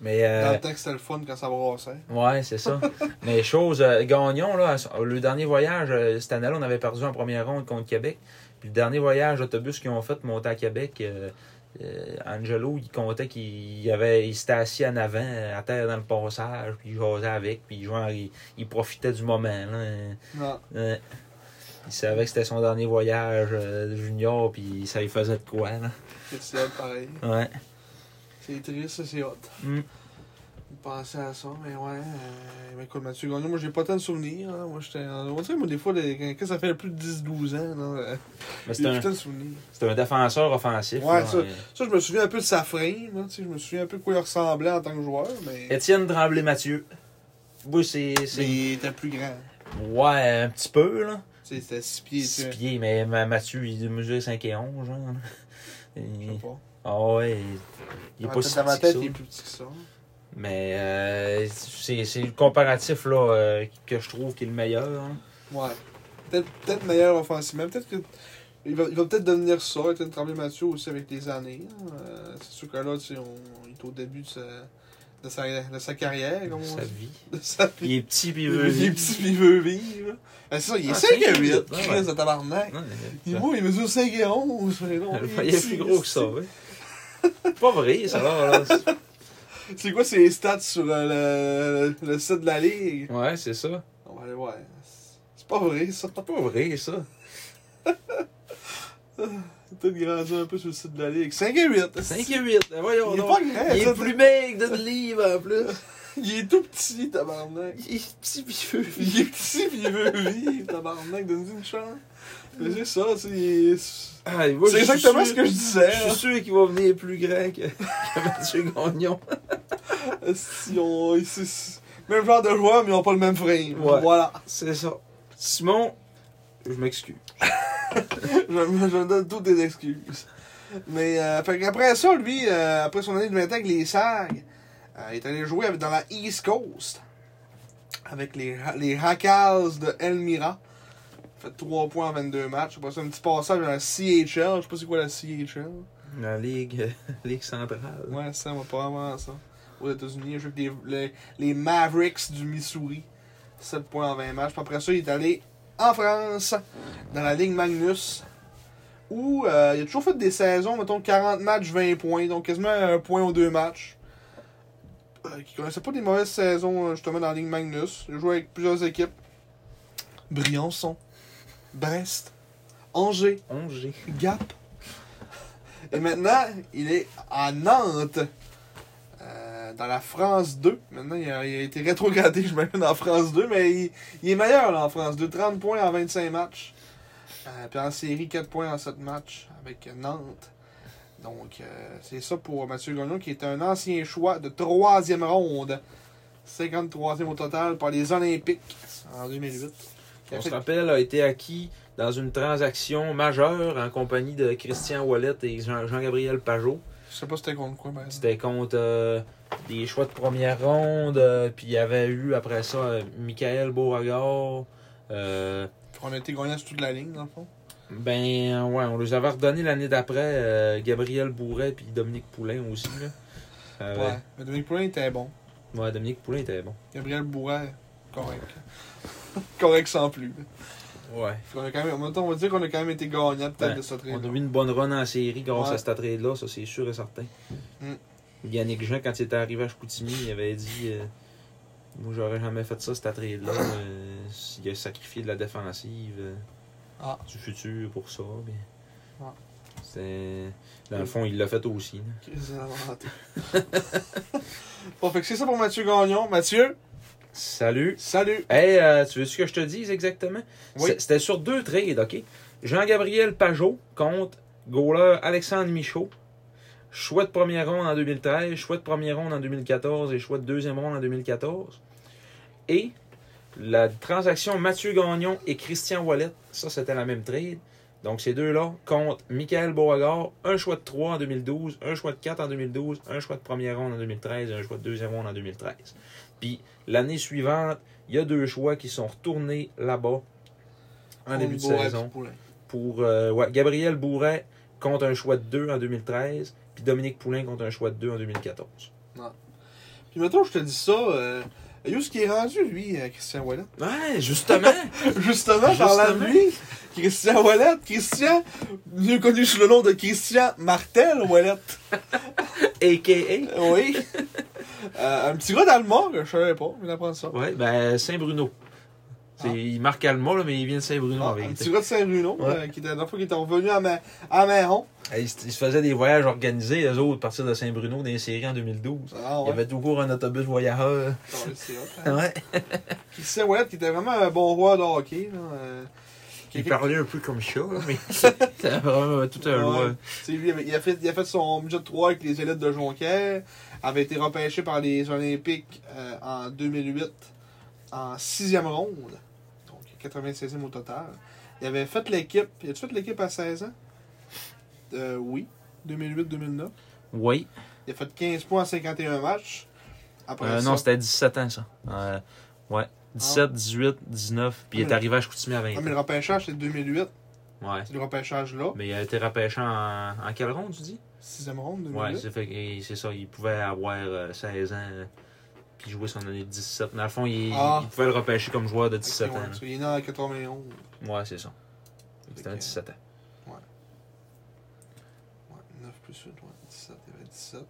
Speaker 1: Mais.
Speaker 2: Dans
Speaker 1: euh,
Speaker 2: le temps que c'était le fun quand ça brassait.
Speaker 1: Ouais, c'est ça. Mais chose, euh, Gagnon, là, à son- le dernier voyage, euh, cette année-là, on avait perdu en première ronde contre Québec. Puis le dernier voyage d'autobus qu'ils ont fait monter à Québec, euh, euh, Angelo, il comptait qu'il avait, il s'était assis en avant, euh, à terre dans le passage, puis il jasait avec, puis genre, il, il profitait du moment. Là, Euh,
Speaker 2: Non.
Speaker 1: euh, il savait que c'était son dernier voyage euh, junior, puis ça lui faisait de quoi. Là.
Speaker 2: C'est hot pareil.
Speaker 1: Ouais.
Speaker 2: C'est triste, ça, c'est hot.
Speaker 1: Mm.
Speaker 2: Il pensait à ça, mais ouais. Euh, mais écoute, Mathieu Gagnon, moi j'ai pas tant de souvenirs. hein. Moi j'étais. On dirait, moi, des fois, les- quand quand ça fait plus de 10-12 ans, là, euh,
Speaker 1: Mais
Speaker 2: j'ai
Speaker 1: c'était un,
Speaker 2: plus tant de souvenirs.
Speaker 1: c'était un défenseur offensif.
Speaker 2: Ouais,
Speaker 1: là,
Speaker 2: ça.
Speaker 1: euh.
Speaker 2: Ça, je me souviens un peu de sa frame. hein, tu sais, je me souviens un peu de quoi il ressemblait en tant que joueur, mais.
Speaker 1: Étienne Tremblay-Mathieu. Oui, c'est.
Speaker 2: Mais
Speaker 1: c'est-
Speaker 2: il était plus grand.
Speaker 1: Ouais, un petit peu, là.
Speaker 2: Tu sais, C'était 6 pieds. tu
Speaker 1: Six
Speaker 2: sais.
Speaker 1: pieds, mais Ma- Mathieu, il mesure 5 et 11, genre.
Speaker 2: Je
Speaker 1: Il-
Speaker 2: sais pas.
Speaker 1: Ah ouais, il- il est
Speaker 2: Dans
Speaker 1: pas
Speaker 2: ma
Speaker 1: si
Speaker 2: tête- dans ma
Speaker 1: petit que
Speaker 2: tête,
Speaker 1: ça.
Speaker 2: il est plus petit que ça.
Speaker 1: Mais euh, c'est c'est le comparatif, là, euh, que je trouve qui est le meilleur. hein.
Speaker 2: Ouais. Peut-être peut-être meilleur offensivement. Peut-être que. Il va, il va peut-être devenir ça, il va trembler Mathieu aussi avec les années. hein. Euh, c'est sûr que là, tu sais, on, il est au début de sa, de sa, de sa carrière, comme on
Speaker 1: Sa
Speaker 2: dit.
Speaker 1: vie.
Speaker 2: De sa vie.
Speaker 1: Il est petit, puis il
Speaker 2: Il
Speaker 1: veut
Speaker 2: est
Speaker 1: vivre.
Speaker 2: petit, puis il veut vivre. Ben, c'est ça, il est
Speaker 1: Ah,
Speaker 2: 5 à 8,
Speaker 1: ouais, ouais.
Speaker 2: Chris de tabarnak.
Speaker 1: Ouais,
Speaker 2: Il, moi, il mesure 5 et 11, mais non.
Speaker 1: Il est plus gros que ça, ouais. Pas vrai, ça va. là.
Speaker 2: C'est quoi ces stats sur euh, le, le site de la ligue?
Speaker 1: Ouais, c'est ça.
Speaker 2: On va aller voir. C'est pas vrai, ça.
Speaker 1: C'est pas vrai, ça.
Speaker 2: T'as peut-être grandi un peu sur le site de la ligue. 5 à 8.
Speaker 1: 5 et 8, voyons
Speaker 2: Il est
Speaker 1: donc.
Speaker 2: pas grand,
Speaker 1: Il
Speaker 2: ça,
Speaker 1: est plus maigre de livre, en plus.
Speaker 2: Il est tout petit, tabarnak.
Speaker 1: Il est petit, puis il veut vivre.
Speaker 2: Il est petit pis il veut vivre, tabarnak, donne-lui une chance. Mais c'est ça, tu sais, il est-
Speaker 1: Ah, moi,
Speaker 2: C'est
Speaker 1: je suis
Speaker 2: exactement ce
Speaker 1: sûr-
Speaker 2: que je disais. hein.
Speaker 1: Je suis sûr qu'il va venir plus grand que, que Mathieu Gagnon.
Speaker 2: hein. Si on- ils- c'est- c'est- Même genre de joueur, mais ils ont pas le même frame.
Speaker 1: Ouais.
Speaker 2: Voilà.
Speaker 1: C'est ça. Simon, je m'excuse.
Speaker 2: je, me- je me donne toutes des excuses. Mais euh, fait après ça, lui, euh, après son année de 20 ans avec les Sargs, euh, il est allé jouer avec- dans la East Coast avec les, les Hackers de Elmira. Il fait 3 points en 22 matchs. Après ça, un petit passage dans la CHL. Je sais pas c'est quoi la CHL.
Speaker 1: Dans la Ligue, euh, ligue centrale.
Speaker 2: Ouais, ça, on va pas vraiment ça. Aux États-Unis, il joue avec les, les, les Mavericks du Missouri. 7 points en 20 matchs. Puis après ça, il est allé en France, dans la Ligue Magnus, où euh, il a toujours fait des saisons, mettons 40 matchs, 20 points, donc quasiment un point aux deux matchs. Euh, qui connaissait pas des mauvaises saisons, euh, justement, dans la Ligue Magnus. Il a joué avec plusieurs équipes Briançon, Brest, Angers,
Speaker 1: 11G.
Speaker 2: Gap. Et maintenant, il est à Nantes. Euh, dans la France 2. Maintenant, il a, il a été rétrogradé, je m'imagine, en France 2, mais il, il est meilleur là, en France 2. 30 points en 25 matchs. Euh, puis en série, 4 points en 7 matchs avec Nantes. Donc, euh, c'est ça pour Mathieu Gagnon, qui est un ancien choix de troisième ronde. 53e au total par les Olympiques en 2008.
Speaker 1: On se rappelle, a été acquis dans une transaction majeure en compagnie de Christian Wallet et Jean- Jean-Gabriel Pajot.
Speaker 2: Je sais pas c'était contre quoi, mais...
Speaker 1: C'était contre euh, des choix de première ronde, euh, puis il y avait eu après ça euh, Michael Beauregard. euh,
Speaker 2: On a été gagnant sur toute la ligne, dans le fond.
Speaker 1: Ben ouais, on les avait redonnés l'année d'après, euh, Gabriel Bourret puis Dominique Poulain aussi. Là. Euh,
Speaker 2: Ouais. Mais Dominique Poulin était bon.
Speaker 1: ouais. ouais, Dominique Poulain était bon.
Speaker 2: Gabriel Bourret, correct. correct sans plus.
Speaker 1: Ouais.
Speaker 2: On a quand même, en même temps, on va dire qu'on a quand même été gagnant peut-être
Speaker 1: Ouais.
Speaker 2: de cette
Speaker 1: On a
Speaker 2: réunion.
Speaker 1: eu une bonne run en série grâce
Speaker 2: Ouais.
Speaker 1: à cette trade-là, ça c'est sûr et certain.
Speaker 2: Mm.
Speaker 1: Yannick Jean, quand il était arrivé à Chicoutimi, il avait dit euh, Moi j'aurais jamais fait ça, cette trade-là. Euh, il a sacrifié de la défensive euh,
Speaker 2: Ah.
Speaker 1: du futur pour ça. mais
Speaker 2: Ouais.
Speaker 1: c'est- Dans le fond, il l'a fait aussi. là.
Speaker 2: Chris, on a inventé. bon, fait que c'est ça pour Mathieu Gagnon. Mathieu,
Speaker 1: Salut.
Speaker 2: Salut!
Speaker 1: Hey, euh, tu veux ce que je te dise exactement?
Speaker 2: Oui.
Speaker 1: C'est- C'était sur deux trades, OK? Jean-Gabriel Pajot contre goaler Alexandre Michaud. Choix de première ronde en 2013, choix de première ronde en 2014 et choix de deuxième ronde en 2014. Et la transaction Mathieu Gagnon et Christian Wallet, ça c'était la même trade. Donc ces deux-là contre Michael Beauregard, un choix de 3 en 2012, un choix de 4 en 2012, un choix de première ronde en 2013 et un choix de deuxième ronde en 2013. Puis l'année suivante, il y a deux choix qui sont retournés là-bas en début de
Speaker 2: Pour le beau
Speaker 1: saison
Speaker 2: Ravi Poulin.
Speaker 1: pour euh, ouais, Gabriel Bourret contre un choix de 2 en 2013, puis Dominique Poulain contre un choix de 2 en 2014.
Speaker 2: Puis mettons, je te dis ça, euh, où est-ce qu'il est rendu, lui, euh, Christian Wallet?
Speaker 1: Ouais, justement.
Speaker 2: Justement, parlant de
Speaker 1: Justement.
Speaker 2: lui, Christian Wallet, Christian, mieux connu sous le nom de Christian Martel Wallet.
Speaker 1: AKA.
Speaker 2: Oui. Euh, un petit gars d'allemand, que je savais pas, je viens d'apprendre ça.
Speaker 1: Ouais, ben Saint-Bruno. C'est-
Speaker 2: Ah.
Speaker 1: Il marque Alma, là, mais il vient de Saint-Bruno
Speaker 2: Ah,
Speaker 1: en
Speaker 2: un
Speaker 1: vérité.
Speaker 2: petit gars de Saint-Bruno,
Speaker 1: Ouais.
Speaker 2: euh, qui était, la dernière fois qu'il était revenu à, Ma- à Mahon.
Speaker 1: Ah, Il, se il se faisait des voyages organisés, eux autres, à partir de Saint-Bruno, dans les séries en 2012.
Speaker 2: Ah
Speaker 1: Il y
Speaker 2: ouais.
Speaker 1: avait tout court un autobus voyageur.
Speaker 2: c'est hot, hein.
Speaker 1: Ouais.
Speaker 2: Christian Wallet, qui était vraiment un bon roi de hockey. là, euh,
Speaker 1: Il
Speaker 2: quelqu'un-
Speaker 1: parlait un peu comme ça, là, mais c'était vraiment tout un
Speaker 2: Ouais.
Speaker 1: roi.
Speaker 2: Tu sais, lui, il avait- il a, fait, il a fait son budget 3 avec les élites de Jonquière. avait été repêché par les Olympiques euh, en 2008 en sixième ronde. Donc 96e au total. Il avait fait l'équipe. Il a fait l'équipe à 16 ans? Euh, oui. 2008-2009.
Speaker 1: Oui.
Speaker 2: Il a fait 15 points en 51 matchs. Après
Speaker 1: Euh,
Speaker 2: ça,
Speaker 1: non, c'était à 17 ans, ça. Euh, ouais. 17, 18, 19, puis il est
Speaker 2: Ah.
Speaker 1: arrivé à Chicoutimi à 20
Speaker 2: Ah, mais
Speaker 1: ans.
Speaker 2: le repêchage, c'est 2008.
Speaker 1: Ouais.
Speaker 2: C'est le repêchage-là.
Speaker 1: Mais il a été repêché en, en quelle ronde, tu dis?
Speaker 2: Sixième ronde, 2008.
Speaker 1: Ouais, c'est fait que- c'est ça. Il pouvait avoir euh, 16 ans euh, puis jouer son année de 17. Dans le fond, il,
Speaker 2: Ah.
Speaker 1: il pouvait le repêcher comme joueur de 17
Speaker 2: Ok, ouais,
Speaker 1: ans.
Speaker 2: ça, Il est né en 91.
Speaker 1: là. Ouais, c'est ça. C'était un
Speaker 2: Ok.
Speaker 1: 17 ans.
Speaker 2: Ouais, 9 plus 8, ouais, 17, il avait 17.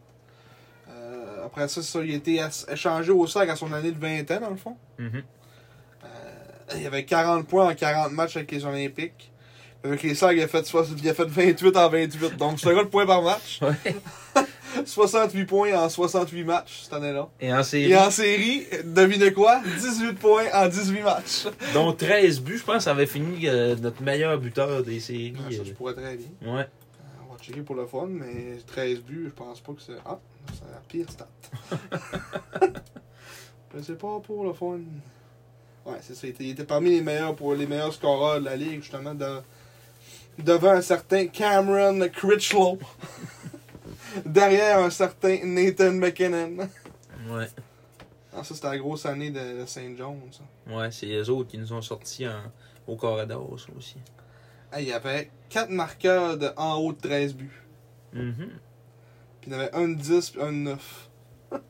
Speaker 2: Euh, après ça, ça, il a été ass- échangé au SAC à son année de 20 ans, dans le fond. Euh,
Speaker 1: Mhm.
Speaker 2: Il avait 40 points en 40 matchs avec les Olympiques. Avec les SAC, il a fait, soix- il a fait 28 en 28. Donc, c'est un gars de points par match.
Speaker 1: Ouais.
Speaker 2: 68 points en 68 matchs cette année-là.
Speaker 1: Et en série,
Speaker 2: Et en série, devinez quoi? 18 points en 18 matchs.
Speaker 1: dont 13 buts, je pense, que ça avait fini euh, notre meilleur buteur des séries.
Speaker 2: Ah, ça, je pourrais très bien.
Speaker 1: euh, ouais.
Speaker 2: On va checker Ah, pour le fun, mais 13 buts, je pense pas que c'est. Ah, c'est la pire stat. mais c'est pas pour le fun. Ouais, c'est ça. Il était, il était parmi les meilleurs pour les meilleurs scoreurs de la ligue, justement, de- devant un certain Cameron Critchlow. Derrière un certain Nathan McKinnon.
Speaker 1: Ouais.
Speaker 2: Ah, ça, c'était la grosse année de, de St. John, ça.
Speaker 1: Ouais, c'est les autres qui nous ont sortis en- au corridor, ça aussi.
Speaker 2: Ah, il y avait 4 marqueurs de, en haut de 13 buts.
Speaker 1: Mhm.
Speaker 2: Puis il y en avait un de 10 puis un de 9.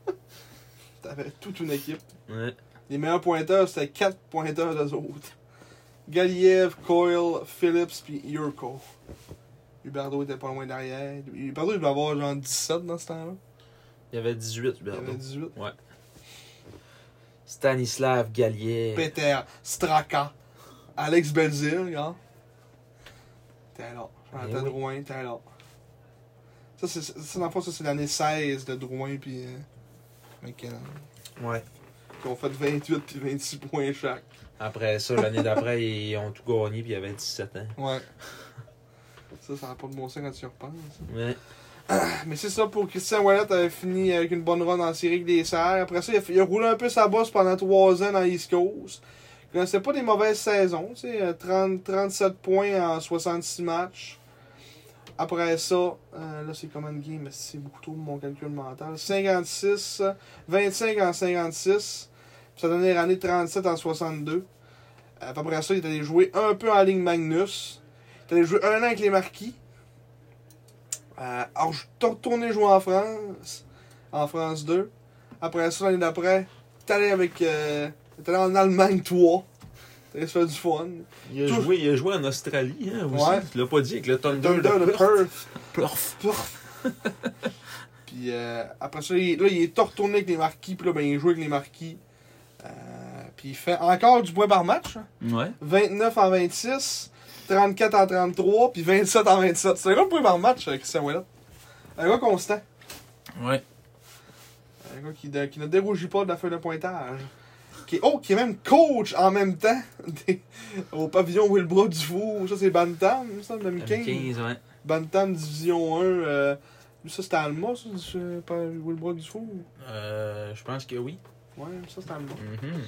Speaker 2: T'avais toute une équipe.
Speaker 1: Ouais.
Speaker 2: Les meilleurs pointeurs, c'était 4 pointeurs d'eux autres. Galiev, Coyle, Phillips puis Yurko. Huberdo était pas loin derrière. Huberdo, il devait avoir genre 17 dans ce temps-là.
Speaker 1: Il y avait 18,
Speaker 2: Il avait
Speaker 1: Huberto.
Speaker 2: 18.
Speaker 1: Stanislav Gallier.
Speaker 2: Peter, Straka, Alex Belzil, regarde. T'es là.
Speaker 1: Eh
Speaker 2: Jonathan
Speaker 1: oui.
Speaker 2: Drouin, t'es là. Ça, c'est, ça, dans le fond, ça, c'est l'année 16 de Drouin puis euh, McKinnon.
Speaker 1: Ouais.
Speaker 2: Qui ont fait 28 puis 26 points chaque.
Speaker 1: Après ça, l'année d'après, ils ont tout gagné, puis il avait 17 ans.
Speaker 2: Ouais. Ça, ça n'a pas de bon sens quand tu y repenses.
Speaker 1: Ouais.
Speaker 2: Mais c'est ça pour Christian Wallet avait fini avec une bonne run en série avec les Serres. Après ça, il a, fait- il a roulé un peu sa bosse pendant trois ans dans East Coast. Il connaissait pas des mauvaises saisons, tu sais, euh, 30 37 points en 66 matchs. Après ça, euh, là c'est comment de game, mais c'est beaucoup trop pour mon calcul mental. 56, euh, 25 en 56. Puis sa dernière année, 37 en 62. Euh, puis après ça, il est allé jouer un peu en ligne Magnus. Il est allé jouer un an avec les Marquis. Euh, alors, je suis retourné jouer en France, en France 2. Après ça, l'année d'après, t'es allé avec. Euh, t'es allé en Allemagne 3. T'allais se faire du fun.
Speaker 1: Il a,
Speaker 2: Tout-
Speaker 1: joué, il a joué en Australie, hein, aussi.
Speaker 2: Ouais.
Speaker 1: Tu l'as pas dit, avec le Thunder,
Speaker 2: Thunder de Perth.
Speaker 1: Perth.
Speaker 2: Perth. puis euh, après ça, il, là, il est retourné avec les marquis. Puis là, ben, il joue avec les marquis. Euh, puis il fait encore du point par match. hein.
Speaker 1: Ouais.
Speaker 2: 29 en 26, 34 en 33, puis 27 en 27. C'est un gars de point par match, euh, Christian Ouellet. Un gars constant.
Speaker 1: Ouais.
Speaker 2: Un gars qui, qui ne dérougit pas de la feuille de pointage. qui est, oh, qui est même coach en même temps des- au pavillon Wilbro Dufour. Ça, c'est Bantam, ça, 2015.
Speaker 1: 15, ouais.
Speaker 2: Bantam Division 1. euh, lui, ça, c'était Alma, ça, du- euh, pas Wilbro Dufour.
Speaker 1: Euh, je pense que oui.
Speaker 2: Ouais, ça, c'était Alma.
Speaker 1: Mhm.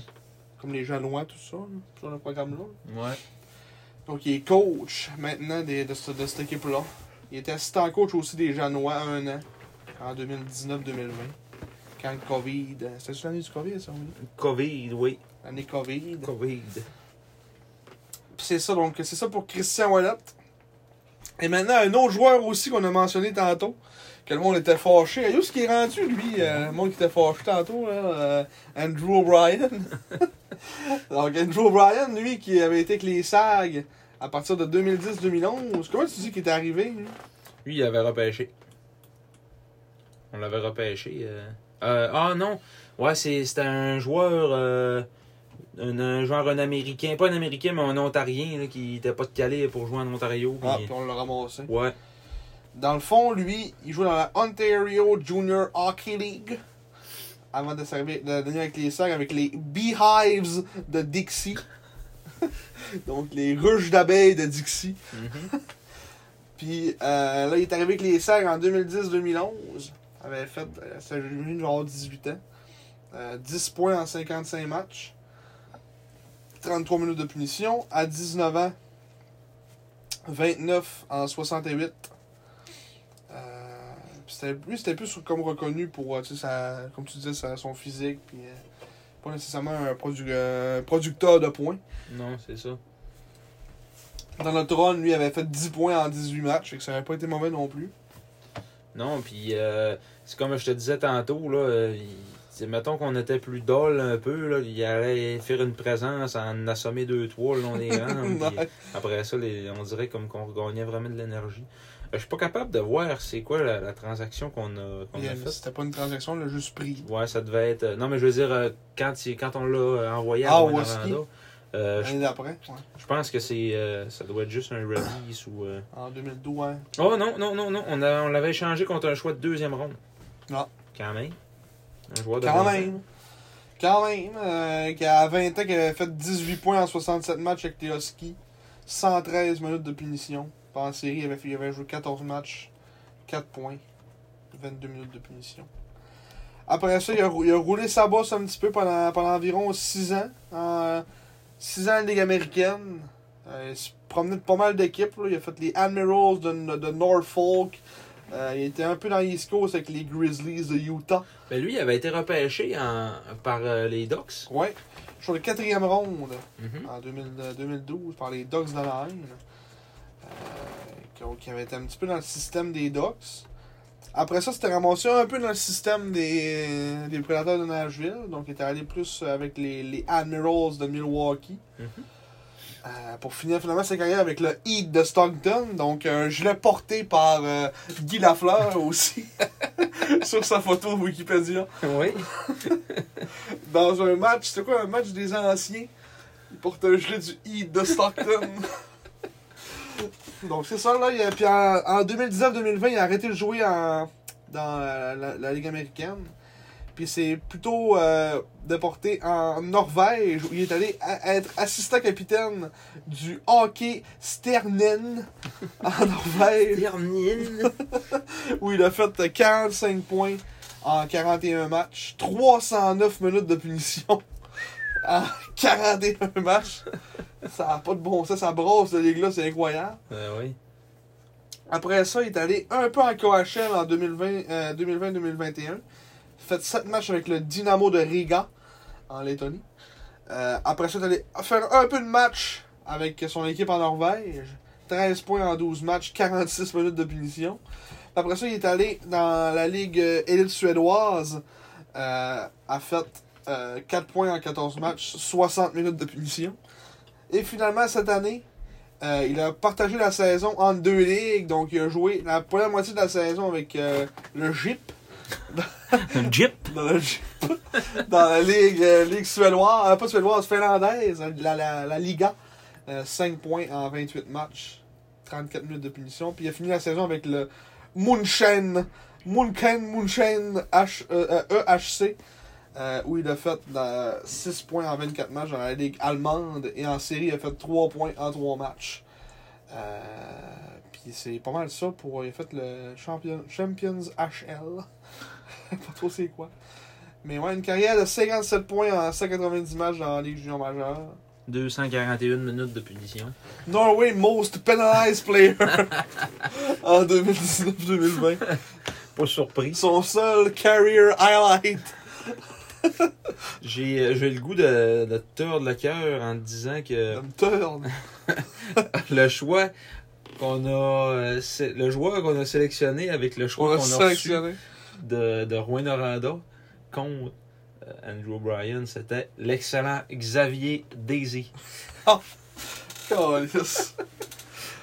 Speaker 2: Comme les Janois, tout ça, là, sur le programme-là.
Speaker 1: Ouais.
Speaker 2: Donc, il est coach maintenant des- de, ce- de cette équipe-là. Il était assistant coach aussi des Janois un an, en 2019-2020. Quand le COVID. C'était l'année du COVID, ça, oui?
Speaker 1: Covid, oui.
Speaker 2: L'année COVID.
Speaker 1: Covid.
Speaker 2: Puis c'est ça, donc c'est ça pour Christian Wallet. Et maintenant, un autre joueur aussi qu'on a mentionné tantôt, que le monde était fâché. Aïe, où est-ce qu'il est rendu, lui euh, Le monde qui était fâché tantôt, là, euh, Andrew O'Brien. donc, Andrew O'Brien, lui, qui avait été avec les SAG à partir de 2010-2011. Comment tu dis qu'il est arrivé lui?
Speaker 1: Lui, il avait repêché. On l'avait repêché. euh. Euh, ah non! Ouais, c'est- c'était un joueur. euh, un, un joueur un américain. Pas un américain, mais un ontarien là, qui était pas de Calais pour jouer en Ontario.
Speaker 2: Ah,
Speaker 1: puis-
Speaker 2: puis on l'a ramassé.
Speaker 1: Ouais.
Speaker 2: Dans le fond, lui, il joue dans la Ontario Junior Hockey League. Avant de, servir, de venir avec les sacs, avec les Beehives de Dixie. Donc, les ruches d'abeilles de Dixie.
Speaker 1: Mhm.
Speaker 2: Puis euh, là, il est arrivé avec les sacs en 2010-2011. Il avait fait, euh, ça lui est venu genre 18 ans. Euh, 10 points en 55 matchs. 33 minutes de punition. À 19 ans, 29 en 68. Euh, puis c'était- lui, c'était plus comme reconnu pour, euh, tu sais, sa- comme tu disais, sa- son physique. Puis euh, pas nécessairement un produ- euh, producteur de points.
Speaker 1: Non, c'est ça.
Speaker 2: Dans notre run, lui avait fait 10 points en 18 matchs. Fait que ça n'avait pas été mauvais non plus.
Speaker 1: Non, puis euh, c'est comme je te disais tantôt, là. euh, il- c'est- mettons qu'on était plus dol un peu, là, il allait faire une présence en assommer deux, trois le long des rangs. puis-
Speaker 2: Ouais.
Speaker 1: Après ça, les- on dirait comme qu'on regagnait vraiment de l'énergie. Euh, je suis pas capable de voir c'est quoi la, la transaction qu'on a, qu'on a
Speaker 2: Il avait-
Speaker 1: faite.
Speaker 2: C'était pas une transaction, on l'a juste pris.
Speaker 1: Ouais, ça devait être. euh, non, mais je veux dire, euh, quand, il- quand on l'a euh, envoyé à
Speaker 2: Ah,
Speaker 1: Rwanda,
Speaker 2: Woski.
Speaker 1: euh, je,
Speaker 2: L'année d'après, ouais.
Speaker 1: je pense que c'est euh, ça doit être juste un release ou. euh,
Speaker 2: en 2012. hein.
Speaker 1: Oh non, non, non, non, on, a- on l'avait échangé contre un choix de deuxième ronde.
Speaker 2: Ah.
Speaker 1: Quand même. Un joueur de
Speaker 2: Quand
Speaker 1: vingt ans.
Speaker 2: même. Quand même. Euh, qu'à 20 ans, qu'il avait fait 18 points en 67 matchs avec les Huskies. 113 minutes de punition. Puis en série, il avait, fait- il avait joué 14 matchs. 4 points. 22 minutes de punition. Après ça, il a, rou- il a roulé sa bosse un petit peu pendant, pendant environ 6 ans. 6 ans en Ligue américaine. Euh, il se promenait de pas mal d'équipes. là. Il a fait les Admirals de, de Norfolk. Euh, il était un peu dans l'East Coast avec les Grizzlies de Utah.
Speaker 1: Mais Ben, lui, il avait été repêché en- par euh, les Ducks.
Speaker 2: Ouais. Sur le quatrième ronde
Speaker 1: Mhm.
Speaker 2: en 2000 euh, 2012 par les Ducks d'Anaheim. Euh, qui- qui avait été un petit peu dans le système des Ducks. Après ça, c'était ramassé un peu dans le système des, des Prédateurs de Nashville. Donc, il était allé plus avec les, les Admirals de Milwaukee.
Speaker 1: Mhm.
Speaker 2: Euh, pour finir finalement sa carrière avec le Heat de Stockton. Donc, un gilet porté par euh, Guy Lafleur aussi. sur sa photo Wikipédia
Speaker 1: oui.
Speaker 2: dans un match, c'était quoi un match des anciens? Il portait un gilet du Heat de Stockton. Donc c'est ça là. Il a- puis en, en 2019-2020, il a arrêté de jouer en- dans la, la- la Ligue américaine. Puis c'est plutôt euh, déporté en Norvège où il est allé a- être assistant capitaine du hockey Sternen en Norvège où il a fait euh, 45 points en 41 matchs, 309 minutes de punition en 41 matchs. Ça n'a pas de bon sens, ça brosse de ligue-là, c'est incroyable.
Speaker 1: Euh, oui.
Speaker 2: Après ça, il est allé un peu en KHL en 2020, euh, 2020-2021. Fait 7 matchs avec le Dynamo de Riga en Lettonie. Euh, après ça, il est allé faire un peu de match avec son équipe en Norvège. 13 points en 12 matchs, 46 minutes de punition. Après ça, il est allé dans la ligue euh, élite suédoise. Euh, a fait euh, 4 points en 14 matchs, 60 minutes de punition. Et finalement, cette année, euh, il a partagé la saison en deux ligues, donc il a joué la première moitié de la saison avec euh, le GIP,
Speaker 1: Un Jeep.
Speaker 2: dans, le GIP, dans la ligue, euh, ligue suédoise, euh, pas suédoise, finlandaise, la, la, la Liga. 5 points en 28 matchs, 34 minutes de punition. Puis il a fini la saison avec le Munchen, Munchen, Munchen E, H, euh, euh, EHC, euh, où il a fait euh, 6 points en 24 matchs dans la Ligue allemande et en série, il a fait 3 points en 3 matchs. Euh, Puis c'est pas mal ça pour. Il a fait le champion, Champions HL. pas trop c'est quoi. Mais ouais, une carrière de 57 points en 190 matchs dans la Ligue junior majeure.
Speaker 1: 241 minutes de punition.
Speaker 2: Norway Most Penalized Player en 2019-2020.
Speaker 1: Pas surpris.
Speaker 2: Son seul career highlight.
Speaker 1: J'ai euh, j'ai le goût de, de te tordre le cœur en te disant que
Speaker 2: me turn.
Speaker 1: le choix qu'on a. euh, sé- Le joueur qu'on a sélectionné avec le
Speaker 2: On
Speaker 1: choix
Speaker 2: a
Speaker 1: qu'on a reçu
Speaker 2: sélectionné.
Speaker 1: de, de Juan Aranda contre euh, Andrew Bryan, c'était l'excellent Xavier Daisy.
Speaker 2: Calisse.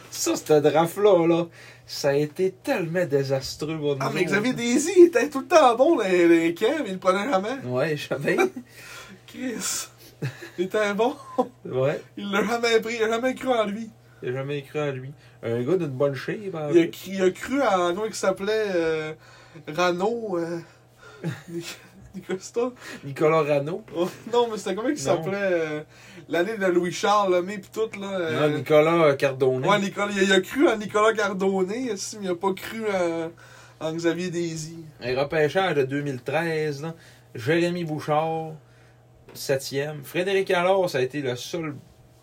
Speaker 1: Ça, ce draft-là, là, ça a été tellement désastreux pour
Speaker 2: Ah,
Speaker 1: nous
Speaker 2: mais
Speaker 1: autres.
Speaker 2: Xavier Daisy il était tout le temps bon dans les, les camps, mais il le prenait jamais.
Speaker 1: Ouais, je savais.
Speaker 2: Chris. Il était bon.
Speaker 1: Ouais,
Speaker 2: Il l'a jamais pris, il a jamais cru en lui.
Speaker 1: j'ai jamais cru en lui. Un gars d'une bonne shape. hein. en
Speaker 2: Il a,
Speaker 1: plus.
Speaker 2: il a cru en un gars qui s'appelait euh, Rano. Euh, Nic- Nicosta.
Speaker 1: Nicolas Rano.
Speaker 2: Oh, non, mais c'était comment il
Speaker 1: Non.
Speaker 2: s'appelait euh, L'année de Louis-Charles Lemay pis tout, là. euh,
Speaker 1: Non, Nicolas Cardone.
Speaker 2: ouais, Nicolas. Il a, il a cru en Nicolas Cardonnet, si, mais il a pas cru en, en Xavier Daisy.
Speaker 1: Un repêchage de 2013, là. Jérémy Bouchard, septième. Frédéric Allard, ça a été le seul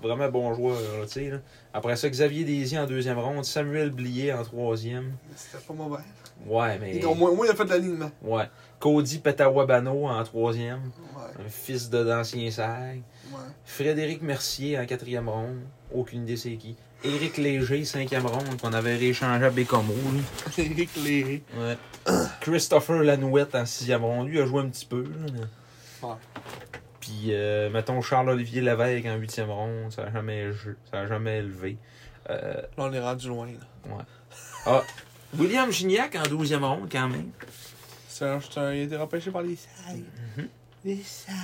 Speaker 1: vraiment bon joueur. Là, tu sais, là. Après ça, Xavier Désy en deuxième ronde, Samuel Blier en troisième.
Speaker 2: C'était pas mauvais.
Speaker 1: Ouais, mais.
Speaker 2: Et au moins, au moins, il a fait de l'alignement.
Speaker 1: Ouais. Cody Petawabano en troisième,
Speaker 2: Ouais,
Speaker 1: un fils de d'ancien SAG.
Speaker 2: ouais.
Speaker 1: Frédéric Mercier en quatrième ronde, aucune idée c'est qui. Éric Léger, cinquième ronde, qu'on avait rééchangé à Bécomo. lui.
Speaker 2: Eric Léry.
Speaker 1: Ouais. Christopher Lanouette en sixième ronde. Lui a joué un petit peu. là.
Speaker 2: Ouais.
Speaker 1: Puis, euh, mettons, Charles-Olivier Lévesque en huitième ronde. Ça n'a jamais, jou- ça a jamais élevé. Euh,
Speaker 2: Là, on est rendu loin. là.
Speaker 1: William Gignac en douzième ronde, quand même.
Speaker 2: C'est un, c'est un- il a été repêché par les SAG. Les SAG.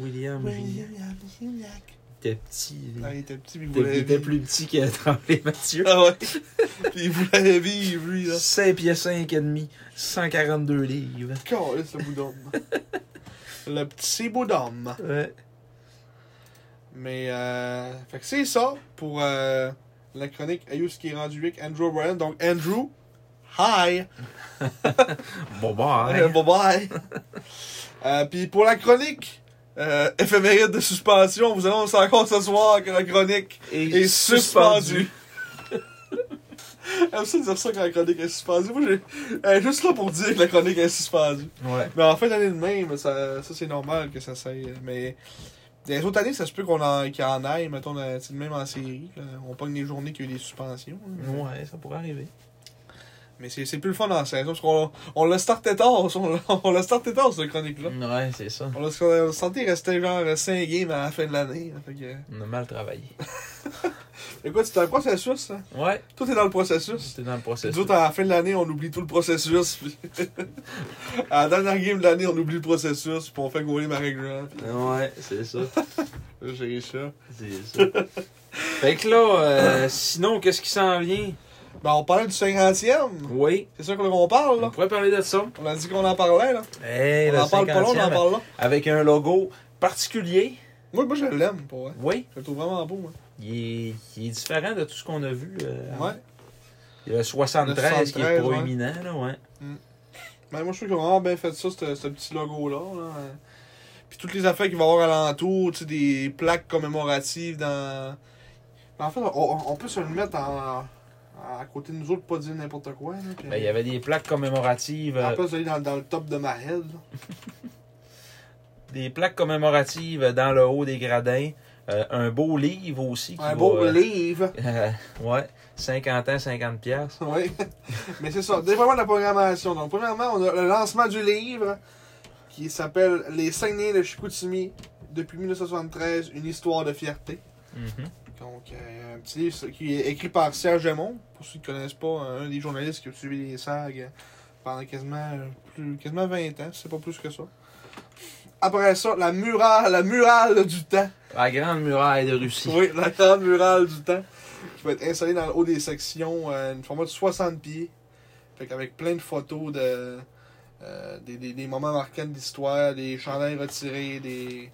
Speaker 1: William Gignac.
Speaker 2: William Gignac.
Speaker 1: Il était petit. lui.
Speaker 2: Ah, il était petit, mais il
Speaker 1: Il était- il
Speaker 2: voulait
Speaker 1: était
Speaker 2: vivre.
Speaker 1: plus petit que Tremblay Mathieu.
Speaker 2: Ah ouais. Puis il voulait vivre, lui, là.
Speaker 1: 5 pieds 5 et demi, 142 livres.
Speaker 2: Calisse, le bout d'homme. le petit bout d'homme.
Speaker 1: Ouais.
Speaker 2: Mais, euh, fait que c'est ça pour euh, la chronique Ayus qui est rendu avec Andrew Bryan. Donc, Andrew, hi!
Speaker 1: Bon, bah,
Speaker 2: Euh, bye bye. Euh, Puis pour la chronique euh, éphéméride de suspension, on vous annonce encore ce soir que la chronique est suspendue. J'aime ça dire ça quand la chronique est suspendue. Moi, j'ai- elle est juste là pour dire que la chronique est suspendue.
Speaker 1: Ouais.
Speaker 2: Mais en fin d'année de même, ça, ça c'est normal que ça s'aille. Mais les autres années, ça se peut qu'on en, qu'il en aille, mettons, la- c'est le même en série. là. On pogne les journées qu'il y a eu des suspensions. là.
Speaker 1: Ouais, ça pourrait arriver.
Speaker 2: Mais c'est c'est plus le fun en saison, parce qu'on on l'a starté tard, ça, on l'a- on l'a starté tard, cette chronique-là.
Speaker 1: Ouais, c'est ça.
Speaker 2: On l'a senti rester genre 5 games à la fin de l'année. là, Fait que...
Speaker 1: On a mal travaillé.
Speaker 2: Écoute, c'est un processus, hein.
Speaker 1: Ouais,
Speaker 2: Tout est dans le processus.
Speaker 1: c'était dans le
Speaker 2: Nous
Speaker 1: processus.
Speaker 2: autres, à la fin de l'année, on oublie tout le processus. puis- à la dernière game de l'année, on oublie le processus, puis on fait gauler Marie Grant.
Speaker 1: Ouais, c'est ça.
Speaker 2: J'ai ça.
Speaker 1: C'est ça. fait que là, euh, sinon, qu'est-ce qui s'en vient?
Speaker 2: Ben, on parlait du 50e.
Speaker 1: Oui,
Speaker 2: C'est ça qu'on parle,
Speaker 1: on
Speaker 2: là.
Speaker 1: pourrait parler de ça.
Speaker 2: On a dit qu'on en parlait, là.
Speaker 1: Hey,
Speaker 2: on en parle pas là, on en parle là.
Speaker 1: Avec un logo particulier.
Speaker 2: Moi, moi je l'aime, pour vrai.
Speaker 1: Oui,
Speaker 2: Je le trouve vraiment beau, moi.
Speaker 1: il est, il est différent de tout ce qu'on a vu. euh, avant.
Speaker 2: Ouais.
Speaker 1: Il y a le 73, qui est
Speaker 2: 73, ouais.
Speaker 1: proéminent, là, ouais.
Speaker 2: Ben, moi, je trouve qu'ils ont vraiment bien fait ça, ce, ce petit logo-là. là. Puis toutes les affaires qu'il va y avoir alentour, tu sais, des plaques commémoratives dans. Mais en fait, on, on peut se le mettre en, en- à côté de nous autres, pas dire n'importe quoi. Là, puis-
Speaker 1: Ben, il y avait des plaques commémoratives. euh,
Speaker 2: En plus, d'aller dans, dans le top de ma head. là.
Speaker 1: des plaques commémoratives dans le haut des gradins. Euh, un beau livre aussi. qui
Speaker 2: Un
Speaker 1: va,
Speaker 2: beau
Speaker 1: euh,
Speaker 2: livre.
Speaker 1: euh, ouais, 50 ans, 50 pièces.
Speaker 2: Oui. Mais c'est ça. Dépendamment de la programmation. Donc, premièrement, on a le lancement du livre qui s'appelle Les Saguenay de Chicoutimi, depuis 1973, une histoire de fierté.
Speaker 1: Mhm.
Speaker 2: Donc, euh, un petit livre ça, qui est écrit par Serge Aymon, pour ceux qui ne connaissent pas, un des journalistes qui a suivi les SAG pendant quasiment, euh, plus, quasiment 20 ans, c'est pas plus que ça. Après ça, la murale, la murale du temps.
Speaker 1: La grande muraille de Russie.
Speaker 2: Oui, la grande murale du temps qui va être installée dans le haut des sections, euh, une format de 60 pieds. Fait qu'avec plein de photos de, euh, des, des- des moments marquants de l'histoire, des chandelles retirés, des,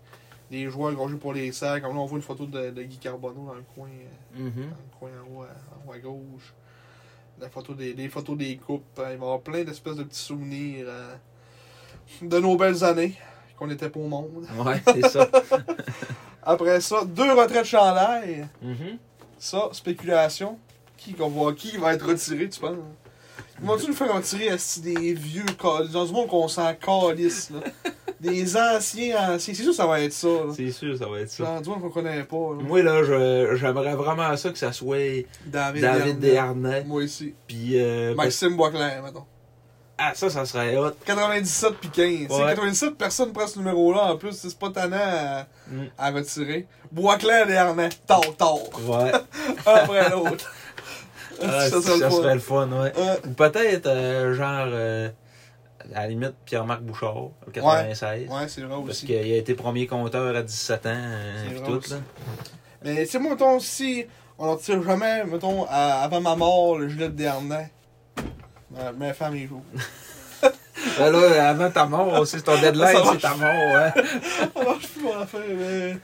Speaker 2: des joueurs qui ont joué pour les sacs. Comme là, on voit une photo de, de Guy Carbonneau dans le coin, euh, dans
Speaker 1: Mhm.
Speaker 2: le coin en, haut à, en haut à gauche. La photo des, des photos des coupes. Euh, Il va y avoir plein d'espèces de petits souvenirs euh, de nos belles années qu'on n'était pas au monde.
Speaker 1: Ouais, c'est ça.
Speaker 2: Après ça, deux retraits de chandail.
Speaker 1: Mhm.
Speaker 2: Ça, spéculation. Qui qu'on va, qui va être retiré, tu penses? hein? Ils vont-tu nous faire retirer esti, des vieux cal- Dans du monde qu'on s'en calisse, là. Des anciens, anciens. C'est sûr que ça va être ça, là.
Speaker 1: C'est sûr, ça va être ça.
Speaker 2: Genre du monde qu'on connaît pas, là.
Speaker 1: Moi, là, je- j'aimerais vraiment ça que ça soit David
Speaker 2: David, Desharnais.
Speaker 1: Desharnais.
Speaker 2: Moi aussi.
Speaker 1: Puis. euh, parce-
Speaker 2: Maxime Boisclair, mettons.
Speaker 1: Ah, ça, ça serait hot.
Speaker 2: 97 puis 15. C'est
Speaker 1: Ouais.
Speaker 2: 97, personne prend ce numéro-là en plus. C'est pas tannant à,
Speaker 1: Mm.
Speaker 2: à retirer. Boisclair Desharnais. Tard, tard.
Speaker 1: Ouais.
Speaker 2: Un Après l'autre.
Speaker 1: Ah, ça,
Speaker 2: Ça serait le fun.
Speaker 1: serait le fun, ouais.
Speaker 2: Ouais.
Speaker 1: Ou peut-être, euh, genre, euh, à la limite, Pierre-Marc Bouchard, le 96.
Speaker 2: Ouais, c'est vrai
Speaker 1: Parce
Speaker 2: aussi.
Speaker 1: qu'il a été premier compteur à 17 ans, euh,
Speaker 2: C'est
Speaker 1: pis
Speaker 2: vrai
Speaker 1: tout,
Speaker 2: aussi.
Speaker 1: là.
Speaker 2: Mais tu sais, moi, mettons, si on n'en tire jamais, mettons, à- avant ma mort, le gilet de dernier, ma, ma femme y joue.
Speaker 1: Ben là, avant ta mort aussi, c'est ton deadline,
Speaker 2: Ça marche.
Speaker 1: c'est ta mort, hein.
Speaker 2: Ça marche plus mon affaire, mais.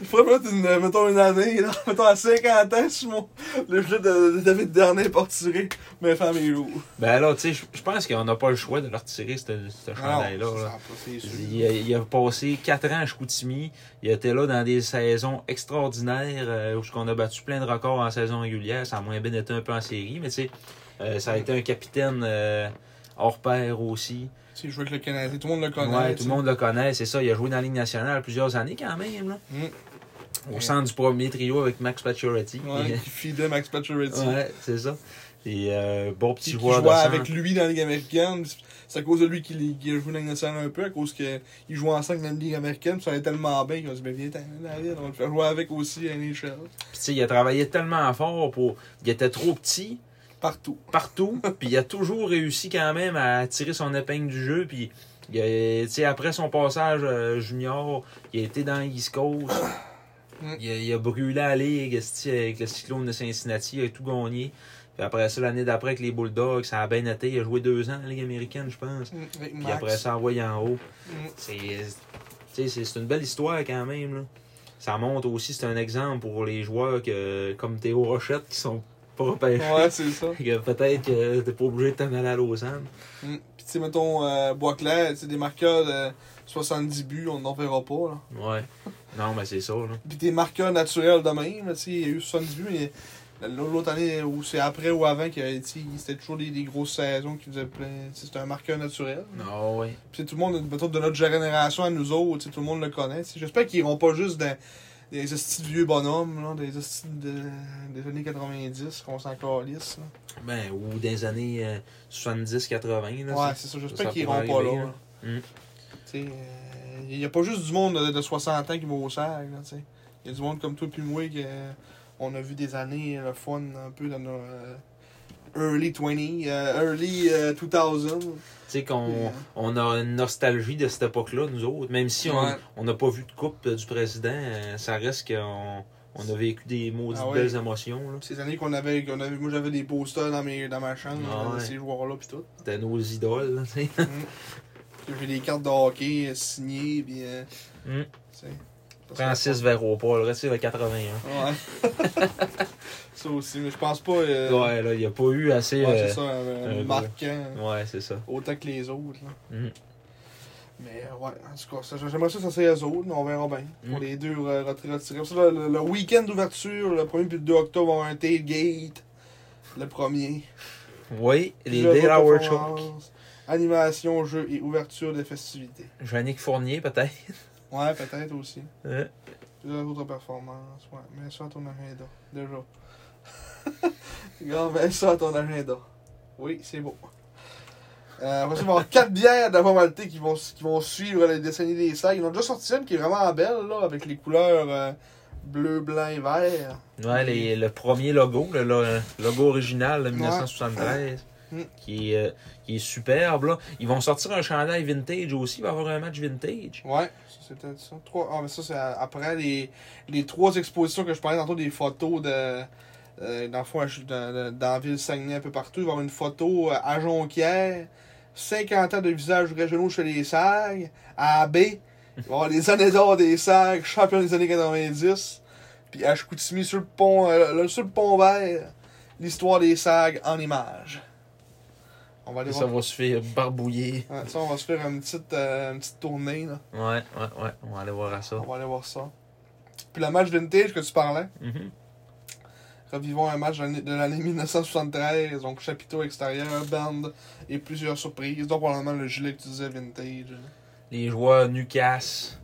Speaker 2: Il faudrait peut-être une, mettons, une année, là, mettons, à 50 ans, si mon, le gilet de, de David Dernier est pas retiré, ma femme y joue.
Speaker 1: Ben là, tu sais, je- je pense qu'on n'a pas le choix de le retirer, ce ce chandail-là.
Speaker 2: Non, Ah, ça,
Speaker 1: Ah, ben, là.
Speaker 2: ça, c'est sûr.
Speaker 1: Il a, il a passé 4 ans à Chicoutimi. Il était là dans des saisons extraordinaires euh, où on a battu plein de records en saison régulière. Ça a moins bien été un peu en série, mais tu sais, euh, ça a été un capitaine euh, hors pair aussi.
Speaker 2: Tu sais, il joue avec le Canadien, tout le monde le connaît.
Speaker 1: Ouais,
Speaker 2: tu
Speaker 1: tout
Speaker 2: sais.
Speaker 1: le monde le connaît, c'est ça. Il a joué dans la Ligue nationale plusieurs années quand même. Là. Au centre du premier trio avec Max Pacioretty.
Speaker 2: Mm. Ouais, qui fidait Max Pacioretty.
Speaker 1: Ouais, c'est ça. Et euh, bon petit
Speaker 2: qui
Speaker 1: joueur
Speaker 2: jouait
Speaker 1: de centre.
Speaker 2: avec lui dans la Ligue américaine. C'est à cause de lui qu'il qu'il a joué dans la Ligue nationale un peu, à cause qu'il jouait en 5 dans la Ligue américaine. puis Ça allait tellement bien qu'ils ont dit Ben, viens, t'as David, on va le faire jouer avec aussi à NHL.
Speaker 1: Puis, tu sais, il a travaillé tellement fort pour. Il était trop petit.
Speaker 2: Partout.
Speaker 1: partout, puis il a toujours réussi quand même à tirer son épingle du jeu, puis il a- tu sais, après son passage euh, junior, il a été dans East Coast,
Speaker 2: Mm.
Speaker 1: il, a, il a brûlé la ligue esti, avec le cyclone de Cincinnati, il a tout gagné. Puis après ça, l'année d'après avec les Bulldogs, ça a bien été, il a joué deux ans en Ligue américaine, je pense.
Speaker 2: Mm, Avec
Speaker 1: Puis
Speaker 2: Max.
Speaker 1: après ça, envoyé en haut.
Speaker 2: Mm.
Speaker 1: C'est tu sais, c'est- c'est une belle histoire quand même. Là. Ça montre aussi, c'est un exemple pour les joueurs que, comme Théo Rochette qui sont pas repêchés.
Speaker 2: Ouais, c'est ça.
Speaker 1: Fait que Peut-être que t'es pas obligé de t'en aller à Lausanne.
Speaker 2: Mm. Puis, tu sais, mettons, euh, Boisclair, tu sais, des marqueurs de 70 buts, on n'en verra pas. Là.
Speaker 1: Ouais. Non, mais c'est ça, là.
Speaker 2: Puis, des marqueurs naturels de même, tu sais, il y a eu 70 buts, mais. L'autre année, ou c'est après ou avant, qu'il y avait, tu sais, c'était toujours des, des grosses saisons qui faisaient plein. tu sais, C'était un marqueur naturel.
Speaker 1: Non, Ah ouais.
Speaker 2: Puis tout le monde, mettons, de notre génération à nous autres, tu sais, tout le monde le connaît. tu sais. J'espère qu'ils iront pas juste dans des hosties de vieux bonhommes, là, des hosties de- des années 90, qu'on s'en calisse. là.
Speaker 1: Ben, ou des années euh, 70-80, là.
Speaker 2: Ouais,
Speaker 1: ça.
Speaker 2: c'est ça. J'espère
Speaker 1: ça
Speaker 2: qu'ils iront
Speaker 1: pourrait
Speaker 2: pas là.
Speaker 1: arriver,
Speaker 2: là.
Speaker 1: hein. Mm.
Speaker 2: Tu sais, il n'y a pas juste du monde de, de 60 ans qui va au sac, là, tu sais. Il y a du monde comme toi puis moi que euh, on a vu des années euh, le fun un peu dans nos euh, early 20, euh, early euh, 2000.
Speaker 1: Tu sais qu'on
Speaker 2: Mm.
Speaker 1: on a une nostalgie de cette époque-là, nous autres. Même si on-
Speaker 2: Ouais.
Speaker 1: on n'a pas vu de coupe euh, du président, euh, ça reste qu'on on a vécu des maudites
Speaker 2: Ah ouais.
Speaker 1: belles émotions, là.
Speaker 2: Ces années qu'on avait, qu'on avait, moi j'avais des posters dans, mes, dans ma chambre,
Speaker 1: Ah
Speaker 2: là, de
Speaker 1: ouais.
Speaker 2: ces joueurs-là pis tout.
Speaker 1: C'était nos idoles, là, tu sais.
Speaker 2: Puis J'ai des cartes de hockey euh, signées, pis. Euh,
Speaker 1: Mm.
Speaker 2: tu sais. Ça,
Speaker 1: Francis Verropa, le reste, c'est le 81.
Speaker 2: c'est- Ouais. ça aussi, mais je pense pas. euh,
Speaker 1: Ouais, là, il n'y a pas eu assez...
Speaker 2: ouais,
Speaker 1: euh,
Speaker 2: c'est ça, euh,
Speaker 1: euh,
Speaker 2: marquant.
Speaker 1: Ouais, c'est ça.
Speaker 2: Autant que les autres, là.
Speaker 1: Mm.
Speaker 2: Mais euh, ouais, en tout cas, ça, j'aimerais ça que ça soit eux autres, mais on verra bien. Pour
Speaker 1: Mm.
Speaker 2: les deux euh, retirés. retirés. Ça, le, le- le week-end d'ouverture, le 1er puis le 2 octobre, on va avoir un tailgate. Le premier.
Speaker 1: Oui, les
Speaker 2: Jeux de
Speaker 1: Delaware Choke.
Speaker 2: performance, Animation, jeu et ouverture des festivités.
Speaker 1: Jannick Fournier, peut-être.
Speaker 2: Ouais, peut-être aussi.
Speaker 1: Ouais.
Speaker 2: Plusieurs autres performances, ouais. Mets ça à ton agenda, déjà. Gars, mets ça à ton agenda. Oui, c'est beau. Euh, après ça, il va y avoir 4 bières de la formalité qui vont, qui vont suivre les décennies des sacs. Ils ont déjà sorti une qui est vraiment belle, là, avec les couleurs euh, bleu, blanc et vert.
Speaker 1: Ouais, les- le premier logo, le, le- logo original de
Speaker 2: Ouais.
Speaker 1: 1973,
Speaker 2: Mm.
Speaker 1: qui, est, euh, qui est superbe. Là. Ils vont sortir un chandail vintage aussi, il va y avoir un match vintage.
Speaker 2: Ouais, ça, c'était ça. Trois... Ah, mais ça, c'est à- après les, les trois expositions que je parlais tantôt des photos de. euh, dans, le fond, je- dans, dans- dans la ville Saguenay un peu partout. Il va y avoir une photo euh, à Jonquière 50 ans de visages régionaux chez les SAG, à AB, il va y avoir les années d'or des SAG, champion des années 90, puis à Chicoutimi, sur le pont, euh, le- sur le pont vert, l'histoire des SAG en images. On va aller
Speaker 1: Ça
Speaker 2: voir.
Speaker 1: va se faire barbouiller.
Speaker 2: Ouais, ça, on va se faire une petite, euh, une petite tournée, là.
Speaker 1: Ouais, ouais, ouais. On va aller voir à ça.
Speaker 2: On va aller voir ça. Puis le match vintage que tu parlais,
Speaker 1: Mhm.
Speaker 2: revivons un match de l'année- de l'année 1973, donc chapiteau extérieur, band et plusieurs surprises, dont probablement le gilet que tu disais vintage.
Speaker 1: Les joueurs nucassent.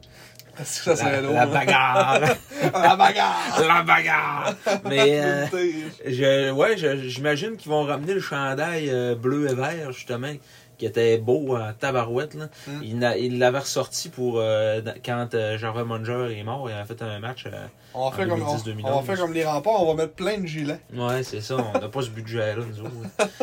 Speaker 2: Est-ce que ça
Speaker 1: La,
Speaker 2: serait hein. lourd?
Speaker 1: la bagarre.
Speaker 2: la bagarre!
Speaker 1: la bagarre. Mais. euh,
Speaker 2: Vintage.
Speaker 1: Je, ouais, je- j'imagine qu'ils vont ramener le chandail euh, bleu et vert, justement, qui était beau en tabarouette. Là.
Speaker 2: Mm.
Speaker 1: Il n'a- Il l'avait ressorti pour euh, dans- quand euh, Gervais Munger est mort. Il avait fait un match. euh,
Speaker 2: On va, faire
Speaker 1: en
Speaker 2: comme, on-
Speaker 1: 2010,
Speaker 2: on va faire comme les remparts, on va mettre plein de gilets.
Speaker 1: Ouais, c'est ça. On n'a pas ce budget-là, nous autres.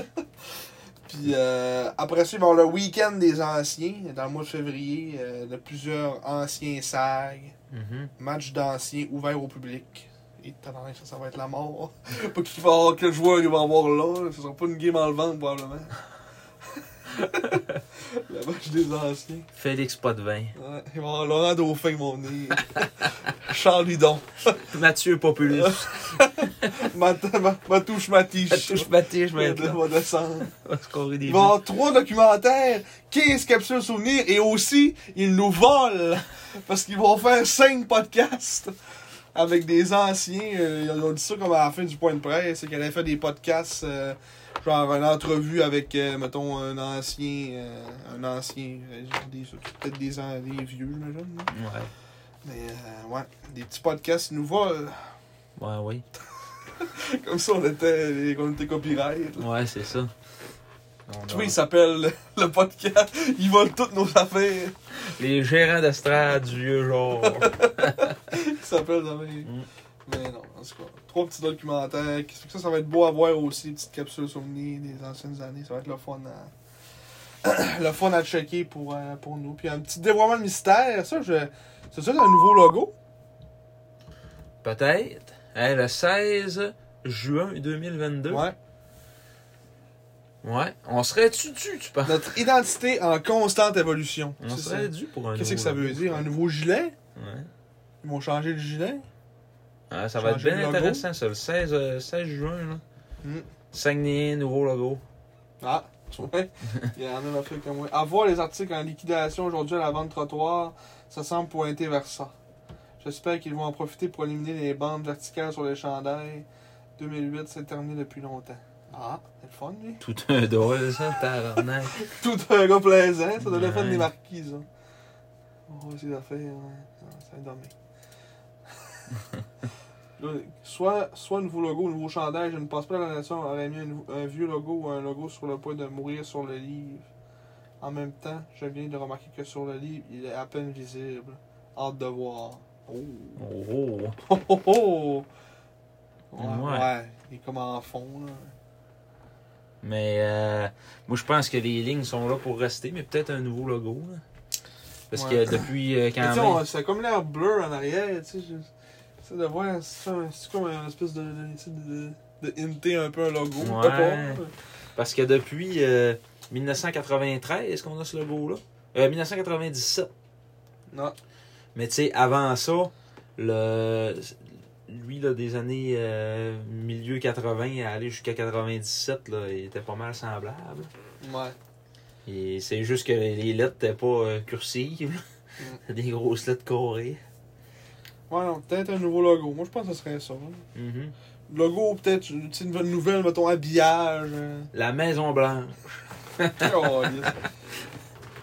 Speaker 2: Puis euh, après ça, ils vont avoir le week-end des anciens, dans le mois de février, euh, de plusieurs anciens SAG.
Speaker 1: Mhm.
Speaker 2: Match d'anciens ouvert au public. Et tabarnak, ça, ça va être la mort. pas qu'il va avoir que le joueur il va avoir là. Ce sera pas une game en le ventre, probablement. le match des anciens.
Speaker 1: Félix Potvin.
Speaker 2: Ouais, il va y avoir Laurent Dauphin qui vont venir. Charles Hudon.
Speaker 1: Mathieu Populus.
Speaker 2: Mat- ma- Matouche Matiche.
Speaker 1: Touche Mathieu, je vais être
Speaker 2: Il
Speaker 1: là.
Speaker 2: va descendre.
Speaker 1: On va scorer des
Speaker 2: Il
Speaker 1: buts.
Speaker 2: va y avoir trois documentaires, 15 capsules souvenirs et aussi, ils nous volent parce qu'ils vont faire 5 podcasts avec des anciens. Euh, Ils ont dit ça comme à la fin du point de presse, c'est qu'ils avaient fait des podcasts, euh, genre une entrevue avec, euh, mettons, un ancien, euh, un ancien, euh, des- peut-être des, an- des vieux, j'imagine. là.
Speaker 1: Ouais.
Speaker 2: Mais euh, ouais, des petits podcasts, ils nous volent.
Speaker 1: Ouais, oui.
Speaker 2: Comme ça, on était, on était copyright. là.
Speaker 1: Ouais, c'est ça. On
Speaker 2: Tu vois,
Speaker 1: a-
Speaker 2: il s'appelle le podcast. Ils volent toutes nos affaires.
Speaker 1: Les gérants d'estrade du vieux genre.
Speaker 2: qui s'appelle jamais.
Speaker 1: Mm.
Speaker 2: Mais non, en tout cas. Trois petits documentaires. Qu'est-ce que ça, ça va être beau à voir aussi. Petite capsule souvenir des anciennes années. Ça va être le fun à. le fun à checker pour, euh, pour nous. Puis un petit dévoilement de mystère. Ça, je. C'est ça, un nouveau logo.
Speaker 1: Peut-être. Hein, le 16 juin 2022.
Speaker 2: Ouais.
Speaker 1: Ouais, on serait tu tu tu penses?
Speaker 2: Notre identité en constante évolution.
Speaker 1: On
Speaker 2: Ben, C'est ça.
Speaker 1: serait dû pour un
Speaker 2: Qu'est-ce que
Speaker 1: nouveau
Speaker 2: ça veut
Speaker 1: logo.
Speaker 2: dire hein? Un nouveau gilet
Speaker 1: Ouais.
Speaker 2: Ils vont changer le gilet
Speaker 1: Ah, ça va être
Speaker 2: Changer
Speaker 1: bien
Speaker 2: le logo.
Speaker 1: intéressant ça, le 16, euh, 16 juin là.
Speaker 2: Mm.
Speaker 1: Saguenay, nouveau logo.
Speaker 2: Ah, ouais. Il y en a même affaire comme moi. Avoir les articles en liquidation aujourd'hui à la vente trottoir, ça semble pointer vers ça. J'espère qu'ils vont en profiter pour éliminer les bandes verticales sur les chandails. 2008, c'est terminé depuis longtemps. Ah, c'est le fun, lui.
Speaker 1: Tout un drôle ça, tabarnak.
Speaker 2: Tout un gars plaisant, ça donne le fun
Speaker 1: Ouais.
Speaker 2: des marquises. hein. Oh, On va essayer de faire. hein. Ça va dormir. Là, Soit, soit nouveau logo, nouveau chandail, je ne pense pas que la nation aurait mis un, nou- un vieux logo ou un logo sur le point de mourir sur le livre. En même temps, je viens de remarquer que sur le livre, il est à peine visible. Hâte de voir. Oh.
Speaker 1: Oh, oh.
Speaker 2: Oh, oh, oh. Ouais,
Speaker 1: Ouais.
Speaker 2: ouais, il est comme en fond. Là.
Speaker 1: Mais euh, moi je pense que les lignes sont là pour rester, mais peut-être un nouveau logo là. Parce
Speaker 2: Ouais.
Speaker 1: que depuis euh,
Speaker 2: Mais
Speaker 1: quand
Speaker 2: tu sais,
Speaker 1: même.
Speaker 2: on- ça a comme l'air bleu en arrière, tu sais. je- Tu sais, de voir, c'est ça, c'est comme une espèce de. de, tu sais, de, de hinter un peu un logo.
Speaker 1: Ouais.
Speaker 2: je sais pas.
Speaker 1: Parce que depuis euh, 1993 qu'on a ce logo là. Euh, 1997.
Speaker 2: Non.
Speaker 1: Mais tu sais, avant ça, le lui là, des années euh, milieu 80 à aller jusqu'à 97, là, il était pas mal semblable.
Speaker 2: Ouais.
Speaker 1: Et c'est juste que les lettres n'étaient pas euh, cursives. C'était des grosses lettres carrées.
Speaker 2: Ouais, non, peut-être un nouveau logo. Moi, je pense que ce serait ça. hein.
Speaker 1: Mhm.
Speaker 2: Logo, peut-être, tu sais, une bonne nouvelle, mettons, habillage. euh.
Speaker 1: La Maison Blanche.
Speaker 2: Oh, yes.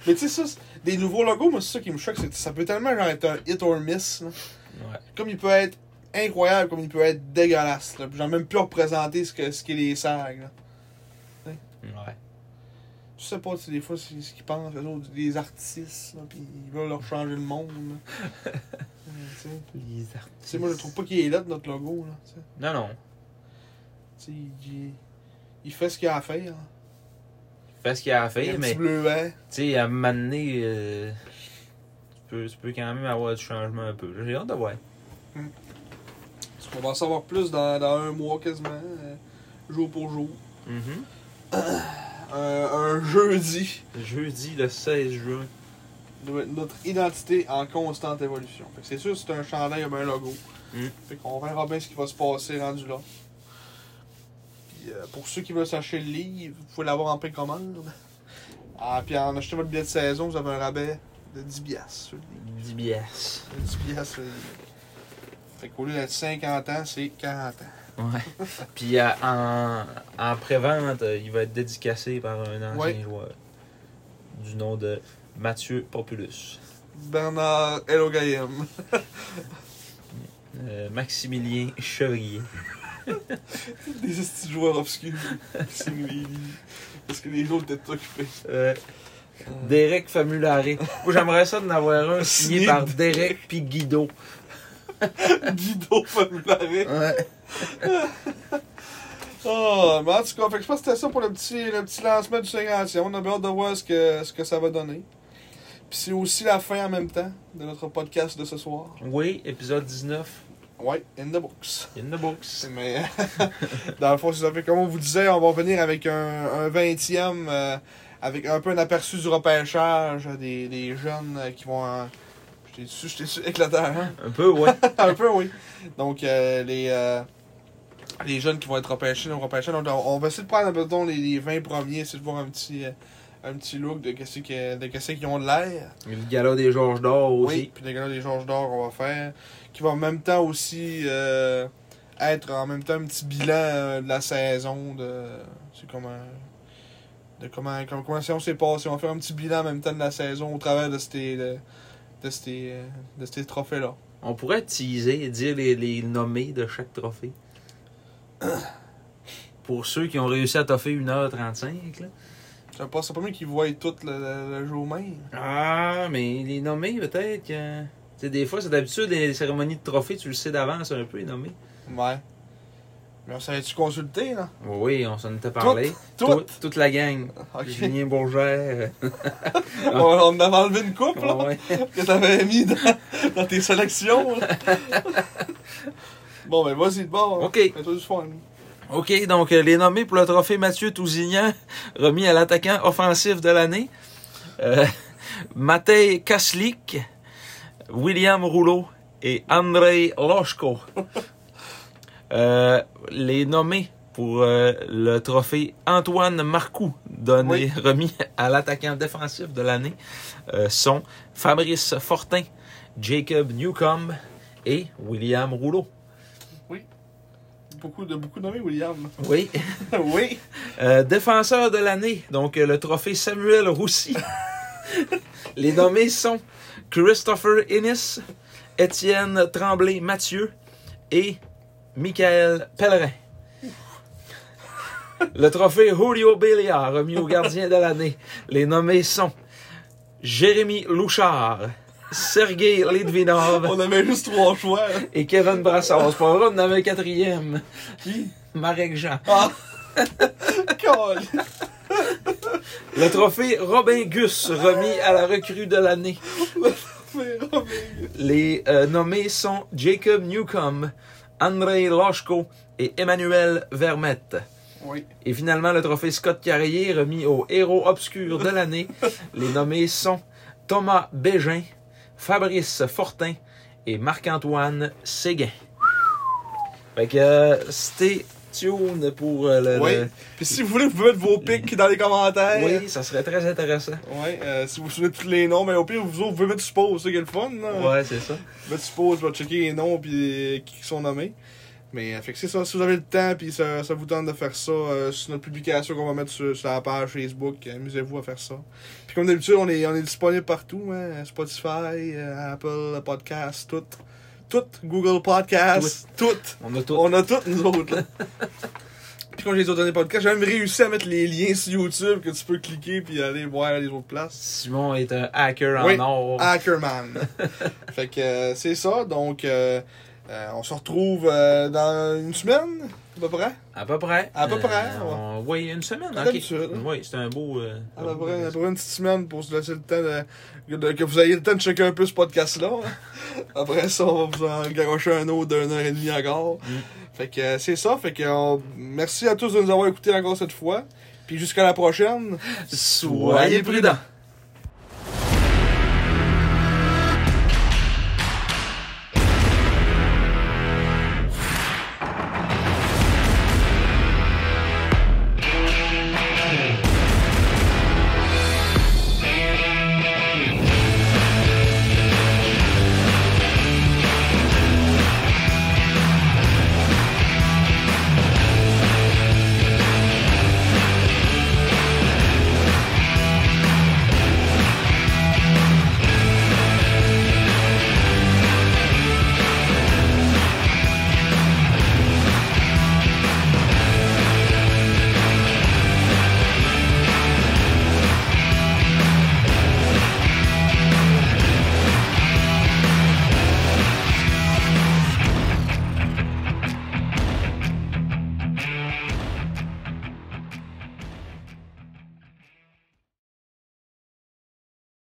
Speaker 2: Mais tu sais, ça, c'est- des nouveaux logos, moi, c'est ça qui me choque. c'est que Ça peut tellement genre, être un hit or miss. là.
Speaker 1: Ouais.
Speaker 2: Comme il peut être incroyable, comme il peut être dégueulasse. Là. Puis Genre, même plus représenter ce qu'est ce qu'est les sags. là.
Speaker 1: Ouais.
Speaker 2: Tu sais pas, tu sais, des fois, c'est ce qu'ils pensent, les autres, les artistes, là, pis ils veulent leur changer le monde, là. Ouais, tu sais.
Speaker 1: Les
Speaker 2: Tu sais, moi, je trouve pas qu'il est là, notre logo, là, tu sais.
Speaker 1: Non, non.
Speaker 2: Tu sais, il, il- il fait ce qu'il a à faire. hein.
Speaker 1: Fais ce qu'il y a à
Speaker 2: Il y a
Speaker 1: faire,
Speaker 2: un
Speaker 1: mais
Speaker 2: petit
Speaker 1: tu
Speaker 2: bleuet.
Speaker 1: sais, à un moment donné, euh, tu, peux, tu peux quand même avoir du changement un peu. J'ai hâte de voir.
Speaker 2: On va en
Speaker 1: Mm-hmm.
Speaker 2: savoir plus dans, dans un mois, quasiment, euh, jour pour jour.
Speaker 1: Mhm.
Speaker 2: euh, un jeudi.
Speaker 1: Jeudi le 16 juin.
Speaker 2: Doit être Notre identité en constante évolution. Fait que c'est sûr, c'est un chandail avec un logo.
Speaker 1: Mm.
Speaker 2: Fait qu'on verra bien ce qui va se passer rendu là. Puis, euh, pour ceux qui veulent s'acheter le livre, vous pouvez l'avoir en précommande. Ah, puis en achetant votre billet de saison, vous avez un rabais de 10 piastres sur le livre.
Speaker 1: 10 biasses.
Speaker 2: 10 piastres sur le livre. Fait qu'au lieu d'être 50 ans, c'est 40 ans.
Speaker 1: Ouais. Puis euh, en, en pré-vente, euh, il va être dédicacé par un ancien
Speaker 2: Ouais.
Speaker 1: joueur du nom de Mathieu Populus.
Speaker 2: Bernard Elogayem.
Speaker 1: Euh, Maximilien Chevrier.
Speaker 2: Des petits joueurs obscurs. C'est les- Parce que les autres étaient occupés.
Speaker 1: Euh, Derek Famulari. Moi, j'aimerais ça d'en avoir un signé
Speaker 2: Signé
Speaker 1: par Derek puis Guido.
Speaker 2: Guido Famulare.
Speaker 1: Ouais.
Speaker 2: Oh, mais en tout cas, fait que je pense que c'était ça pour le petit, le petit lancement du 50e. On a bien hâte de voir ce que, ce que ça va donner. Puis c'est aussi la fin en même temps de notre podcast de ce soir.
Speaker 1: Oui, épisode 19.
Speaker 2: Ouais, in the books.
Speaker 1: In the books.
Speaker 2: Mais dans le fond, c'est ça. Fait que comme on vous disait, on va revenir avec un, un 20e, euh, avec un peu un aperçu du repêchage des, des jeunes euh, qui vont en... Je t'ai su, je t'ai su, éclateur, hein?
Speaker 1: Un peu, ouais.
Speaker 2: un peu, oui. Donc, euh, les, euh, les jeunes qui vont être repêchés, non repêchés. Donc, on, on va essayer de prendre, mettons, les, les 20 premiers, essayer de voir un petit, euh, un petit look de qu'est-ce que- de qu'est-ce qu'ils ont de l'air.
Speaker 1: Le gala des Georges d'Or
Speaker 2: Oui.
Speaker 1: aussi.
Speaker 2: Puis les gars, les Georges d'or, on va faire. Qui va en même temps aussi euh, être en même temps un petit bilan euh, de la saison. de C'est comme un. De comment, comme- comment si on s'est passé. On va faire un petit bilan en même temps de la saison au travers de ces, de, de ces, euh, de ces trophées-là.
Speaker 1: On pourrait teaser et dire les, les nommés de chaque trophée. Pour ceux qui ont réussi à toffer 1h35. Là.
Speaker 2: Je pense c'est pas mieux qu'ils voient tout le, le- le jour même.
Speaker 1: Ah, mais les nommés, peut-être que. Tu sais, des fois, c'est d'habitude, les cérémonies de trophées, tu le sais d'avance un peu, les nommés.
Speaker 2: Ouais. Mais on savait-tu consulter, là?
Speaker 1: Oui, on s'en était parlé.
Speaker 2: Tout!
Speaker 1: Toute- toute la gang.
Speaker 2: Ok.
Speaker 1: Julien Bourgère.
Speaker 2: On, on avait enlevé une coupe, là,
Speaker 1: Ouais.
Speaker 2: que t'avais mis dans, dans tes sélections. là. bon, ben, vas-y de bord.
Speaker 1: Ok.
Speaker 2: Fais-toi du fun.
Speaker 1: OK, donc euh, les nommés pour le trophée Mathieu Tousignan, remis à l'attaquant offensif de l'année. Euh, Matej Kaslik, William Rouleau et Andrei Loshko. Euh, les nommés pour euh, le trophée Antoine Marcoux, donné, remis à l'attaquant défensif de l'année, euh, sont Fabrice Fortin, Jacob Newcomb et William Rouleau.
Speaker 2: Beaucoup de, beaucoup de nommés, William.
Speaker 1: Oui.
Speaker 2: oui.
Speaker 1: Euh, défenseur de l'année, donc euh, le trophée Samuel Roussy. Les nommés sont Christopher Innes, Étienne Tremblay Mathieu et Michael Pellerin. Le trophée Julio Béliard, remis au gardien de l'année. Les nommés sont Jérémy Louchard, Sergei Litvinov
Speaker 2: On avait juste trois choix. là.
Speaker 1: et Kevin Brassard. C'est pas vrai, on en avait un quatrième.
Speaker 2: Qui?
Speaker 1: Marek Jean.
Speaker 2: Ah! Colle.
Speaker 1: Le trophée Robin Gus remis à la recrue de l'année.
Speaker 2: Mais, Robin,
Speaker 1: Les euh, nommés sont Jacob Newcomb, Andrei Loshko et Emmanuel Vermette.
Speaker 2: Oui.
Speaker 1: Et finalement, le trophée Scott Carrier remis au héros obscur de l'année. Les nommés sont Thomas Bégin, Fabrice Fortin et Marc-Antoine Séguin. Fait que euh, stay tuned pour euh, le...
Speaker 2: Oui.
Speaker 1: le-
Speaker 2: Puis si vous voulez, vous pouvez mettre vos pics dans les commentaires.
Speaker 1: Oui, ça serait très intéressant.
Speaker 2: Ouais, euh, si vous souvenez tous les noms, mais au pire, vous autres, vous pouvez mettre sur pause, c'est ça qui est le fun, là.
Speaker 1: Ouais, c'est ça.
Speaker 2: Mettre sur pause, je vais checker les noms puis euh, qui sont nommés. Mais, euh, fait que c'est ça, si vous avez le temps puis ça, ça vous tente de faire ça, euh, sur notre publication qu'on va mettre sur, sur la page Facebook, euh, amusez-vous à faire ça. Puis comme d'habitude, on est, on est disponible partout, hein, Spotify, euh, Apple Podcast, tout. Tout, Google Podcast, tout.
Speaker 1: On a tout.
Speaker 2: On a tout, nous autres, là. Puis quand j'ai les autres derniers podcasts, j'ai même réussi à mettre les liens sur YouTube que tu peux cliquer puis aller voir les autres places.
Speaker 1: Simon est un hacker en
Speaker 2: Oui.
Speaker 1: or.
Speaker 2: Ackerman. fait que euh, c'est ça. Donc, euh, euh, on se retrouve euh, dans une semaine, à peu près.
Speaker 1: À peu près.
Speaker 2: À peu près, ouais.
Speaker 1: on- Oui, une semaine.
Speaker 2: Comme
Speaker 1: ok.
Speaker 2: d'habitude.
Speaker 1: Oui, c'est un beau. euh,
Speaker 2: À peu près, à peu près une petite semaine pour se laisser le temps de, de- que vous ayez le temps de checker un peu ce podcast-là. Après ça, on va vous en garocher un autre d'une heure et demie encore. Fait que euh, c'est ça. Fait que euh, merci à tous de nous avoir écoutés encore cette fois.
Speaker 4: Puis jusqu'à la prochaine.
Speaker 2: Soyez prudents.